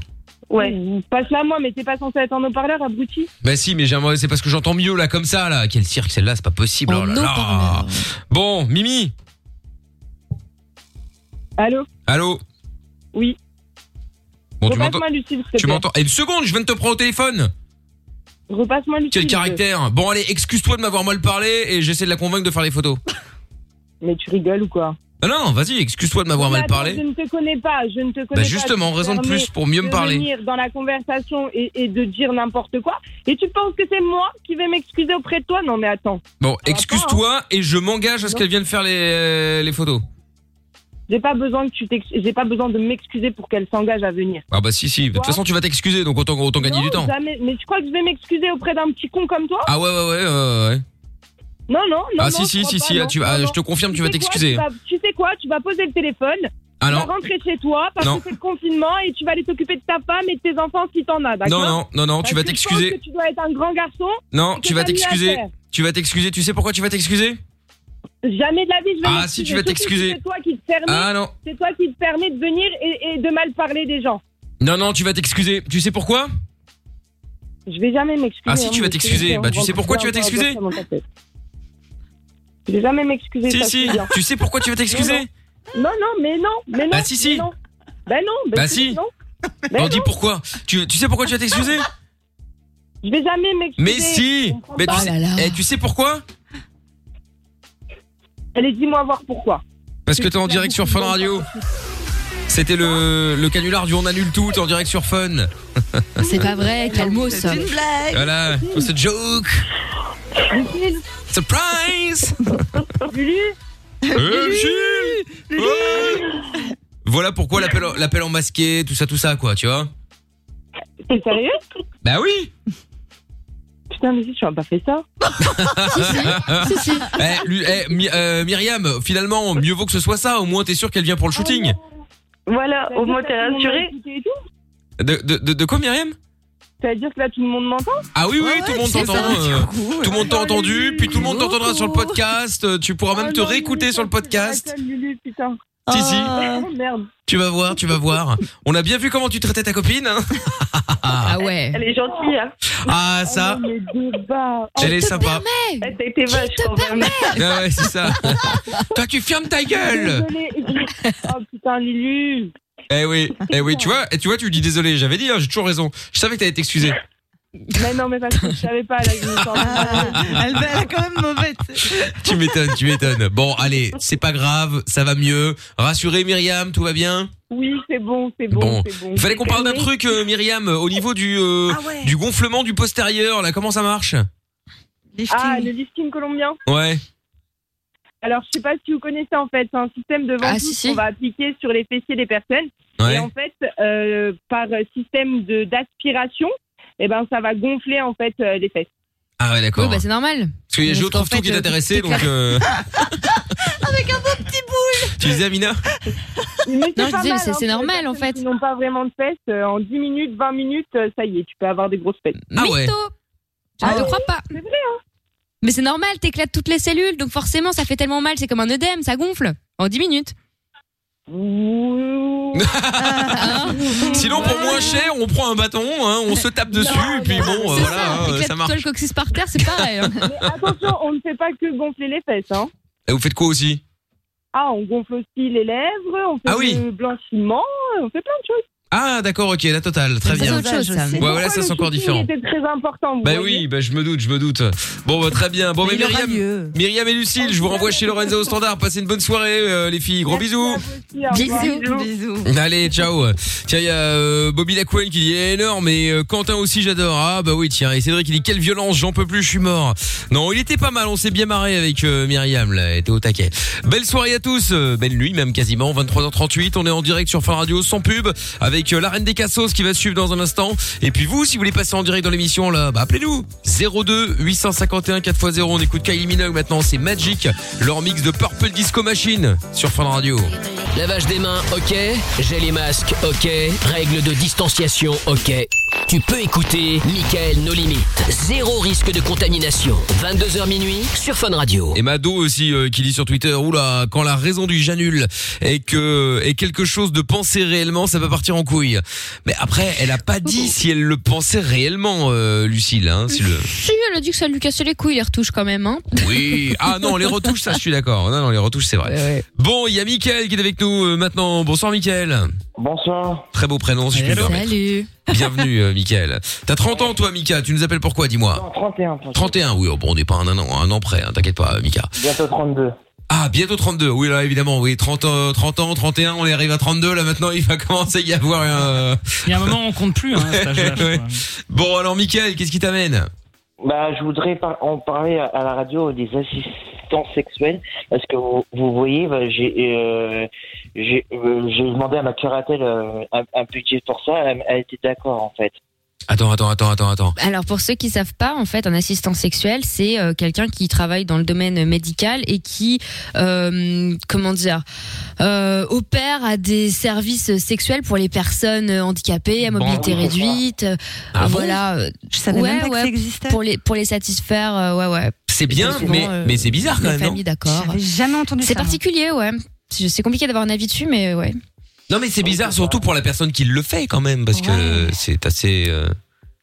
[SPEAKER 15] Ouais. Passe-la moi, mais t'es pas censé être en haut-parleur, abruti.
[SPEAKER 2] Bah si, mais j'aimerais, c'est parce que j'entends mieux là comme ça là. Quel cirque celle-là, c'est pas possible.
[SPEAKER 15] En
[SPEAKER 2] oh là là.
[SPEAKER 15] haut-parleur.
[SPEAKER 2] Bon, Mimi.
[SPEAKER 15] Allô
[SPEAKER 2] Allô.
[SPEAKER 15] Oui.
[SPEAKER 2] Bon, tu m'entends.
[SPEAKER 15] Repasse-moi, Lucille, s'il te
[SPEAKER 2] Tu
[SPEAKER 15] plaît.
[SPEAKER 2] m'entends. Et une seconde, je viens de te prendre au téléphone.
[SPEAKER 15] Repasse-moi, Lucille.
[SPEAKER 2] Quel caractère. Bon allez, excuse-toi de m'avoir mal parlé et j'essaie de la convaincre de faire les photos.
[SPEAKER 15] Mais tu rigoles ou quoi
[SPEAKER 2] Non, non, vas-y, excuse-toi de m'avoir
[SPEAKER 15] Mais
[SPEAKER 2] mal
[SPEAKER 15] attends,
[SPEAKER 2] parlé.
[SPEAKER 15] Je ne te connais pas, je ne te connais
[SPEAKER 2] Bah
[SPEAKER 15] pas.
[SPEAKER 2] justement,
[SPEAKER 15] Tu
[SPEAKER 2] raison de
[SPEAKER 15] permets
[SPEAKER 2] plus pour mieux me
[SPEAKER 15] de
[SPEAKER 2] parler.
[SPEAKER 15] venir dans la conversation et, et de dire n'importe quoi. Et tu penses que c'est moi qui vais m'excuser auprès de toi Non, mais attends.
[SPEAKER 2] Bon,
[SPEAKER 15] hein.
[SPEAKER 2] excuse-toi et je m'engage à ce qu'elle vienne faire les, les photos.
[SPEAKER 15] J'ai pas besoin que tu t'ex- j'ai pas besoin de m'excuser pour qu'elle s'engage à venir.
[SPEAKER 2] Ah bah si si. De toute façon, tu vas t'excuser, donc autant autant gagner du temps.
[SPEAKER 15] Jamais- Mais tu crois que je vais m'excuser auprès d'un petit con comme toi
[SPEAKER 2] Ah ouais ouais ouais ouais. ouais.
[SPEAKER 15] Non, non, non.
[SPEAKER 2] Ah
[SPEAKER 15] non,
[SPEAKER 2] si
[SPEAKER 15] je
[SPEAKER 2] si
[SPEAKER 15] crois
[SPEAKER 2] si
[SPEAKER 15] pas,
[SPEAKER 2] si.
[SPEAKER 15] non,
[SPEAKER 2] ah, tu,
[SPEAKER 15] non,
[SPEAKER 2] ah,
[SPEAKER 15] non.
[SPEAKER 2] je te confirme, tu
[SPEAKER 15] sais
[SPEAKER 2] vas
[SPEAKER 15] quoi,
[SPEAKER 2] t'excuser.
[SPEAKER 15] vas- Tu sais quoi Tu vas poser le téléphone.
[SPEAKER 2] Ah
[SPEAKER 15] tu
[SPEAKER 2] non.
[SPEAKER 15] vas rentrer chez toi parce
[SPEAKER 2] Non.
[SPEAKER 15] que c'est le confinement et tu vas aller t'occuper de ta femme et de tes enfants si t'en as, d'accord
[SPEAKER 2] Non, non, non, non, tu vas
[SPEAKER 15] Parce que je pense
[SPEAKER 2] t'excuser.
[SPEAKER 15] que Tu dois être un grand garçon.
[SPEAKER 2] Non,
[SPEAKER 15] et que
[SPEAKER 2] tu vas
[SPEAKER 15] t'as mieux à
[SPEAKER 2] t'excuser.
[SPEAKER 15] faire.
[SPEAKER 2] Tu vas t'excuser. Tu sais pourquoi tu vas t'excuser
[SPEAKER 15] Jamais de la vie, je vais
[SPEAKER 2] Ah,
[SPEAKER 15] m'excuser.
[SPEAKER 2] si, tu vas
[SPEAKER 15] Tout de suite,
[SPEAKER 2] t'excuser.
[SPEAKER 15] C'est toi qui te permets.
[SPEAKER 2] Ah, non.
[SPEAKER 15] C'est toi qui te permets de venir et, et de mal parler des gens.
[SPEAKER 2] Non, non, tu vas t'excuser. Tu sais pourquoi
[SPEAKER 15] Je vais jamais m'excuser. hein,
[SPEAKER 2] Ah, si, tu vas
[SPEAKER 15] mais
[SPEAKER 2] t'excuser.
[SPEAKER 15] c'est-
[SPEAKER 2] Bah, tu
[SPEAKER 15] on
[SPEAKER 2] sais pourquoi tu vas
[SPEAKER 15] rentre encore
[SPEAKER 2] t'excuser
[SPEAKER 15] dans mon tapis. Je vais jamais m'excuser.
[SPEAKER 2] Si,
[SPEAKER 15] ça,
[SPEAKER 2] si.
[SPEAKER 15] c'est bien.
[SPEAKER 2] Tu sais pourquoi tu vas
[SPEAKER 15] Non,
[SPEAKER 2] t'excuser
[SPEAKER 15] non. Non, non, mais non, mais non.
[SPEAKER 2] Bah, si, si.
[SPEAKER 15] mais non. Bah non.
[SPEAKER 2] Bah,
[SPEAKER 15] si,
[SPEAKER 2] si.
[SPEAKER 15] non. Mais
[SPEAKER 2] On
[SPEAKER 15] non.
[SPEAKER 2] dit pourquoi. Tu, tu sais pourquoi tu vas t'excuser
[SPEAKER 15] Je vais jamais m'excuser.
[SPEAKER 2] Mais si.
[SPEAKER 15] je comprends
[SPEAKER 2] Mais tu
[SPEAKER 15] pas.
[SPEAKER 2] sais, eh, tu sais pourquoi
[SPEAKER 15] Allez, dis-moi voir pourquoi.
[SPEAKER 2] Parce que t'es en direct sur Fun Radio. C'était le, le canular du on annule tout t'es en direct sur Fun. Ah,
[SPEAKER 3] C'est pas vrai, calmos. C'est une
[SPEAKER 4] blague.
[SPEAKER 2] Voilà, oh, c'est joke. Surprise
[SPEAKER 15] Lulu
[SPEAKER 2] Euh, Voilà pourquoi l'appel l'appel en masqué, tout ça, tout ça, quoi, tu vois
[SPEAKER 15] T'es sérieux
[SPEAKER 2] Bah oui
[SPEAKER 15] Putain, mais si, tu n'as pas fait ça. si, si.
[SPEAKER 2] Eh, lui- eh, Mi- euh, Myriam, finalement, mieux vaut que ce soit ça, au moins t'es sûr qu'elle vient pour le shooting.
[SPEAKER 16] Voilà, au moins t'es
[SPEAKER 15] Tout le monde m'a
[SPEAKER 16] rassuré.
[SPEAKER 15] écouté et tout
[SPEAKER 2] De, de, de, de quoi, Myriam
[SPEAKER 15] Ça veut dire que là, tout le monde m'entend
[SPEAKER 2] Ah oui, oui, tout le monde
[SPEAKER 15] c'est
[SPEAKER 2] t'entend.
[SPEAKER 15] ça,
[SPEAKER 2] euh, tout le monde t'a entendu, puis tout le monde t'entendra sur le podcast, euh, tu pourras même te réécouter sur le podcast.
[SPEAKER 15] Racole, Lulu, putain.
[SPEAKER 2] Si, si.
[SPEAKER 15] Oh, merde.
[SPEAKER 2] Tu vas voir, tu vas voir. On a bien vu comment tu traitais ta copine. hein.
[SPEAKER 3] Ah ouais.
[SPEAKER 16] Elle est gentille, hein.
[SPEAKER 2] Ah, ça.
[SPEAKER 15] Mais débat. Eh,
[SPEAKER 2] Elle est sympa.
[SPEAKER 16] Elle t'a été vache quand même.
[SPEAKER 2] Ah ouais, c'est ça. Toi, tu fermes ta gueule.
[SPEAKER 15] Désolée. Oh putain, Lulu.
[SPEAKER 2] Eh oui, eh oui, tu vois, et tu vois, tu dis désolé, j'avais dit, hein, j'ai toujours raison. Je savais que t'allais t'excuser.
[SPEAKER 15] Mais non, mais parce que je savais pas, là, je me sens Ah, Elle a quand même mauvaise.
[SPEAKER 2] Tu m'étonnes, tu m'étonnes. Bon, allez, c'est pas grave, ça va mieux. Rassurez Myriam, tout va bien.
[SPEAKER 15] Oui, c'est bon, c'est bon,
[SPEAKER 2] Bon.
[SPEAKER 15] c'est bon.
[SPEAKER 2] Il fallait qu'on parle d'un truc, euh, Myriam, au niveau du euh, du gonflement du postérieur. Là, comment ça marche
[SPEAKER 15] Ah, le lifting colombien.
[SPEAKER 2] Ouais.
[SPEAKER 15] Alors, je sais pas si vous connaissez en fait, c'est un système de ventouse qu'on va appliquer sur les fessiers des personnes.
[SPEAKER 2] Ouais.
[SPEAKER 15] Et en fait, euh, par système de d'aspiration, eh ben, ça va gonfler en fait euh, les fesses.
[SPEAKER 2] Ah ouais, d'accord.
[SPEAKER 3] bah c'est normal.
[SPEAKER 2] Parce qu'il y a Jo trouve tout qui est intéressé, donc euh,
[SPEAKER 15] Avec un beau petit boule.
[SPEAKER 2] tu disais Amina.
[SPEAKER 3] Non, je
[SPEAKER 15] hein,
[SPEAKER 3] disais, c'est- c'est normal, en fait.
[SPEAKER 15] Ils n'ont pas vraiment de fesses. euh, En 10 minutes, 20 minutes, euh, ça y est, tu peux avoir des grosses fesses.
[SPEAKER 2] Ah ouais. Mytho.
[SPEAKER 3] Je ne te crois pas. hein. Mais c'est normal, t'éclates toutes les cellules, donc forcément ça fait tellement mal, c'est comme un œdème, ça gonfle en 10 minutes.
[SPEAKER 15] Ah.
[SPEAKER 2] Sinon, pour moins cher, on prend un bâton, hein, on se tape dessus, et puis bon, euh,
[SPEAKER 3] C'est
[SPEAKER 2] voilà, hein, ça,
[SPEAKER 3] Éclate-toi
[SPEAKER 2] marche.
[SPEAKER 3] le coccyx par terre, c'est pareil. hein.
[SPEAKER 15] Mais attention, on ne fait pas que gonfler les fesses. Hein.
[SPEAKER 2] Et vous faites quoi aussi
[SPEAKER 15] Ah, on gonfle aussi les lèvres, on fait
[SPEAKER 2] Ah oui.
[SPEAKER 15] le blanchiment, on fait plein de choses.
[SPEAKER 2] Ah, d'accord, ok, la totale, très
[SPEAKER 15] Ça,
[SPEAKER 2] bien.
[SPEAKER 15] c'est autre chose, ça.
[SPEAKER 2] Ouais,
[SPEAKER 15] Pourquoi
[SPEAKER 2] voilà, ça
[SPEAKER 15] le
[SPEAKER 2] c'est encore
[SPEAKER 15] shooting
[SPEAKER 2] différent.
[SPEAKER 15] était très important. vous
[SPEAKER 2] Bah
[SPEAKER 15] voyez
[SPEAKER 2] oui, bah je me doute, je me doute. Bon, bah, très bien. Bon, mais,
[SPEAKER 15] Mais il aura
[SPEAKER 2] Myriam,
[SPEAKER 15] mieux.
[SPEAKER 2] Myriam et Lucille, je vous renvoie chez Lorenzo au standard. Passez une bonne soirée, euh, les filles. Gros bisous.
[SPEAKER 15] Bisous.
[SPEAKER 2] Mmh. Allez, ciao. Tiens, il y a euh, Bobby Lacouane qui dit énorme et euh, Quentin aussi j'adore. Ah bah oui, tiens, et Cédric qui dit quelle violence, j'en peux plus, je suis mort. Non, il était pas mal, on s'est bien marré avec euh, Myriam là, elle était au taquet. Belle soirée à tous, euh, belle nuit même quasiment, 23h38, on est en direct sur Fin Radio sans pub avec euh, la reine des cassos qui va suivre dans un instant et puis vous si vous voulez passer en direct dans l'émission là, bah appelez-nous 02 851 4x0, on écoute Kylie Minogue maintenant, c'est Magic, leur mix de Purple Disco Machine sur Fin Radio.
[SPEAKER 1] Lavage des mains, ok. J'ai les masques, ok. Règles de distanciation, ok. Tu peux écouter Michael No limites. Zéro risque de contamination. 22h minuit sur Fun Radio.
[SPEAKER 2] Et Mado aussi euh, qui dit sur Twitter oula quand la raison du janul est que est quelque chose de pensé réellement ça peut partir en couille. Mais après elle a pas dit si elle le pensait réellement euh, Lucille hein, si le
[SPEAKER 3] Si, elle a dit que ça lui cassait les couilles, les retouches quand même, hein.
[SPEAKER 2] Oui, ah non les retouches ça je suis d'accord. Non non les retouches c'est vrai. Bon, il y a Mickaël qui est avec nous euh, maintenant. Bonsoir Mickaël. Bonsoir. Très beau prénom si je puis me permettre.
[SPEAKER 3] Salut.
[SPEAKER 2] Bienvenue euh, Mickaël. T'as 30 ans toi Mika, tu nous appelles pourquoi dis-moi
[SPEAKER 17] 31,
[SPEAKER 2] 31 oui, oh, bon on n'est pas un an un an près, hein, t'inquiète pas euh, Mika.
[SPEAKER 17] bientôt 32.
[SPEAKER 2] Ah, bientôt 32. Oui, là, évidemment, oui. 30, euh, 30 ans, 31, on arrive à 32. Là, maintenant, il va commencer à y avoir un... euh,
[SPEAKER 9] Il y a un moment, on compte plus. Hein, à cet âge-là, je
[SPEAKER 2] Ouais.
[SPEAKER 9] crois.
[SPEAKER 2] Bon, alors, Mickaël, qu'est-ce qui t'amène
[SPEAKER 17] Bah, je voudrais par- en parler à, à la radio des assistants sexuels parce que vous, vous voyez, bah, j'ai euh, j'ai euh, j'ai demandé à ma curatelle euh, un, un budget pour ça. Elle, elle était d'accord en fait.
[SPEAKER 2] Attends, attends, attends, attends, attends.
[SPEAKER 3] Alors pour ceux qui savent pas, en fait, un assistant sexuel, c'est euh, quelqu'un qui travaille dans le domaine médical et qui, euh, comment dire, euh, opère à des services sexuels pour les personnes euh, handicapées, à mobilité
[SPEAKER 18] Bon.
[SPEAKER 3] réduite. euh,
[SPEAKER 2] Ah bon
[SPEAKER 3] voilà. euh,
[SPEAKER 4] Je savais même
[SPEAKER 3] ouais,
[SPEAKER 4] pas que
[SPEAKER 3] ouais,
[SPEAKER 4] ça existait.
[SPEAKER 3] Pour les pour les satisfaire, euh, ouais ouais.
[SPEAKER 2] C'est bien,
[SPEAKER 3] souvent, euh,
[SPEAKER 2] mais- mais c'est bizarre quand
[SPEAKER 3] les
[SPEAKER 2] même, non
[SPEAKER 3] familles, d'accord. jamais entendu C'est particulier, ouais. Je- C'est compliqué d'avoir un avis dessus, mais ouais.
[SPEAKER 2] Non, mais c'est bizarre, surtout pour la personne qui le fait, quand même, parce que c'est assez... euh,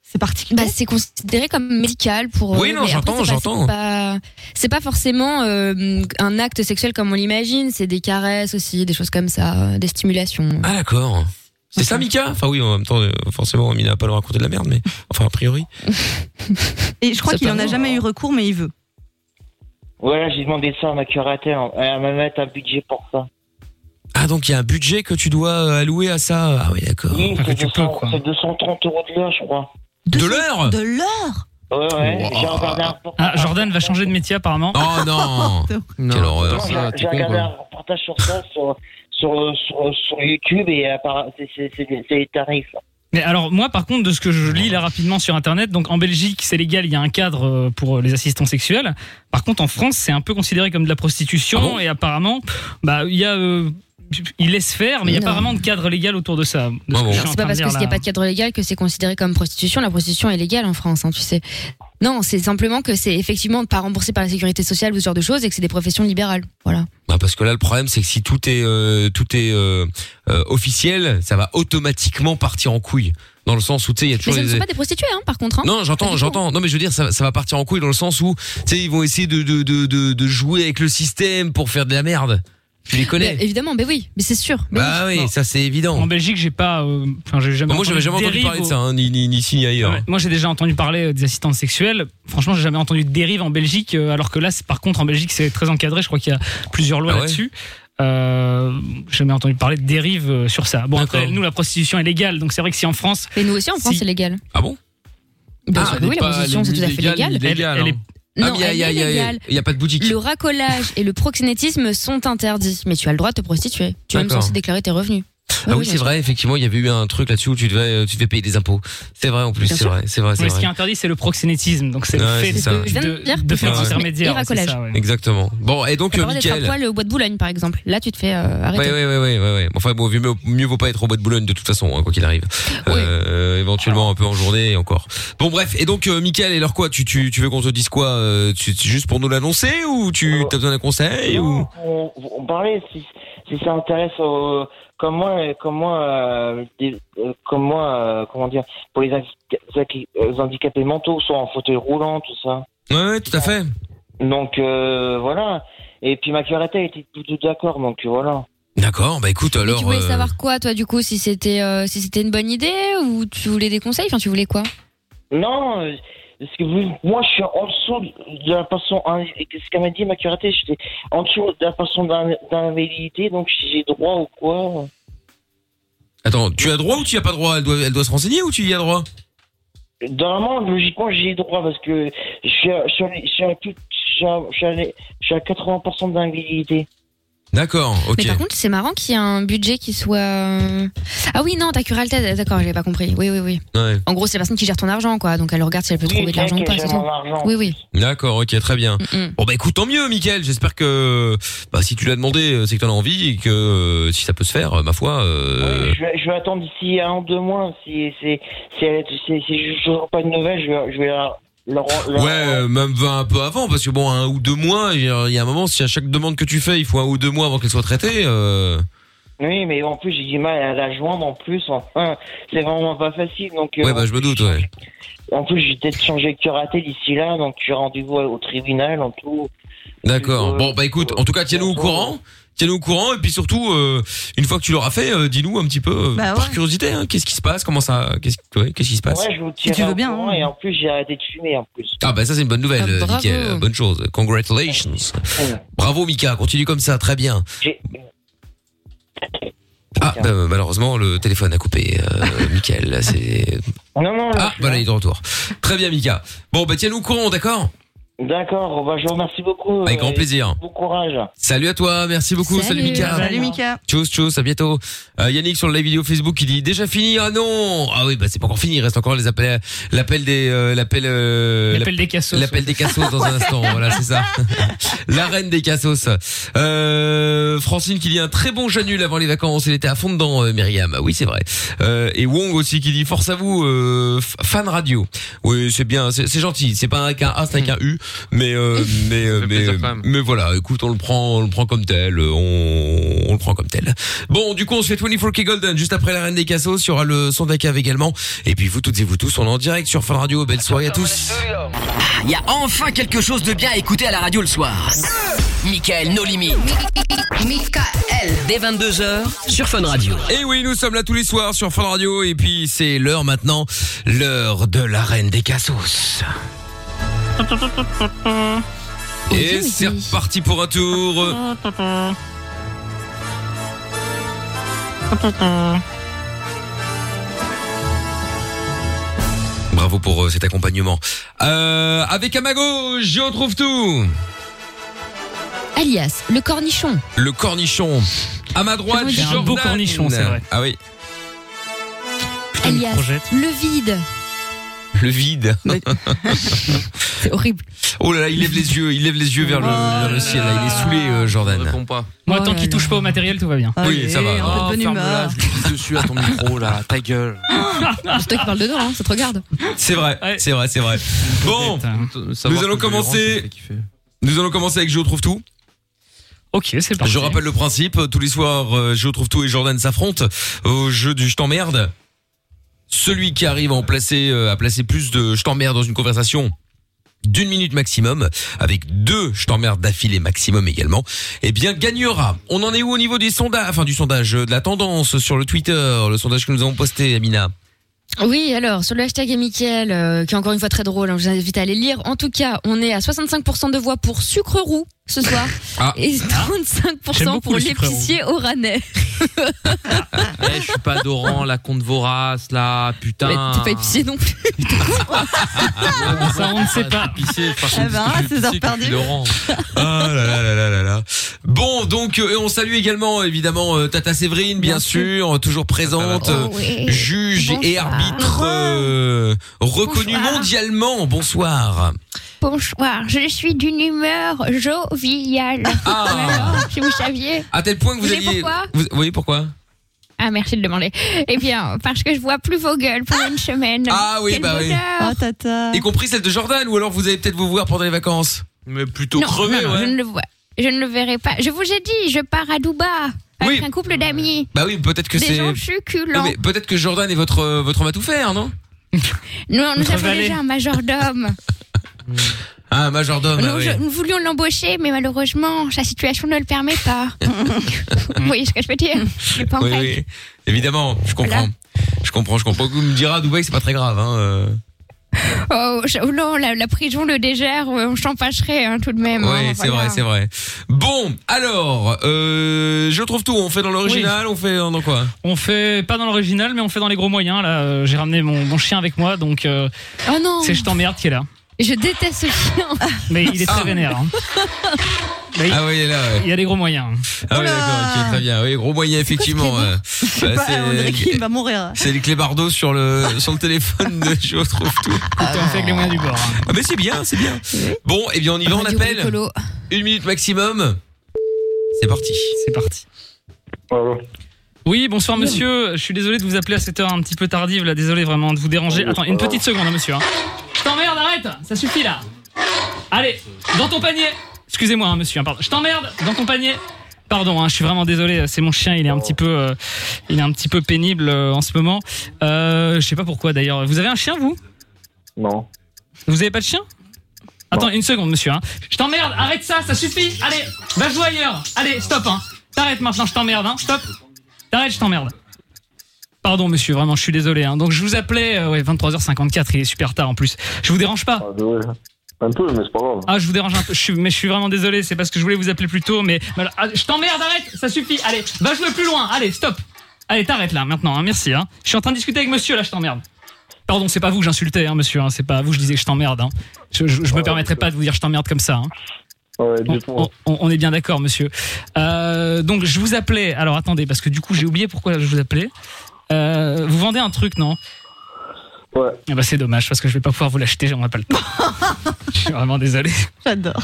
[SPEAKER 3] C'est particulier. Bah, c'est considéré comme médical pour. euh,
[SPEAKER 2] Oui, non,
[SPEAKER 3] mais après,
[SPEAKER 2] j'entends,
[SPEAKER 3] c'est pas-
[SPEAKER 2] j'entends.
[SPEAKER 3] c'est pas- C'est pas forcément euh, un acte sexuel comme on l'imagine. C'est des caresses aussi, des choses comme ça, euh, des stimulations.
[SPEAKER 2] Ah, d'accord. C'est ça, Mika Enfin, oui, en même temps, euh, forcément, Mina va pas leur raconter de la merde, mais... Enfin, a priori.
[SPEAKER 4] Et je crois
[SPEAKER 17] C'est
[SPEAKER 4] qu'il
[SPEAKER 17] pas
[SPEAKER 4] en a
[SPEAKER 17] moi.
[SPEAKER 4] jamais eu recours, mais il veut.
[SPEAKER 17] Voilà, j'ai demandé ça à ma curatelle. Elle m'a mettre un budget pour ça.
[SPEAKER 2] Ah, donc, il y a un budget que tu dois euh, allouer à ça Ah oui, d'accord.
[SPEAKER 17] Oui, c'est 200 c'est 230 euros de l'heure, je crois.
[SPEAKER 2] De l'heure
[SPEAKER 4] De l'or
[SPEAKER 17] Ouais, ouais.
[SPEAKER 9] Wow.
[SPEAKER 17] J'ai regardé un
[SPEAKER 9] Ah, Jordan va changer de métier apparemment.
[SPEAKER 2] Oh non
[SPEAKER 9] Non,
[SPEAKER 2] Quelle horreur.
[SPEAKER 9] attends,
[SPEAKER 17] J'ai
[SPEAKER 9] ça,
[SPEAKER 17] j'ai
[SPEAKER 9] t'es con,
[SPEAKER 17] regardé un
[SPEAKER 9] quoi.
[SPEAKER 17] reportage sur ça sur, sur, sur, sur YouTube et appara- c'est- c'est c'est- c'est les tarifs.
[SPEAKER 9] Mais alors moi par contre de ce que je lis là rapidement sur internet, donc en Belgique c'est légal, il y a un cadre euh, pour les assistants sexuels. Par contre en France c'est un peu considéré comme de la prostitution
[SPEAKER 2] Ah
[SPEAKER 9] et apparemment bah il y a euh, il laisse faire mais il y a
[SPEAKER 3] Non.
[SPEAKER 9] pas vraiment de cadre légal autour de ça.
[SPEAKER 2] Ah
[SPEAKER 9] de ce que je suis en
[SPEAKER 3] C'est
[SPEAKER 9] train
[SPEAKER 3] pas
[SPEAKER 9] de
[SPEAKER 3] parce
[SPEAKER 9] dire,
[SPEAKER 3] que s'il n'y a
[SPEAKER 9] là.
[SPEAKER 3] pas de cadre légal que c'est considéré comme prostitution. La prostitution est légale en France, hein, tu sais. Non, c'est simplement que c'est effectivement pas remboursé par la sécurité sociale ou ce genre de choses et que c'est des professions libérales. Voilà.
[SPEAKER 2] Bah, parce que là le problème c'est que si tout est euh, tout est euh, euh, officiel, ça va automatiquement partir en couille dans le sens où tu sais il y a
[SPEAKER 3] Mais
[SPEAKER 2] toujours
[SPEAKER 3] ce ne
[SPEAKER 2] les-
[SPEAKER 3] sont pas des prostituées, hein, par contre. hein.
[SPEAKER 2] non,
[SPEAKER 3] Pas
[SPEAKER 2] j'entends,
[SPEAKER 3] du
[SPEAKER 2] j'entends. Non, mais je veux dire, ça, ça va partir en couille dans le sens où, tu sais, ils vont essayer de, de, de, de, de jouer avec le système pour faire de la merde. Tu les
[SPEAKER 3] tout.
[SPEAKER 2] connais.
[SPEAKER 3] Mais Bah, évidemment, mais oui, mais c'est sûr. Mais
[SPEAKER 2] bah oui, ça c'est évident. Bah,
[SPEAKER 9] En Belgique j'ai pas, euh, enfin j'ai jamais.
[SPEAKER 2] Moi, j'avais jamais entendu
[SPEAKER 9] dérive
[SPEAKER 2] parler de
[SPEAKER 9] au-
[SPEAKER 2] ça, hein, ni, ni, ni ici, ni ailleurs.
[SPEAKER 9] Ouais. Moi, j'ai déjà entendu parler euh, des assistantes sexuelles. Franchement, j'ai jamais entendu de dérive en Belgique, euh, alors que là, c'est- par contre, en Belgique, c'est très encadré. Je crois qu'il y a plusieurs lois
[SPEAKER 2] Ah ouais
[SPEAKER 9] là-dessus. Euh, j'ai jamais entendu parler de dérive euh, sur ça. Bon, après,
[SPEAKER 2] D'accord.
[SPEAKER 9] nous, la prostitution est légale, donc c'est vrai que si en France.
[SPEAKER 3] Mais nous aussi, en France, c'est légal.
[SPEAKER 2] Ah bon
[SPEAKER 3] Bien sûr que oui, la prostitution, c'est tout à fait légal.
[SPEAKER 2] Elle,
[SPEAKER 3] Non,
[SPEAKER 2] il Ah, y a,
[SPEAKER 3] elle
[SPEAKER 2] y a-
[SPEAKER 3] est
[SPEAKER 2] y a-
[SPEAKER 3] légale.
[SPEAKER 2] y a pas de boutique.
[SPEAKER 3] Le racolage et le proxénétisme sont interdits, mais tu as le droit de te prostituer. Tu es même
[SPEAKER 2] D'accord.
[SPEAKER 3] censé déclarer tes revenus.
[SPEAKER 2] Ah oui,
[SPEAKER 3] bien
[SPEAKER 2] c'est
[SPEAKER 3] sûr.
[SPEAKER 2] vrai, effectivement, il y avait eu un truc là-dessus où tu devais, euh, tu devais payer des impôts. C'est vrai, en plus,
[SPEAKER 9] Bien
[SPEAKER 2] c'est
[SPEAKER 9] sûr.
[SPEAKER 2] vrai, c'est vrai, c'est
[SPEAKER 9] Mais ce
[SPEAKER 2] vrai.
[SPEAKER 9] qui est interdit, c'est le proxénétisme. Donc c'est
[SPEAKER 2] Ouais,
[SPEAKER 9] le fait
[SPEAKER 2] c'est ça.
[SPEAKER 9] de,
[SPEAKER 2] Je viens de
[SPEAKER 9] de-
[SPEAKER 3] dire,
[SPEAKER 9] de faire
[SPEAKER 2] proxénétisme
[SPEAKER 3] et
[SPEAKER 9] intermédiaire.
[SPEAKER 3] racolage.
[SPEAKER 2] Exactement. Bon, et donc,
[SPEAKER 3] Tu as le
[SPEAKER 2] euh,
[SPEAKER 3] droit d'être à
[SPEAKER 2] Mickaël.
[SPEAKER 3] poil au bois de Boulogne, par exemple. Là, tu te fais euh,
[SPEAKER 2] Ouais,
[SPEAKER 3] arrêter.
[SPEAKER 2] ouais, ouais, ouais, ouais, ouais. Enfin bon, mieux, mieux vaut pas être au bois de Boulogne de toute façon, hein, quoi qu'il arrive. Euh, éventuellement un peu en journée et encore. Bon bref, et donc euh, Mickaël, et alors quoi, tu, tu, tu veux qu'on te dise quoi euh, tu, tu- Juste pour nous l'annoncer ou tu as besoin d'un conseil ou...
[SPEAKER 17] On, on parlait si, si ça intéresse aux, comme moi, euh, comme moi, euh, des- euh, comme moi, euh, comment dire, pour les handica- zaki- euh, handicapés mentaux, soit en fauteuil roulant, tout ça.
[SPEAKER 2] Ouais, ouais, tout à fait.
[SPEAKER 17] Donc euh, voilà. Et puis ma curette était tout, tout d'accord, donc voilà.
[SPEAKER 2] D'accord, bah écoute, alors.
[SPEAKER 3] Tu voulais
[SPEAKER 2] euh,
[SPEAKER 3] savoir quoi, toi, du coup, si c'était euh, si c'était une bonne idée ou tu voulais des conseils Enfin, tu voulais quoi
[SPEAKER 17] Non, euh, parce que vous- moi je suis en dessous de la personne. hein, Qu'est-ce qu'elle m'a dit, ma curatée J'étais en dessous de la personne d'in- d'invalidité, donc j'ai droit ou quoi
[SPEAKER 2] Attends, tu as droit ou tu y as pas droit elle doit, elle doit se renseigner ou tu y as droit
[SPEAKER 17] Normalement, logiquement, j'ai droit parce que je suis à, je suis à- je suis à tout- je suis à- je suis à- je suis à 80% d'invalidité.
[SPEAKER 2] D'accord, ok.
[SPEAKER 3] Mais par contre, c'est marrant qu'il y ait un budget qui soit. euh, Ah oui, non, t'as Curalted, d'accord, j'avais pas compris. Oui, oui, oui.
[SPEAKER 2] Ouais.
[SPEAKER 3] En gros, c'est la personne qui gère ton argent, quoi. Donc elle regarde si elle peut trouver de l'argent ou pas, c'est tout. Oui, oui.
[SPEAKER 2] D'accord, ok, très bien.
[SPEAKER 17] Mm,
[SPEAKER 2] Bon bah écoute, tant mieux, Mickaël. J'espère que bah, si tu l'as demandé, euh, c'est que t'en as envie et que euh, si ça peut se faire, euh, ma foi. euh,
[SPEAKER 17] Je vais, je vais attendre d'ici un ou deux mois. Si c'est si, elle- si, si, je toujours pas de nouvelles, je vais, je vais la- leur, leur-
[SPEAKER 2] Ouais, euh, même vingt- un peu avant, parce que bon, un ou deux mois, je veux dire, il y a un moment, si à chaque demande que tu fais, il faut un ou deux mois avant qu'elle soit traitée. euh,
[SPEAKER 17] Oui, mais en plus, j'ai du mal à la joindre en plus. Enfin, c'est vraiment pas facile. Donc, euh,
[SPEAKER 2] Ouais, bah je me doute, ouais.
[SPEAKER 17] En plus, j'ai peut-être changé de curaté d'ici là, donc j'ai rendez-vous au tribunal en tout.
[SPEAKER 2] D'accord. Bon, bah écoute, en tout cas, tiens-nous au courant. Tiens-nous au courant, et puis surtout, euh, une fois que tu l'auras fait, euh, dis-nous un petit peu, euh,
[SPEAKER 17] Bah ouais.
[SPEAKER 2] par curiosité, hein, qu'est-ce qui se passe, comment ça, qu'est-ce ouais, qu'est-ce qui se passe.
[SPEAKER 17] Ouais, je vous tiens bien. Et en plus, j'ai arrêté de fumer en plus.
[SPEAKER 2] Ah bah ça c'est une bonne nouvelle, euh,
[SPEAKER 17] bravo.
[SPEAKER 2] Mickaël, euh, bonne chose. Congratulations. Bravo Mika, continue comme ça, très bien. Ah bah, euh, malheureusement le téléphone a coupé, euh, Mickaël, là, c'est...
[SPEAKER 17] Non, non.
[SPEAKER 2] Ah voilà il est de retour. Très bien Mika. Bon bah tiens-nous au courant, d'accord
[SPEAKER 17] D'accord, bah, je vous remercie beaucoup. euh,
[SPEAKER 2] Avec grand
[SPEAKER 17] et
[SPEAKER 2] plaisir.
[SPEAKER 17] Bon courage.
[SPEAKER 2] Salut à toi, merci beaucoup, salut, Mika.
[SPEAKER 4] Mika.
[SPEAKER 2] Tchuss, tchuss, à bientôt. Euh, Yannick sur la vidéo Facebook qui dit déjà fini. Ah non, ah oui, bah c'est pas encore fini. Il reste encore les appels, l'appel des, euh, l'appel, euh,
[SPEAKER 9] L'appel des cassos.
[SPEAKER 2] l'appel des cassos dans un
[SPEAKER 9] Ouais.
[SPEAKER 2] instant. Voilà, c'est ça. la reine des cassos. Euh, Francine qui dit un très bon Janul avant les vacances. Elle était à fond dedans, euh, Myriam. Ah Oui, c'est vrai. Euh, et Wong aussi qui dit force à vous, euh, f- fan radio. Oui, c'est bien, c'est c'est gentil. C'est pas un K A, c'est un K U, mais euh, mais euh, mais, mais voilà. Écoute, on le prend, on le prend comme tel. euh, On, on le prend comme tel. Bon, du coup, on se fait 24K Golden juste après la reine des cassos. Il y aura le son d'Acav également. Et puis vous toutes et vous tous, on est en direct sur Fan Radio. Belle soirée à tous.
[SPEAKER 1] Il y a enfin quelque chose de bien à écouter à la radio le soir. Michael No Limit. Michael. Dès 22h sur Fun Radio.
[SPEAKER 2] Et Eh oui, nous sommes là tous les soirs sur Fun Radio et puis c'est l'heure maintenant, l'heure de la reine des cassos. Et c'est reparti pour un tour. Bravo pour euh, cet accompagnement. Euh, avec à ma gauche, je retrouve tout.
[SPEAKER 3] Alias, le cornichon.
[SPEAKER 2] Le cornichon. À ma droite,
[SPEAKER 9] C'est un beau
[SPEAKER 2] Jordan.
[SPEAKER 9] cornichon, c'est vrai.
[SPEAKER 2] Ah oui,
[SPEAKER 3] Alias,
[SPEAKER 2] projette.
[SPEAKER 3] le vide.
[SPEAKER 2] le vide.
[SPEAKER 3] C'est horrible.
[SPEAKER 2] Oh là là, il lève les yeux, il lève les yeux vers
[SPEAKER 9] Oh
[SPEAKER 2] le, vers le ciel. là. Il est saoulé, euh, Jordan. pas.
[SPEAKER 9] Moi, tant qu'il touche pas au matériel, tout va bien.
[SPEAKER 2] Oui, ça va.
[SPEAKER 9] Oh,
[SPEAKER 13] Ah,
[SPEAKER 9] ferme-la,
[SPEAKER 13] je lui pisse dessus à ton micro là, ta gueule.
[SPEAKER 3] C'est toi qui parles dedans, hein, ça te regarde.
[SPEAKER 2] C'est vrai, c'est vrai, c'est vrai. Bon,
[SPEAKER 9] hein.
[SPEAKER 2] nous allons commencer. Nous allons commencer avec Je trouve tout.
[SPEAKER 9] Ok, c'est parti.
[SPEAKER 2] Je rappelle le principe. Tous les soirs, euh, Je trouve tout et Jordan s'affrontent au jeu du Je t'emmerde. Celui qui arrive à en placer, euh, à placer plus de Je t'emmerde dans une conversation d'une minute maximum, avec deux Je t'emmerde d'affilée maximum également, eh bien gagnera. On en est où au niveau des sondages, enfin du sondage, euh, de la tendance sur le Twitter, le sondage que nous avons posté, Amina.
[SPEAKER 3] Oui, alors, sur le hashtag et Mickaël, euh, qui est encore une fois très drôle, hein, je vous invite à aller le lire. En tout cas, on est à 65% de voix pour Sucre Roux ce soir
[SPEAKER 13] Ah.
[SPEAKER 3] et
[SPEAKER 13] J'aime
[SPEAKER 3] 35%
[SPEAKER 13] beaucoup
[SPEAKER 3] pour
[SPEAKER 13] le Sucre
[SPEAKER 3] l'épicier oranais.
[SPEAKER 13] Eh, je suis pas Doran, la comte vorace là, putain.
[SPEAKER 3] Mais T'es pas épicier non plus.
[SPEAKER 9] Ça, on ne sait pas.
[SPEAKER 3] Eh ben, c'est heures perdues.
[SPEAKER 2] Ah là là là là là là. Bon, donc euh, et on salue également évidemment euh, Tata Séverine, bien, sûr, euh, toujours
[SPEAKER 7] Ah,
[SPEAKER 2] présente, euh, juge et arbitre euh, reconnu mondialement. Bonsoir.
[SPEAKER 7] Bonsoir, je suis d'une humeur joviale.
[SPEAKER 2] Ah.
[SPEAKER 7] Voilà, si vous saviez.
[SPEAKER 2] À tel point que vous
[SPEAKER 7] Vous savez
[SPEAKER 2] aviez.
[SPEAKER 7] pourquoi
[SPEAKER 2] vous, oui, pourquoi
[SPEAKER 7] Ah, merci de demander. Eh bien, parce que je vois plus vos gueules pour une semaine.
[SPEAKER 2] Ah oui,
[SPEAKER 7] Quel
[SPEAKER 2] bah oui.
[SPEAKER 7] bonheur. Ah.
[SPEAKER 2] Y compris celle de Jordan, ou alors vous allez peut-être vous voir pendant les vacances. Mais plutôt
[SPEAKER 7] Non, non, non, je ne le vois. Je ne le verrai pas. Je vous ai dit, je pars à Duba avec un couple d'amis.
[SPEAKER 2] Bah oui, peut-être que
[SPEAKER 7] Des
[SPEAKER 2] c'est.
[SPEAKER 7] gens succulents.
[SPEAKER 2] Non, mais peut-être que Jordan est votre euh, votre on va tout faire, non
[SPEAKER 7] Nous, nous avons
[SPEAKER 2] Revalez.
[SPEAKER 7] déjà un majordome.
[SPEAKER 2] Ah, un majordome. ah
[SPEAKER 7] Nous,
[SPEAKER 2] oui.
[SPEAKER 7] nous voulions l'embaucher, mais malheureusement, sa situation ne le permet pas. Vous voyez ce que je veux dire Il est pas en
[SPEAKER 2] Oui,
[SPEAKER 7] règle.
[SPEAKER 2] oui. Évidemment, je comprends. Je comprends, je comprends. Vous me dira, à Dubaï, c'est pas très grave. Hein. euh.
[SPEAKER 7] Oh, je- oh non, la, la prison le dégère, euh, on champacherait hein, tout de même.
[SPEAKER 2] Oui,
[SPEAKER 7] hein,
[SPEAKER 2] c'est
[SPEAKER 7] voilà.
[SPEAKER 2] vrai, c'est vrai. Bon, alors, euh, je trouve tout. On fait dans l'original, on fait dans dans quoi
[SPEAKER 9] On fait pas dans l'original, mais on fait dans les gros moyens. Là, euh, j'ai ramené mon, mon chien avec moi, donc euh,
[SPEAKER 3] Oh non
[SPEAKER 9] c'est je t'emmerde qui est là.
[SPEAKER 3] Je déteste ce chien.
[SPEAKER 9] Mais il est très
[SPEAKER 3] Ah.
[SPEAKER 9] vénère. hein. Mais il-
[SPEAKER 2] Ah oui, il est là, ouais.
[SPEAKER 9] Il y a des gros moyens.
[SPEAKER 2] Ah oui, d'accord, ok, très bien. Oui, gros moyen, effectivement. euh,
[SPEAKER 4] Je sais
[SPEAKER 2] bah,
[SPEAKER 4] pas,
[SPEAKER 2] c'est-
[SPEAKER 4] on dirait qu'il va mourir.
[SPEAKER 2] C'est les clébardos sur le sur le téléphone de Je retrouve tout.
[SPEAKER 9] fait avec les moyens du bord.
[SPEAKER 11] hein.
[SPEAKER 2] Ah mais c'est bien, c'est bien. Bon, et bien on y va, on
[SPEAKER 7] Radio
[SPEAKER 2] appelle.
[SPEAKER 7] Bricolo.
[SPEAKER 2] Une minute maximum. C'est parti.
[SPEAKER 9] C'est parti. Oui, bonsoir monsieur. Je suis désolé de vous appeler à cette heure un petit peu tardive là. Désolé vraiment de vous déranger. Attends, une petite seconde, hein, monsieur. hein. Je t'emmerde, arrête Ça suffit là Allez, dans ton panier Excusez-moi, hein, monsieur, hein, pardon. Je t'emmerde dans ton panier Pardon, hein, je suis vraiment désolé. C'est mon chien, il est un petit peu, euh, il est un petit peu pénible euh, en ce moment. Euh, je sais pas pourquoi d'ailleurs. Vous avez un chien, vous
[SPEAKER 8] Non.
[SPEAKER 9] Vous avez pas de chien Attends, une seconde, monsieur. hein. Je t'emmerde, arrête ça, ça suffit. Allez, va jouer ailleurs. Allez, stop. Hein. T'arrêtes maintenant, je t'emmerde. Hein. Stop. T'arrêtes, je t'emmerde. Pardon, monsieur, vraiment, je suis désolé. hein. Donc, je vous appelais, euh, ouais, 23h54, il est super tard en plus. Je vous dérange pas
[SPEAKER 8] Un peu, mais c'est pas grave.
[SPEAKER 9] Ah, je vous dérange un peu, je suis- mais je suis vraiment désolé, c'est parce que je voulais vous appeler plus tôt, mais. mais alors, ah, je t'emmerde, arrête, ça suffit. Allez, va jouer plus loin. Allez, stop. Allez, t'arrêtes là, maintenant, hein, merci. hein. Je suis en train de discuter avec monsieur, là, je t'emmerde. Pardon, c'est pas vous que j'insultais, hein, monsieur, hein, c'est pas à vous que je disais que je t'emmerde. hein. Je, je- je me permettrais pas de vous dire je t'emmerde comme ça. hein. On- on, on- on est bien d'accord, monsieur. Euh, donc, je vous appelais. Alors, attendez, parce que du coup, j'ai oublié pourquoi je vous appelais. Euh, vous vendez un truc, non
[SPEAKER 8] Ouais.
[SPEAKER 9] Ah bah, c'est dommage, parce que je vais pas pouvoir vous l'acheter, j'en ai pas le temps. je suis vraiment désolé.
[SPEAKER 4] J'adore.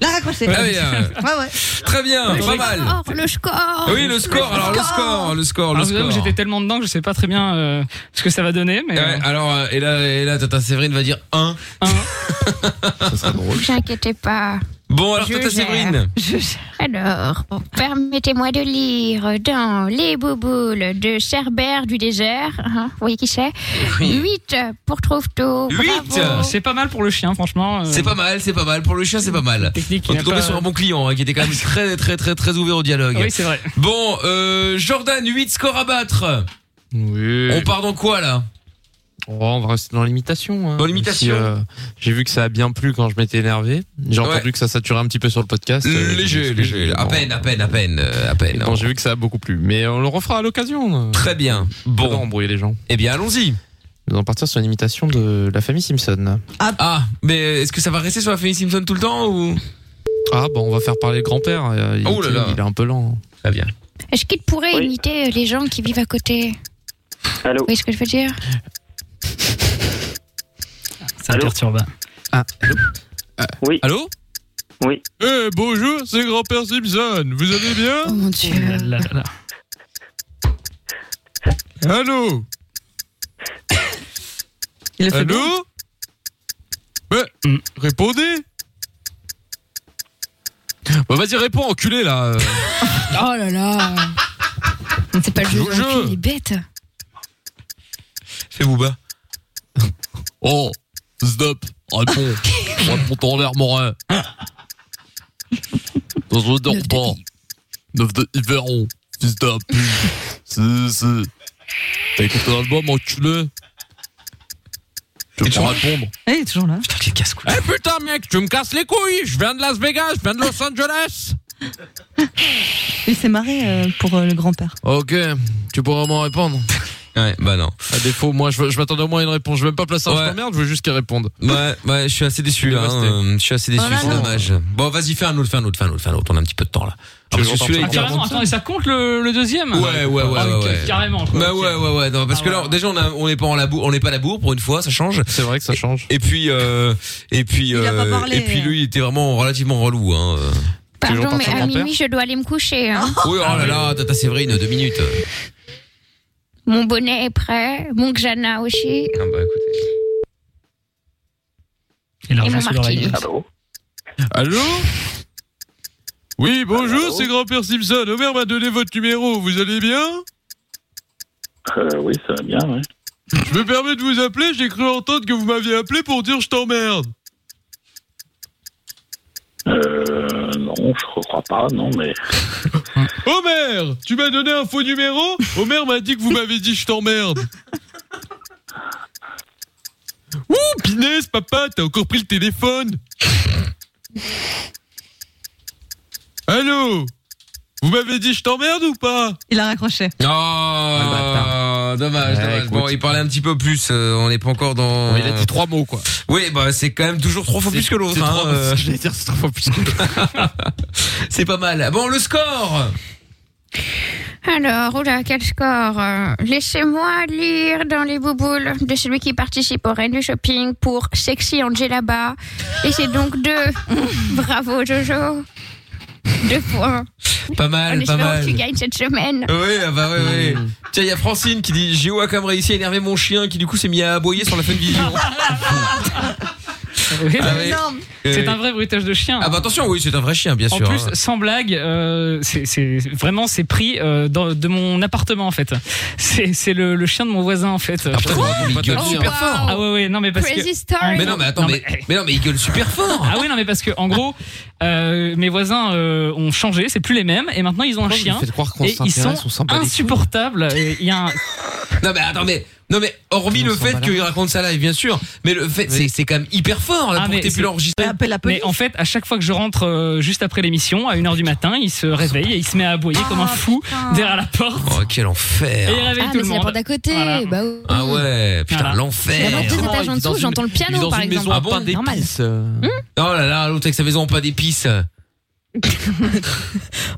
[SPEAKER 4] La raccrocher.
[SPEAKER 2] Ah oui, ah
[SPEAKER 4] ouais, ouais.
[SPEAKER 2] Très bien,
[SPEAKER 9] Ouais,
[SPEAKER 2] pas
[SPEAKER 9] j'ai-
[SPEAKER 2] mal.
[SPEAKER 7] Or, le score
[SPEAKER 2] Ah Oui, le score, alors le score, le score, le
[SPEAKER 9] Alors, je vous avoue
[SPEAKER 2] score.
[SPEAKER 9] que j'étais tellement dedans que je sais pas très bien euh, ce que ça va donner, mais.
[SPEAKER 2] Ouais, alors, euh, et là, et là, Tata Séverine va dire 1.
[SPEAKER 9] Hein
[SPEAKER 2] Ça serait drôle.
[SPEAKER 7] Ne vous inquiétez pas.
[SPEAKER 2] Bon, alors,
[SPEAKER 7] Je
[SPEAKER 2] Tata
[SPEAKER 7] gère.
[SPEAKER 2] Séverine.
[SPEAKER 7] Alors, permettez-moi de lire dans Les Bouboules de Cerbère du désert. hein, vous voyez qui c'est 8 pour Trouve-Tout. bravo.
[SPEAKER 9] C'est pas mal pour le chien, franchement. euh.
[SPEAKER 2] C'est pas mal, c'est pas mal. Pour le chien, c'est pas mal. On
[SPEAKER 9] il
[SPEAKER 2] est
[SPEAKER 9] a
[SPEAKER 2] tombé
[SPEAKER 9] pas-
[SPEAKER 2] sur un bon client hein, qui était quand même très, très, très, très ouvert au dialogue.
[SPEAKER 9] Oui, c'est vrai.
[SPEAKER 2] Bon, euh, Jordan, 8 scores à battre. Oui.
[SPEAKER 5] Euh,
[SPEAKER 2] On part dans quoi là
[SPEAKER 5] Oh, on va rester dans l'imitation. hein.
[SPEAKER 2] Dans l'imitation.
[SPEAKER 5] Même si, euh, J'ai vu que ça a bien plu quand je m'étais énervé. J'ai entendu que ça saturait un petit peu sur le podcast. euh,
[SPEAKER 2] Léger, léger. À peine, à peine, à peine, euh, à peine.
[SPEAKER 5] Bon, j'ai vu que ça a beaucoup plu. Mais on le refera à l'occasion.
[SPEAKER 2] Très bien. Bon.
[SPEAKER 5] On embrouiller les gens.
[SPEAKER 2] Eh bien, allons-y.
[SPEAKER 5] Nous allons partir sur une imitation de la famille Simpson.
[SPEAKER 2] Ah, mais est-ce que ça va rester sur la famille Simpson tout le temps ou
[SPEAKER 5] Ah, bon, on va faire parler le grand-père. euh, Il,
[SPEAKER 2] Oh là là.
[SPEAKER 5] il est un peu lent. hein.
[SPEAKER 2] Très bien.
[SPEAKER 7] Est-ce qu'il pourrait imiter les gens qui vivent à côté
[SPEAKER 8] Allô
[SPEAKER 7] Vous voyez ce que je veux dire
[SPEAKER 9] Ça me perturbe.
[SPEAKER 5] Ah, allô
[SPEAKER 8] Oui.
[SPEAKER 5] Allô
[SPEAKER 8] Oui.
[SPEAKER 5] Eh, bonjour, c'est grand-père Simpson. Vous allez bien Eh
[SPEAKER 7] Oh mon dieu.
[SPEAKER 5] Allô
[SPEAKER 4] Il le fait
[SPEAKER 5] Allô Ouais, répondez Bah vas-y, réponds, enculé, là euh.
[SPEAKER 7] Oh là là C'est pas le jeu,
[SPEAKER 5] Joue au jeu.
[SPEAKER 7] il est bête.
[SPEAKER 2] Fais Booba.
[SPEAKER 5] Oh, stop, réponds Réponds en l'air, Morin Dans un dors pas Neuf de Yveron, fils de la pute. Si, si T'as écouté l'album, enculé Tu veux
[SPEAKER 4] Et tu
[SPEAKER 5] pas
[SPEAKER 4] vois
[SPEAKER 5] répondre
[SPEAKER 4] Eh, il est toujours là.
[SPEAKER 5] Eh putain mec, tu me casses les couilles, je viens de Las Vegas, je viens de Los Angeles
[SPEAKER 4] Il s'est marré euh, pour euh, le grand-père.
[SPEAKER 5] Ok, tu Ah, pourras m'en répondre.
[SPEAKER 2] Ouais, bah non.
[SPEAKER 5] À défaut, moi je, je m'attendais au moins à une réponse. Je vais même pas placer un
[SPEAKER 2] Ouais.
[SPEAKER 5] je t'emmerde, je veux juste qu'elle réponde.
[SPEAKER 2] Ouais, ouais, je suis assez déçu. hein,
[SPEAKER 5] resté.
[SPEAKER 2] euh, je suis assez
[SPEAKER 7] Oh
[SPEAKER 2] déçu,
[SPEAKER 5] Voilà,
[SPEAKER 2] c'est
[SPEAKER 5] non.
[SPEAKER 2] dommage. Bon, vas-y, fais un autre, fais un autre, fais un autre, fais un autre. On a un petit peu de temps là. Ah, parce que celui-là,
[SPEAKER 9] Ah,
[SPEAKER 2] il
[SPEAKER 9] carrément,
[SPEAKER 2] vient-
[SPEAKER 9] attends, et ça compte le, le deuxième
[SPEAKER 2] Ouais, ouais, ouais,
[SPEAKER 9] Ah,
[SPEAKER 2] ouais,
[SPEAKER 9] oui,
[SPEAKER 2] ouais.
[SPEAKER 9] Carrément, quoi.
[SPEAKER 2] Bah ouais, ouais, ouais. Non, parce que là, déjà, on a- on n'est pas en labour, on n'est pas labour pour une fois, ça change.
[SPEAKER 5] Ah C'est vrai que ça change.
[SPEAKER 2] Et puis, euh, et puis,
[SPEAKER 7] a pas
[SPEAKER 2] euh,
[SPEAKER 7] parlé,
[SPEAKER 2] et puis, lui, il était vraiment relativement relou. Hein. euh.
[SPEAKER 7] Pardon, mais à minuit, je dois aller me coucher. hein.
[SPEAKER 2] Oui, oh là là, Tata Séverine, deux minutes.
[SPEAKER 5] Ah
[SPEAKER 7] Mon bonnet est prêt, mon Xana aussi.
[SPEAKER 2] Ah bah écoutez.
[SPEAKER 9] Et
[SPEAKER 7] l'argent mon sous l'oreille.
[SPEAKER 14] Ah,
[SPEAKER 7] martini.
[SPEAKER 5] Allô Allô Oui, bonjour, c'est grand-père Simpson. Omer m'a donné votre numéro, vous allez bien
[SPEAKER 14] Euh, oui, ça va bien, ouais.
[SPEAKER 5] Je me permets de vous appeler, j'ai cru entendre que vous m'aviez appelé pour dire je t'emmerde.
[SPEAKER 14] non, je crois pas, non, mais.
[SPEAKER 13] Homer, tu m'as donné un faux numéro Homer m'a dit que vous m'avez dit je t'emmerde. Ouh, Pinès, papa, t'as encore pris le téléphone Allô Vous m'avez dit je t'emmerde ou pas
[SPEAKER 4] Il a raccroché.
[SPEAKER 2] Oh,
[SPEAKER 5] Ah,
[SPEAKER 2] Ah, dommage, dommage. Bon, il parlait un petit peu plus. euh, on n'est pas encore dans.
[SPEAKER 5] Eh, Il a dit trois mots, quoi.
[SPEAKER 2] Oui, bah c'est quand même toujours trois fois
[SPEAKER 5] C'est-
[SPEAKER 2] plus que l'autre.
[SPEAKER 5] c'est
[SPEAKER 2] hein,
[SPEAKER 5] trois-
[SPEAKER 2] euh.
[SPEAKER 5] j'allais dire, c'est trois fois plus que
[SPEAKER 2] C'est pas mal. Bon, le score.
[SPEAKER 7] Alors, oula, quel score euh, Laissez-moi lire dans les bouboules de celui qui participe au Reine du Shopping pour Sexy Angelaba. Et c'est donc deux. Bravo, Jojo. Deux points.
[SPEAKER 2] Pas mal,
[SPEAKER 7] En
[SPEAKER 2] Ah, pas
[SPEAKER 7] espérant
[SPEAKER 2] mal.
[SPEAKER 7] que tu gagnes cette semaine.
[SPEAKER 2] Oui, ah bah oui, oui.
[SPEAKER 5] Mm.
[SPEAKER 2] Tiens, il y a Francine qui dit J'ai eu à quand même réussi à énerver mon chien qui du coup s'est mis à aboyer sur la fin de vision. Ah ouais.
[SPEAKER 9] C'est
[SPEAKER 2] Euh,
[SPEAKER 9] un vrai bruitage de chien.
[SPEAKER 2] Ah bah attention, oui, c'est un vrai chien, bien
[SPEAKER 9] en
[SPEAKER 2] sûr.
[SPEAKER 9] plus,
[SPEAKER 2] hein.
[SPEAKER 9] sans blague, euh, c'est- c'est vraiment c'est pris euh, dans- de mon appartement en fait. C'est c'est le, le chien de mon voisin en fait.
[SPEAKER 2] putain, mais il gueule
[SPEAKER 9] Ah,
[SPEAKER 2] super fort.
[SPEAKER 9] Ah ouais ouais non mais parce
[SPEAKER 2] Crazy
[SPEAKER 9] que.
[SPEAKER 2] story. Mais non, mais attends, mais- mais non, mais il gueule super fort.
[SPEAKER 9] Ah oui non mais parce que en gros euh, mes voisins euh, ont changé, c'est plus les mêmes et maintenant ils ont un
[SPEAKER 5] Pourquoi vous
[SPEAKER 9] chien
[SPEAKER 5] faites croire qu'on
[SPEAKER 9] et ils sont
[SPEAKER 5] s'intéresse, on s'en bat les couilles
[SPEAKER 9] insupportables. Et Il y a un
[SPEAKER 2] Non mais attends, mais. Non mais hormis le fait qu'il raconte ça live bien sûr, mais le fait c'est c'est quand même hyper fort là
[SPEAKER 9] Ah,
[SPEAKER 2] pour
[SPEAKER 9] mais
[SPEAKER 2] que t'aies
[SPEAKER 9] c'est-
[SPEAKER 2] pu l'enregistrer.
[SPEAKER 9] Mais en fait, à chaque fois que je rentre euh, juste après l'émission, à 1h du matin, il se réveille et il se met à aboyer comme un fou derrière la porte.
[SPEAKER 2] Oh quel enfer.
[SPEAKER 9] Et il réveille
[SPEAKER 3] Ah,
[SPEAKER 9] tout
[SPEAKER 3] mais
[SPEAKER 9] le
[SPEAKER 3] c'est la
[SPEAKER 9] monde.
[SPEAKER 3] porte d'à côté. Bah oui.
[SPEAKER 2] Ah ouais, putain
[SPEAKER 9] Voilà.
[SPEAKER 2] l'enfer.
[SPEAKER 3] La porte des étages en dessous, j'entends le
[SPEAKER 2] il vit
[SPEAKER 3] piano
[SPEAKER 2] dans
[SPEAKER 3] par
[SPEAKER 2] une
[SPEAKER 3] exemple.
[SPEAKER 2] maison à pain
[SPEAKER 3] Normal.
[SPEAKER 2] d'épices. Oh là là, l'autre avec sa maison en pas d'épices.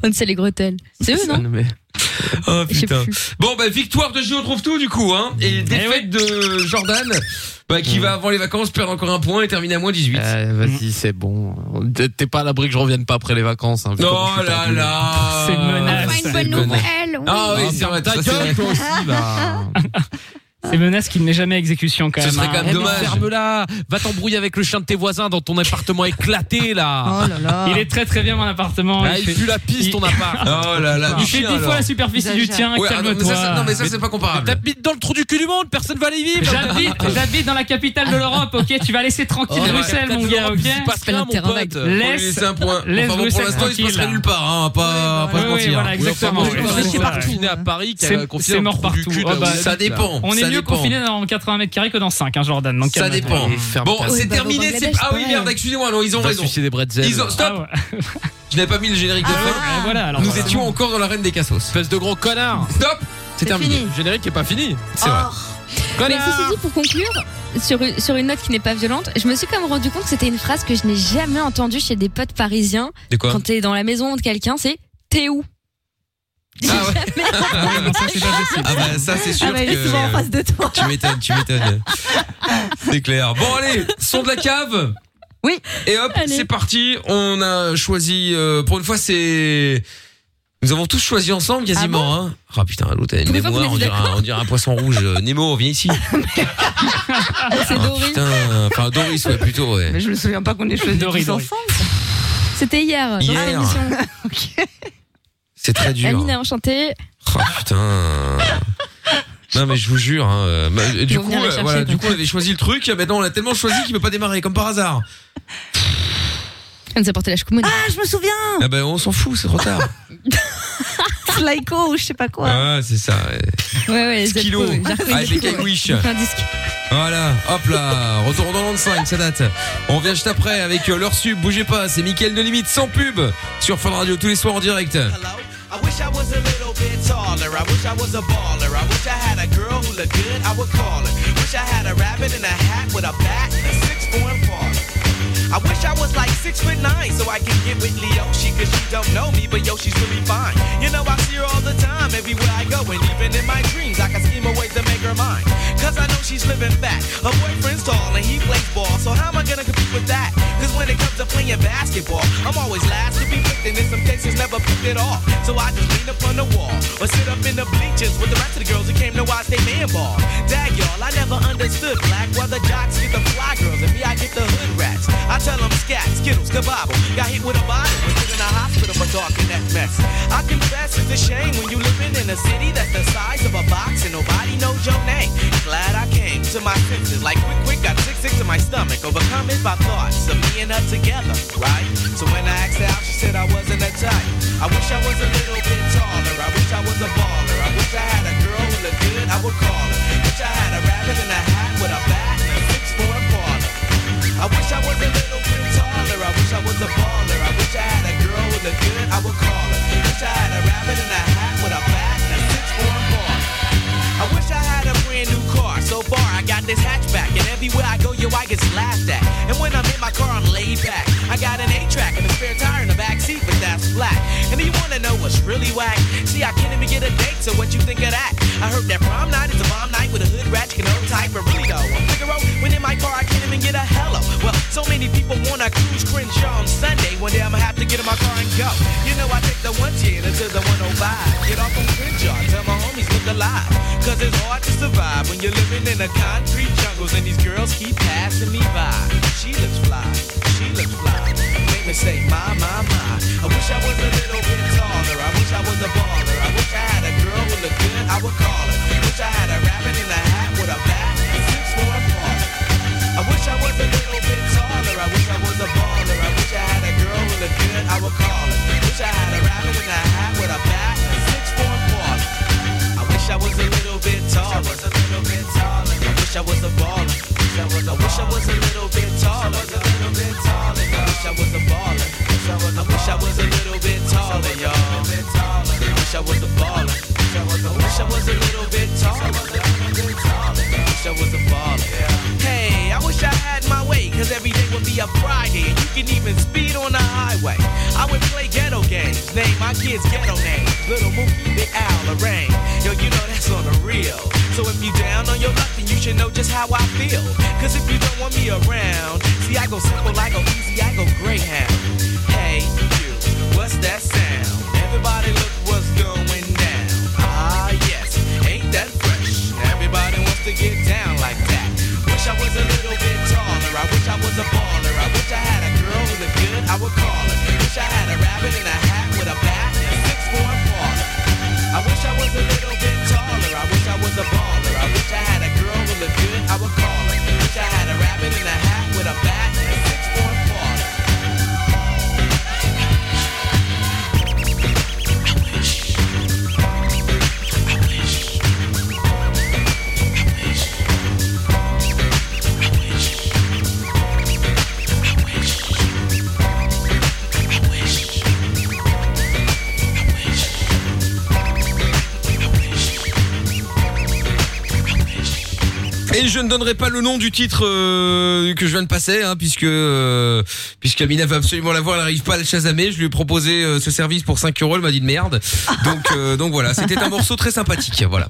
[SPEAKER 3] On ne sait les bretelles. C'est eux, non
[SPEAKER 2] Oh
[SPEAKER 3] Je sais
[SPEAKER 2] putain.
[SPEAKER 3] plus.
[SPEAKER 2] Bon bah victoire de Gio trouve tout du coup hein
[SPEAKER 5] Eh
[SPEAKER 2] et défaite de Jordan bah, qui va avant les vacances perdre encore un point et termine à moins Mm. 18.
[SPEAKER 5] Mm. Euh, Vas-y, c'est bon. T'es pas à l'abri que je revienne pas après les vacances. Hein, vu comment
[SPEAKER 2] Oh
[SPEAKER 5] je suis
[SPEAKER 2] là
[SPEAKER 5] tendu.
[SPEAKER 2] là
[SPEAKER 5] C'est menace.
[SPEAKER 7] Enfin, une bonne nouvelle. oui.
[SPEAKER 2] Ah oui, c'est vrai,
[SPEAKER 5] Ta
[SPEAKER 2] ça, c'est
[SPEAKER 5] gueule,
[SPEAKER 2] vrai.
[SPEAKER 5] toi aussi, là.
[SPEAKER 9] Ces menaces qui ne met jamais à exécution quand
[SPEAKER 5] Ce
[SPEAKER 9] même.
[SPEAKER 5] serait
[SPEAKER 9] hein.
[SPEAKER 5] quand même dommage. Eh ben, Ferme-la. Va t'embrouiller avec le chien de tes voisins dans ton appartement
[SPEAKER 2] Eh,
[SPEAKER 5] éclaté,
[SPEAKER 9] Oh
[SPEAKER 5] là.
[SPEAKER 9] Il est très très bien mon appartement.
[SPEAKER 5] Ah, il pue la pisse, ton appart.
[SPEAKER 2] Oh là là,
[SPEAKER 9] Il
[SPEAKER 2] du
[SPEAKER 9] fait
[SPEAKER 2] chien,
[SPEAKER 9] 10
[SPEAKER 2] alors.
[SPEAKER 9] fois la superficie du tien,
[SPEAKER 2] Ouais, ah non, mais ça, c'est-
[SPEAKER 9] calme-toi.
[SPEAKER 2] Non mais ça c'est pas comparable.
[SPEAKER 5] T'habites dans le trou du cul du monde, personne va aller y vivre.
[SPEAKER 9] J'habite, j'habite dans la capitale de l'Europe, ok Tu vas laisser tranquille
[SPEAKER 2] Oh, ouais.
[SPEAKER 9] Bruxelles, mon
[SPEAKER 2] Capitale
[SPEAKER 9] gars, ok
[SPEAKER 2] de l'Europe, il se passe rien, mon pote. Faut lui
[SPEAKER 9] Laisse,
[SPEAKER 2] laisser un point.
[SPEAKER 9] laisse
[SPEAKER 2] Enfin bon, pour
[SPEAKER 9] Bruxelles
[SPEAKER 2] l'instant, il se passerait
[SPEAKER 9] tranquille.
[SPEAKER 2] nulle part, hein, pas, hein. pas
[SPEAKER 9] Oui,
[SPEAKER 2] se
[SPEAKER 9] oui,
[SPEAKER 2] mentir.
[SPEAKER 9] voilà, exactement.
[SPEAKER 2] Oui, enfin,
[SPEAKER 9] Ouais,
[SPEAKER 2] bon,
[SPEAKER 9] c'est
[SPEAKER 2] pas
[SPEAKER 9] ça.
[SPEAKER 2] confiné à Paris qu'à
[SPEAKER 9] C'est-
[SPEAKER 2] confiner
[SPEAKER 9] C'est
[SPEAKER 2] dans
[SPEAKER 9] mort
[SPEAKER 2] le trou du
[SPEAKER 9] partout.
[SPEAKER 2] cul,
[SPEAKER 9] Oh,
[SPEAKER 2] là,
[SPEAKER 9] bah,
[SPEAKER 2] où Ah ça dépend.
[SPEAKER 9] On est
[SPEAKER 2] ça
[SPEAKER 9] mieux
[SPEAKER 2] dépend.
[SPEAKER 9] confiné dans 80 mètres carrés que dans 5, hein, Jordan. donc
[SPEAKER 2] Ça
[SPEAKER 9] calme-toi.
[SPEAKER 2] dépend. Bon, c'est terminé. c'est- Ah oui, merde, excusez-moi, non, ils ont
[SPEAKER 5] Va
[SPEAKER 2] raison.
[SPEAKER 5] sucer des bretzels. Ah
[SPEAKER 2] Ils ont- Stop Je n'avais pas mis le générique de fin. Nous étions encore dans la reine des cassos.
[SPEAKER 5] Espèce de gros connard.
[SPEAKER 2] Stop
[SPEAKER 5] C'est terminé. Le générique est pas fini. Oh. C'est vrai.
[SPEAKER 3] Mais ceci dit, pour conclure, sur, une- sur une note qui n'est pas violente, je me suis quand même rendu compte que c'était une phrase que je n'ai jamais entendue chez des potes parisiens.
[SPEAKER 2] De quoi
[SPEAKER 3] Quand t'es dans la maison de quelqu'un, c'est t'es où
[SPEAKER 2] Ah bah ça c'est sûr
[SPEAKER 3] Ah bah, il est
[SPEAKER 2] que
[SPEAKER 3] souvent en face de toi.
[SPEAKER 2] Tu m'étonnes, tu m'étonnes. C'est clair. Bon allez, son de la cave.
[SPEAKER 4] Oui.
[SPEAKER 2] Et hop, c'est parti. On a choisi euh, pour une fois c'est nous avons tous choisi ensemble quasiment ah hein. Ah putain, l'autre a une
[SPEAKER 13] Pour une fois,
[SPEAKER 2] mémoire,
[SPEAKER 13] vous
[SPEAKER 2] on
[SPEAKER 13] êtes
[SPEAKER 2] dirait, un, on dirait un poisson rouge. Euh, Nemo, viens ici. Ah,
[SPEAKER 4] C'est Doris.
[SPEAKER 2] Putain, enfin Doris ouais plutôt ouais.
[SPEAKER 4] Mais je me souviens pas qu'on ait choisi
[SPEAKER 9] Doris,
[SPEAKER 4] tous
[SPEAKER 9] Doris.
[SPEAKER 4] ensemble.
[SPEAKER 3] C'était hier, dans
[SPEAKER 2] Hier.
[SPEAKER 3] cette émission.
[SPEAKER 2] C'est très dur.
[SPEAKER 3] Amine est enchantée.
[SPEAKER 2] Oh putain. Non mais je vous jure. hein, euh, bah, euh, du
[SPEAKER 3] Ils vont
[SPEAKER 2] coup,
[SPEAKER 3] venir les
[SPEAKER 2] euh,
[SPEAKER 3] chercher,
[SPEAKER 2] voilà, du
[SPEAKER 3] donc.
[SPEAKER 2] coup, on avait choisi le truc. et Maintenant, on l'a tellement choisi qu'il peut pas démarrer comme par hasard.
[SPEAKER 3] Elle nous a porté la choucroute. Ah, je me souviens
[SPEAKER 2] Ah ben on s'en fout, c'est trop tard.
[SPEAKER 4] Slyko ou je sais pas quoi.
[SPEAKER 2] Ah c'est ça. ouais.
[SPEAKER 3] Ouais, ouais,
[SPEAKER 2] Skilo.
[SPEAKER 3] Zeppo, j'ai repris
[SPEAKER 2] Ah,
[SPEAKER 3] Zeppo,
[SPEAKER 2] avec
[SPEAKER 3] ouais.
[SPEAKER 2] Wish.
[SPEAKER 3] J'ai fait un disque.
[SPEAKER 2] Voilà, hop là, retour dans l'an 5, ça date. On revient juste après avec euh, leur sub, bougez pas, c'est Mickaël de Limite sans pub sur Fun Radio tous les soirs en direct.
[SPEAKER 18] I wish I was a little bit taller. I wish I was a baller. I wish I had a girl who looked good. I would call her. Wish I had a rabbit in a hat with a bat and a six foot baller. I wish I was like six foot nine so I could get with Leoshi cause she don't know me, but yo, she's really fine. You know, I see her all the time everywhere I go, and even in my dreams, I can scheme a way to make her mine. Cause I know she's living fat. Her boyfriend's tall and he plays ball, so how am I gonna compete with that? Cause when it comes to playing basketball, I'm always last to be picked, and in some cases, never picked at all. So I just lean up on the wall or sit up in the bleachers with the rest of the girls who came to watch they man ball. Dag y'all, I never understood black why the jocks get the fly girls and me I get the hood rats. I tell them scat, skittles, kabobble. Got hit with a bottle, was in the hospital for talking that mess. I confess it's a shame when you living in a city that's the size of a box and nobody knows your name. Glad I came to my senses, like quick quick got sick sick to my stomach, overcome it by thoughts of me and her together, right? So when I asked her out, she said I wasn't a type. I wish I was a little bit taller. I wish I was a baller. I wish I had a girl who looked good. I would call her. Wish I had a rabbit in a hat with a bat and a six for a parlor. I wish I was a little bit taller. I wish I was a baller. I wish I had a girl who looked good. I would call her. Wish I had a rabbit in a hat with a bat and a six for a parlor. I wish I had a brand new car. So far, I got this hatchback, and everywhere I go, yo, I get laughed at. And when I'm in my car, I'm laid back. I got an A-track and a spare tire in the back seat, but that's flat. And you wanna know what's really whack? See, I can't even get a date, so what you think of that? I heard that prom night is a bomb night with a hood ratchet and old type, but really though, I'm Figaro. When in my car, I can't even get a hello. Well, so many people wanna cruise Crenshaw on Sunday. One day I'ma have to get in my car and go. You know, I take the 110 until the 105. Get off on Crenshaw, tell my homies look alive. Cause it's hard to survive when you're living in the concrete jungles and these girls keep passing me by. She looks fly, she looks fly. Make me say, my, my, my. I wish I was a little bit taller. I wish I was a baller. I wish I had a girl who looked good. I would call her. Wish I had a rabbit in a hat with a bat and six for a ball. I wish I was a little bit taller. I wish I was a baller. I wish I had a girl who looked good. I would call her. Wish I had a rabbit in a hat with a bat and six for a ball. I wish I was a little bit taller. I was a little bit taller. I wish I was a baller. Wish I was a- I wish I was a little bit taller. I wish I was a little bit taller. I wish I was a baller. I wish I was a little bit taller, y'all. I wish I was a baller. I wish I was a little bit taller. I wish I was a baller. Hey, I wish I had my way, cause every day would be a Friday, and you can even speed on the highway. I would play ghetto games, name my kids ghetto names. Little Mookie, Big Al, Lorraine. Yo, you know that's on the real. So if you down on your luck, then you should know just how I feel. Cause if you don't want me around, see, I go simple, I go easy, I go Greyhound. Hey, you, what's that sound? Everybody look what's going down. Ah, yes, ain't that fresh? Everybody wants to get down like that. Wish I was a little bit taller. I wish I was a baller. I wish I had a girl who looked good. I would call her. Wish I had a rabbit in a hat with a bat and six for a baller. I wish I was a little bit taller. I wish I was a baller. I wish I had a girl who looked good. I would call her. Wish I had a rabbit in a hat with a bat and six for a baller.
[SPEAKER 2] Et je ne donnerai pas le nom du titre euh, que je viens de passer, hein, puisque euh, puisqu'Amina va absolument l'avoir, elle n'arrive pas à le chasamer. Je lui ai proposé euh, ce service pour 5 euros, elle m'a dit de merde. Donc euh, donc voilà, c'était un morceau très sympathique. Voilà,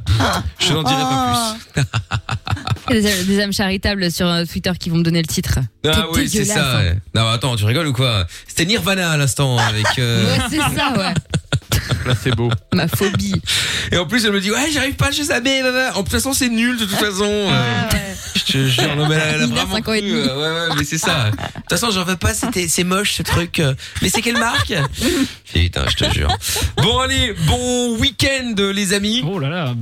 [SPEAKER 2] je n'en dirai pas
[SPEAKER 4] Oh.
[SPEAKER 2] plus.
[SPEAKER 3] Il y a des, des âmes charitables sur euh, Twitter qui vont me donner le titre.
[SPEAKER 2] Ah
[SPEAKER 3] Tout
[SPEAKER 2] oui, c'est
[SPEAKER 3] dégueulasse,
[SPEAKER 2] ça.
[SPEAKER 3] hein.
[SPEAKER 2] ouais. Non, mais attends, tu rigoles ou quoi C'était Nirvana à l'instant avec. euh,
[SPEAKER 3] Ouais, c'est ça, ouais.
[SPEAKER 2] Là, c'est beau.
[SPEAKER 3] Ma phobie.
[SPEAKER 2] Et en plus, elle me dit ouais, j'arrive pas chez Sabé. blablabla. bah, En de toute façon, c'est nul de toute façon. Euh, Je te jure, non mais elle a- elle a
[SPEAKER 3] Ah. Nina,
[SPEAKER 2] vraiment
[SPEAKER 3] cinq ans et
[SPEAKER 2] cru,
[SPEAKER 3] demi.
[SPEAKER 2] euh, Ouais, ouais, mais c'est ça. De toute façon, j'en veux pas. C'était, c'est moche ce truc. euh. Mais c'est quelle marque Putain, je te jure. Bon allez, bon week-end les amis.
[SPEAKER 9] Oh là là.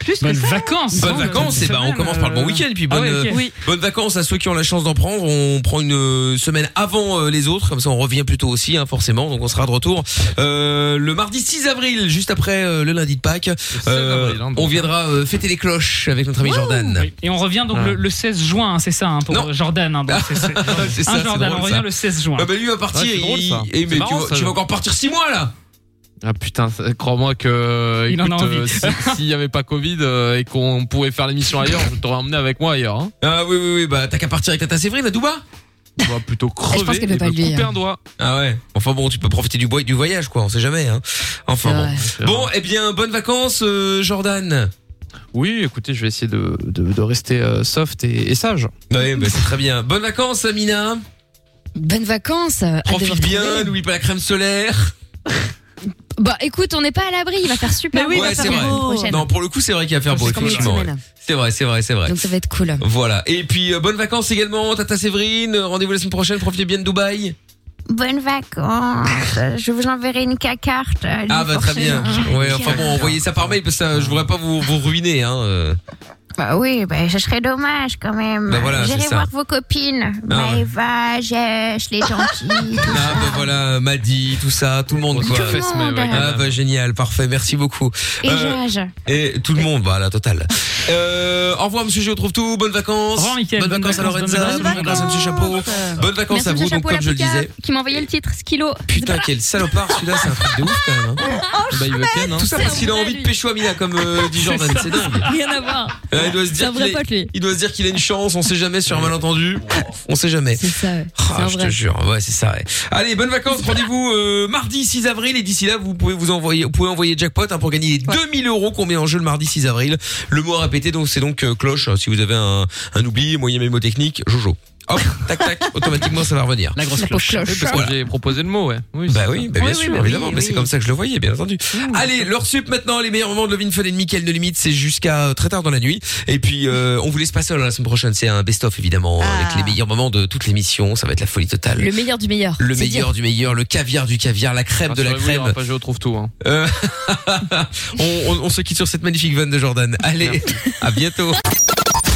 [SPEAKER 4] plus
[SPEAKER 9] Bonnes vacances.
[SPEAKER 2] Bonnes
[SPEAKER 9] hein,
[SPEAKER 2] vacances.
[SPEAKER 9] cette
[SPEAKER 2] Et ben, on
[SPEAKER 9] semaine,
[SPEAKER 2] commence par le bon
[SPEAKER 9] euh.
[SPEAKER 2] week-end, puis
[SPEAKER 9] Ah
[SPEAKER 2] bonnes
[SPEAKER 9] ouais, ok.
[SPEAKER 2] euh, bonnes vacances à ceux qui ont la chance d'en prendre. On prend une euh, semaine avant euh, les autres, comme ça on revient plus tôt aussi, hein, forcément. Donc on sera de retour euh, le mardi 6 avril, juste après euh, le lundi de Pâques. Euh,
[SPEAKER 9] hein,
[SPEAKER 2] on viendra euh, fêter les cloches avec notre ami Jordan.
[SPEAKER 9] Et on revient donc
[SPEAKER 2] Ah.
[SPEAKER 9] le, le 16 juin, hein, c'est ça, hein, pour euh, Jordan. Hein, donc c'est- c'est-
[SPEAKER 2] C'est
[SPEAKER 9] hein,
[SPEAKER 2] ça, c'est
[SPEAKER 9] Jordan,
[SPEAKER 2] drôle,
[SPEAKER 9] on revient
[SPEAKER 2] ça.
[SPEAKER 9] le 16 juin.
[SPEAKER 2] Ah bah lui va partir.
[SPEAKER 9] Ouais, c'est drôle,
[SPEAKER 2] il-
[SPEAKER 9] ça.
[SPEAKER 2] eh, mais
[SPEAKER 9] C'est
[SPEAKER 2] tu,
[SPEAKER 9] marrant,
[SPEAKER 2] vas,
[SPEAKER 9] ça.
[SPEAKER 2] tu vas encore partir 6 mois là.
[SPEAKER 5] Ah putain, ça- crois-moi que
[SPEAKER 9] Il en a envie.
[SPEAKER 5] euh, si- s'il n'y avait pas Covid euh, et qu'on pouvait faire l'émission ailleurs, je t'aurais emmené avec moi ailleurs. hein.
[SPEAKER 2] Ah oui oui oui, bah t'as qu'à partir avec ta tasse Séverine à Douba.
[SPEAKER 5] On va plutôt crever.
[SPEAKER 2] pense qu'elle peut
[SPEAKER 5] et
[SPEAKER 2] pas
[SPEAKER 5] me
[SPEAKER 2] le dire.
[SPEAKER 5] couper un doigt.
[SPEAKER 2] Ah ouais. Enfin bon, tu peux profiter du bois et du voyage quoi, on sait jamais hein. Enfin bon. Bon, eh bien bonnes vacances euh, Jordan.
[SPEAKER 5] Oui, écoutez, je vais essayer de, de- de rester euh, soft et, et sage.
[SPEAKER 2] Ouais, bah, c'est très bien. Bonnes vacances Amina.
[SPEAKER 3] Bonnes vacances. euh, hâte de vous
[SPEAKER 2] Profite
[SPEAKER 3] retrouver.
[SPEAKER 2] bien, n'oublie pas la crème solaire.
[SPEAKER 3] Bah écoute, on n'est pas à l'abri, il va faire super beau
[SPEAKER 2] ouais,
[SPEAKER 3] la
[SPEAKER 2] c'est
[SPEAKER 3] semaine
[SPEAKER 2] vrai.
[SPEAKER 3] prochaine.
[SPEAKER 2] Non, pour le coup, c'est vrai qu'il va faire beau,
[SPEAKER 3] C'est comme une
[SPEAKER 2] effectivement.
[SPEAKER 3] semaine.
[SPEAKER 2] ouais. C'est vrai, c'est vrai, c'est vrai.
[SPEAKER 3] Donc ça va être cool.
[SPEAKER 2] Voilà. Et puis, euh, bonnes vacances également, Tata Séverine. Rendez-vous la semaine prochaine. Profitez bien de Dubaï.
[SPEAKER 7] Bonnes vacances. Je vous enverrai une cacarte. euh,
[SPEAKER 2] Ah bah très bien.
[SPEAKER 7] forcément.
[SPEAKER 2] Ouais, enfin bon, envoyez ça par mail parce que ça, je voudrais pas vous, vous ruiner. Hein. euh.
[SPEAKER 7] Bah oui, bah, ce serait dommage quand même.
[SPEAKER 2] Bah voilà,
[SPEAKER 7] J'irai
[SPEAKER 2] c'est ça.
[SPEAKER 7] voir vos copines.
[SPEAKER 2] Ah ouais.
[SPEAKER 7] Maëva, Jèche, les gentilles.
[SPEAKER 2] Ah bah voilà, Maddy, tout ça, tout le monde quoi.
[SPEAKER 7] Tout le monde.
[SPEAKER 2] Ah bah génial, parfait, merci beaucoup.
[SPEAKER 7] Et
[SPEAKER 2] Euh,
[SPEAKER 7] Jage.
[SPEAKER 2] Et tout le monde, bah la totale. Euh, au revoir Monsieur Géo trouve tout, bonnes vacances. bonnes, vacances, à Lorenza, bonnes vacances, à Monsieur Chapeau. Bonnes vacances
[SPEAKER 3] Merci,
[SPEAKER 2] à vous,
[SPEAKER 3] monsieur
[SPEAKER 2] donc
[SPEAKER 3] Chapeau,
[SPEAKER 2] comme je le
[SPEAKER 3] la pica,
[SPEAKER 2] disais.
[SPEAKER 3] Qui m'a envoyé le titre, Skilo.
[SPEAKER 2] Putain quel salopard celui-là, c'est un truc de ouf quand même. hein. Bah, il veut Ken, hein. Tout ça
[SPEAKER 3] C'est
[SPEAKER 2] parce
[SPEAKER 3] un
[SPEAKER 2] qu'il a
[SPEAKER 3] vrai,
[SPEAKER 2] envie de pécho Amina comme euh, dit Jordan,
[SPEAKER 3] C'est ça.
[SPEAKER 2] c'est dingue.
[SPEAKER 3] Rien à voir.
[SPEAKER 2] Euh, il doit se
[SPEAKER 3] C'est
[SPEAKER 2] dire
[SPEAKER 3] un vrai
[SPEAKER 2] qu'il est-
[SPEAKER 3] pote, lui.
[SPEAKER 2] il doit se dire qu'il a une chance, on sait jamais sur un malentendu. On sait jamais. C'est
[SPEAKER 3] ça. ouais.
[SPEAKER 2] Ah,
[SPEAKER 3] C'est un
[SPEAKER 2] je
[SPEAKER 3] vrai.
[SPEAKER 2] te jure, ouais, c'est ça. ouais. Allez, bonnes vacances, rendez-vous euh, mardi 6 avril et d'ici là, vous pouvez vous envoyer, vous pouvez envoyer jackpot hein, pour gagner les 2000 euros qu'on met en jeu le mardi 6 avril. Le mot à répéter, donc c'est donc euh, cloche. hein, Si vous avez un, un oubli, moyen mnémotechnique, Jojo. Hop, tac tac, automatiquement ça va revenir.
[SPEAKER 5] La grosse La cloche. cloche.
[SPEAKER 2] Oui, parce que
[SPEAKER 5] Voilà.
[SPEAKER 2] j'ai proposé le mot, ouais. bah oui, bah bien
[SPEAKER 5] Oui, oui,
[SPEAKER 2] sûr,
[SPEAKER 5] bah oui,
[SPEAKER 2] évidemment, mais
[SPEAKER 5] oui.
[SPEAKER 2] c'est comme ça que je le voyais, bien entendu. Allez, leur sup maintenant, les meilleurs moments de Levin Fun et Mickaël No Limite, c'est jusqu'à euh, très tard dans la nuit. Et puis, euh, on vous laisse pas seul hein, la semaine prochaine, c'est un best-of évidemment, avec les meilleurs moments de toute l'émission, ça va être la folie totale.
[SPEAKER 3] Ah. Le meilleur du meilleur.
[SPEAKER 2] Le
[SPEAKER 3] C'est
[SPEAKER 2] meilleur
[SPEAKER 3] dire.
[SPEAKER 2] du meilleur, le caviar du caviar, la crème de la
[SPEAKER 5] Rassurez-vous, il y
[SPEAKER 2] crème.
[SPEAKER 5] aura pas Géo trouve tout. Hein.
[SPEAKER 2] Euh, on, on- on se quitte sur cette magnifique vanne de Jordan. Allez, à bientôt.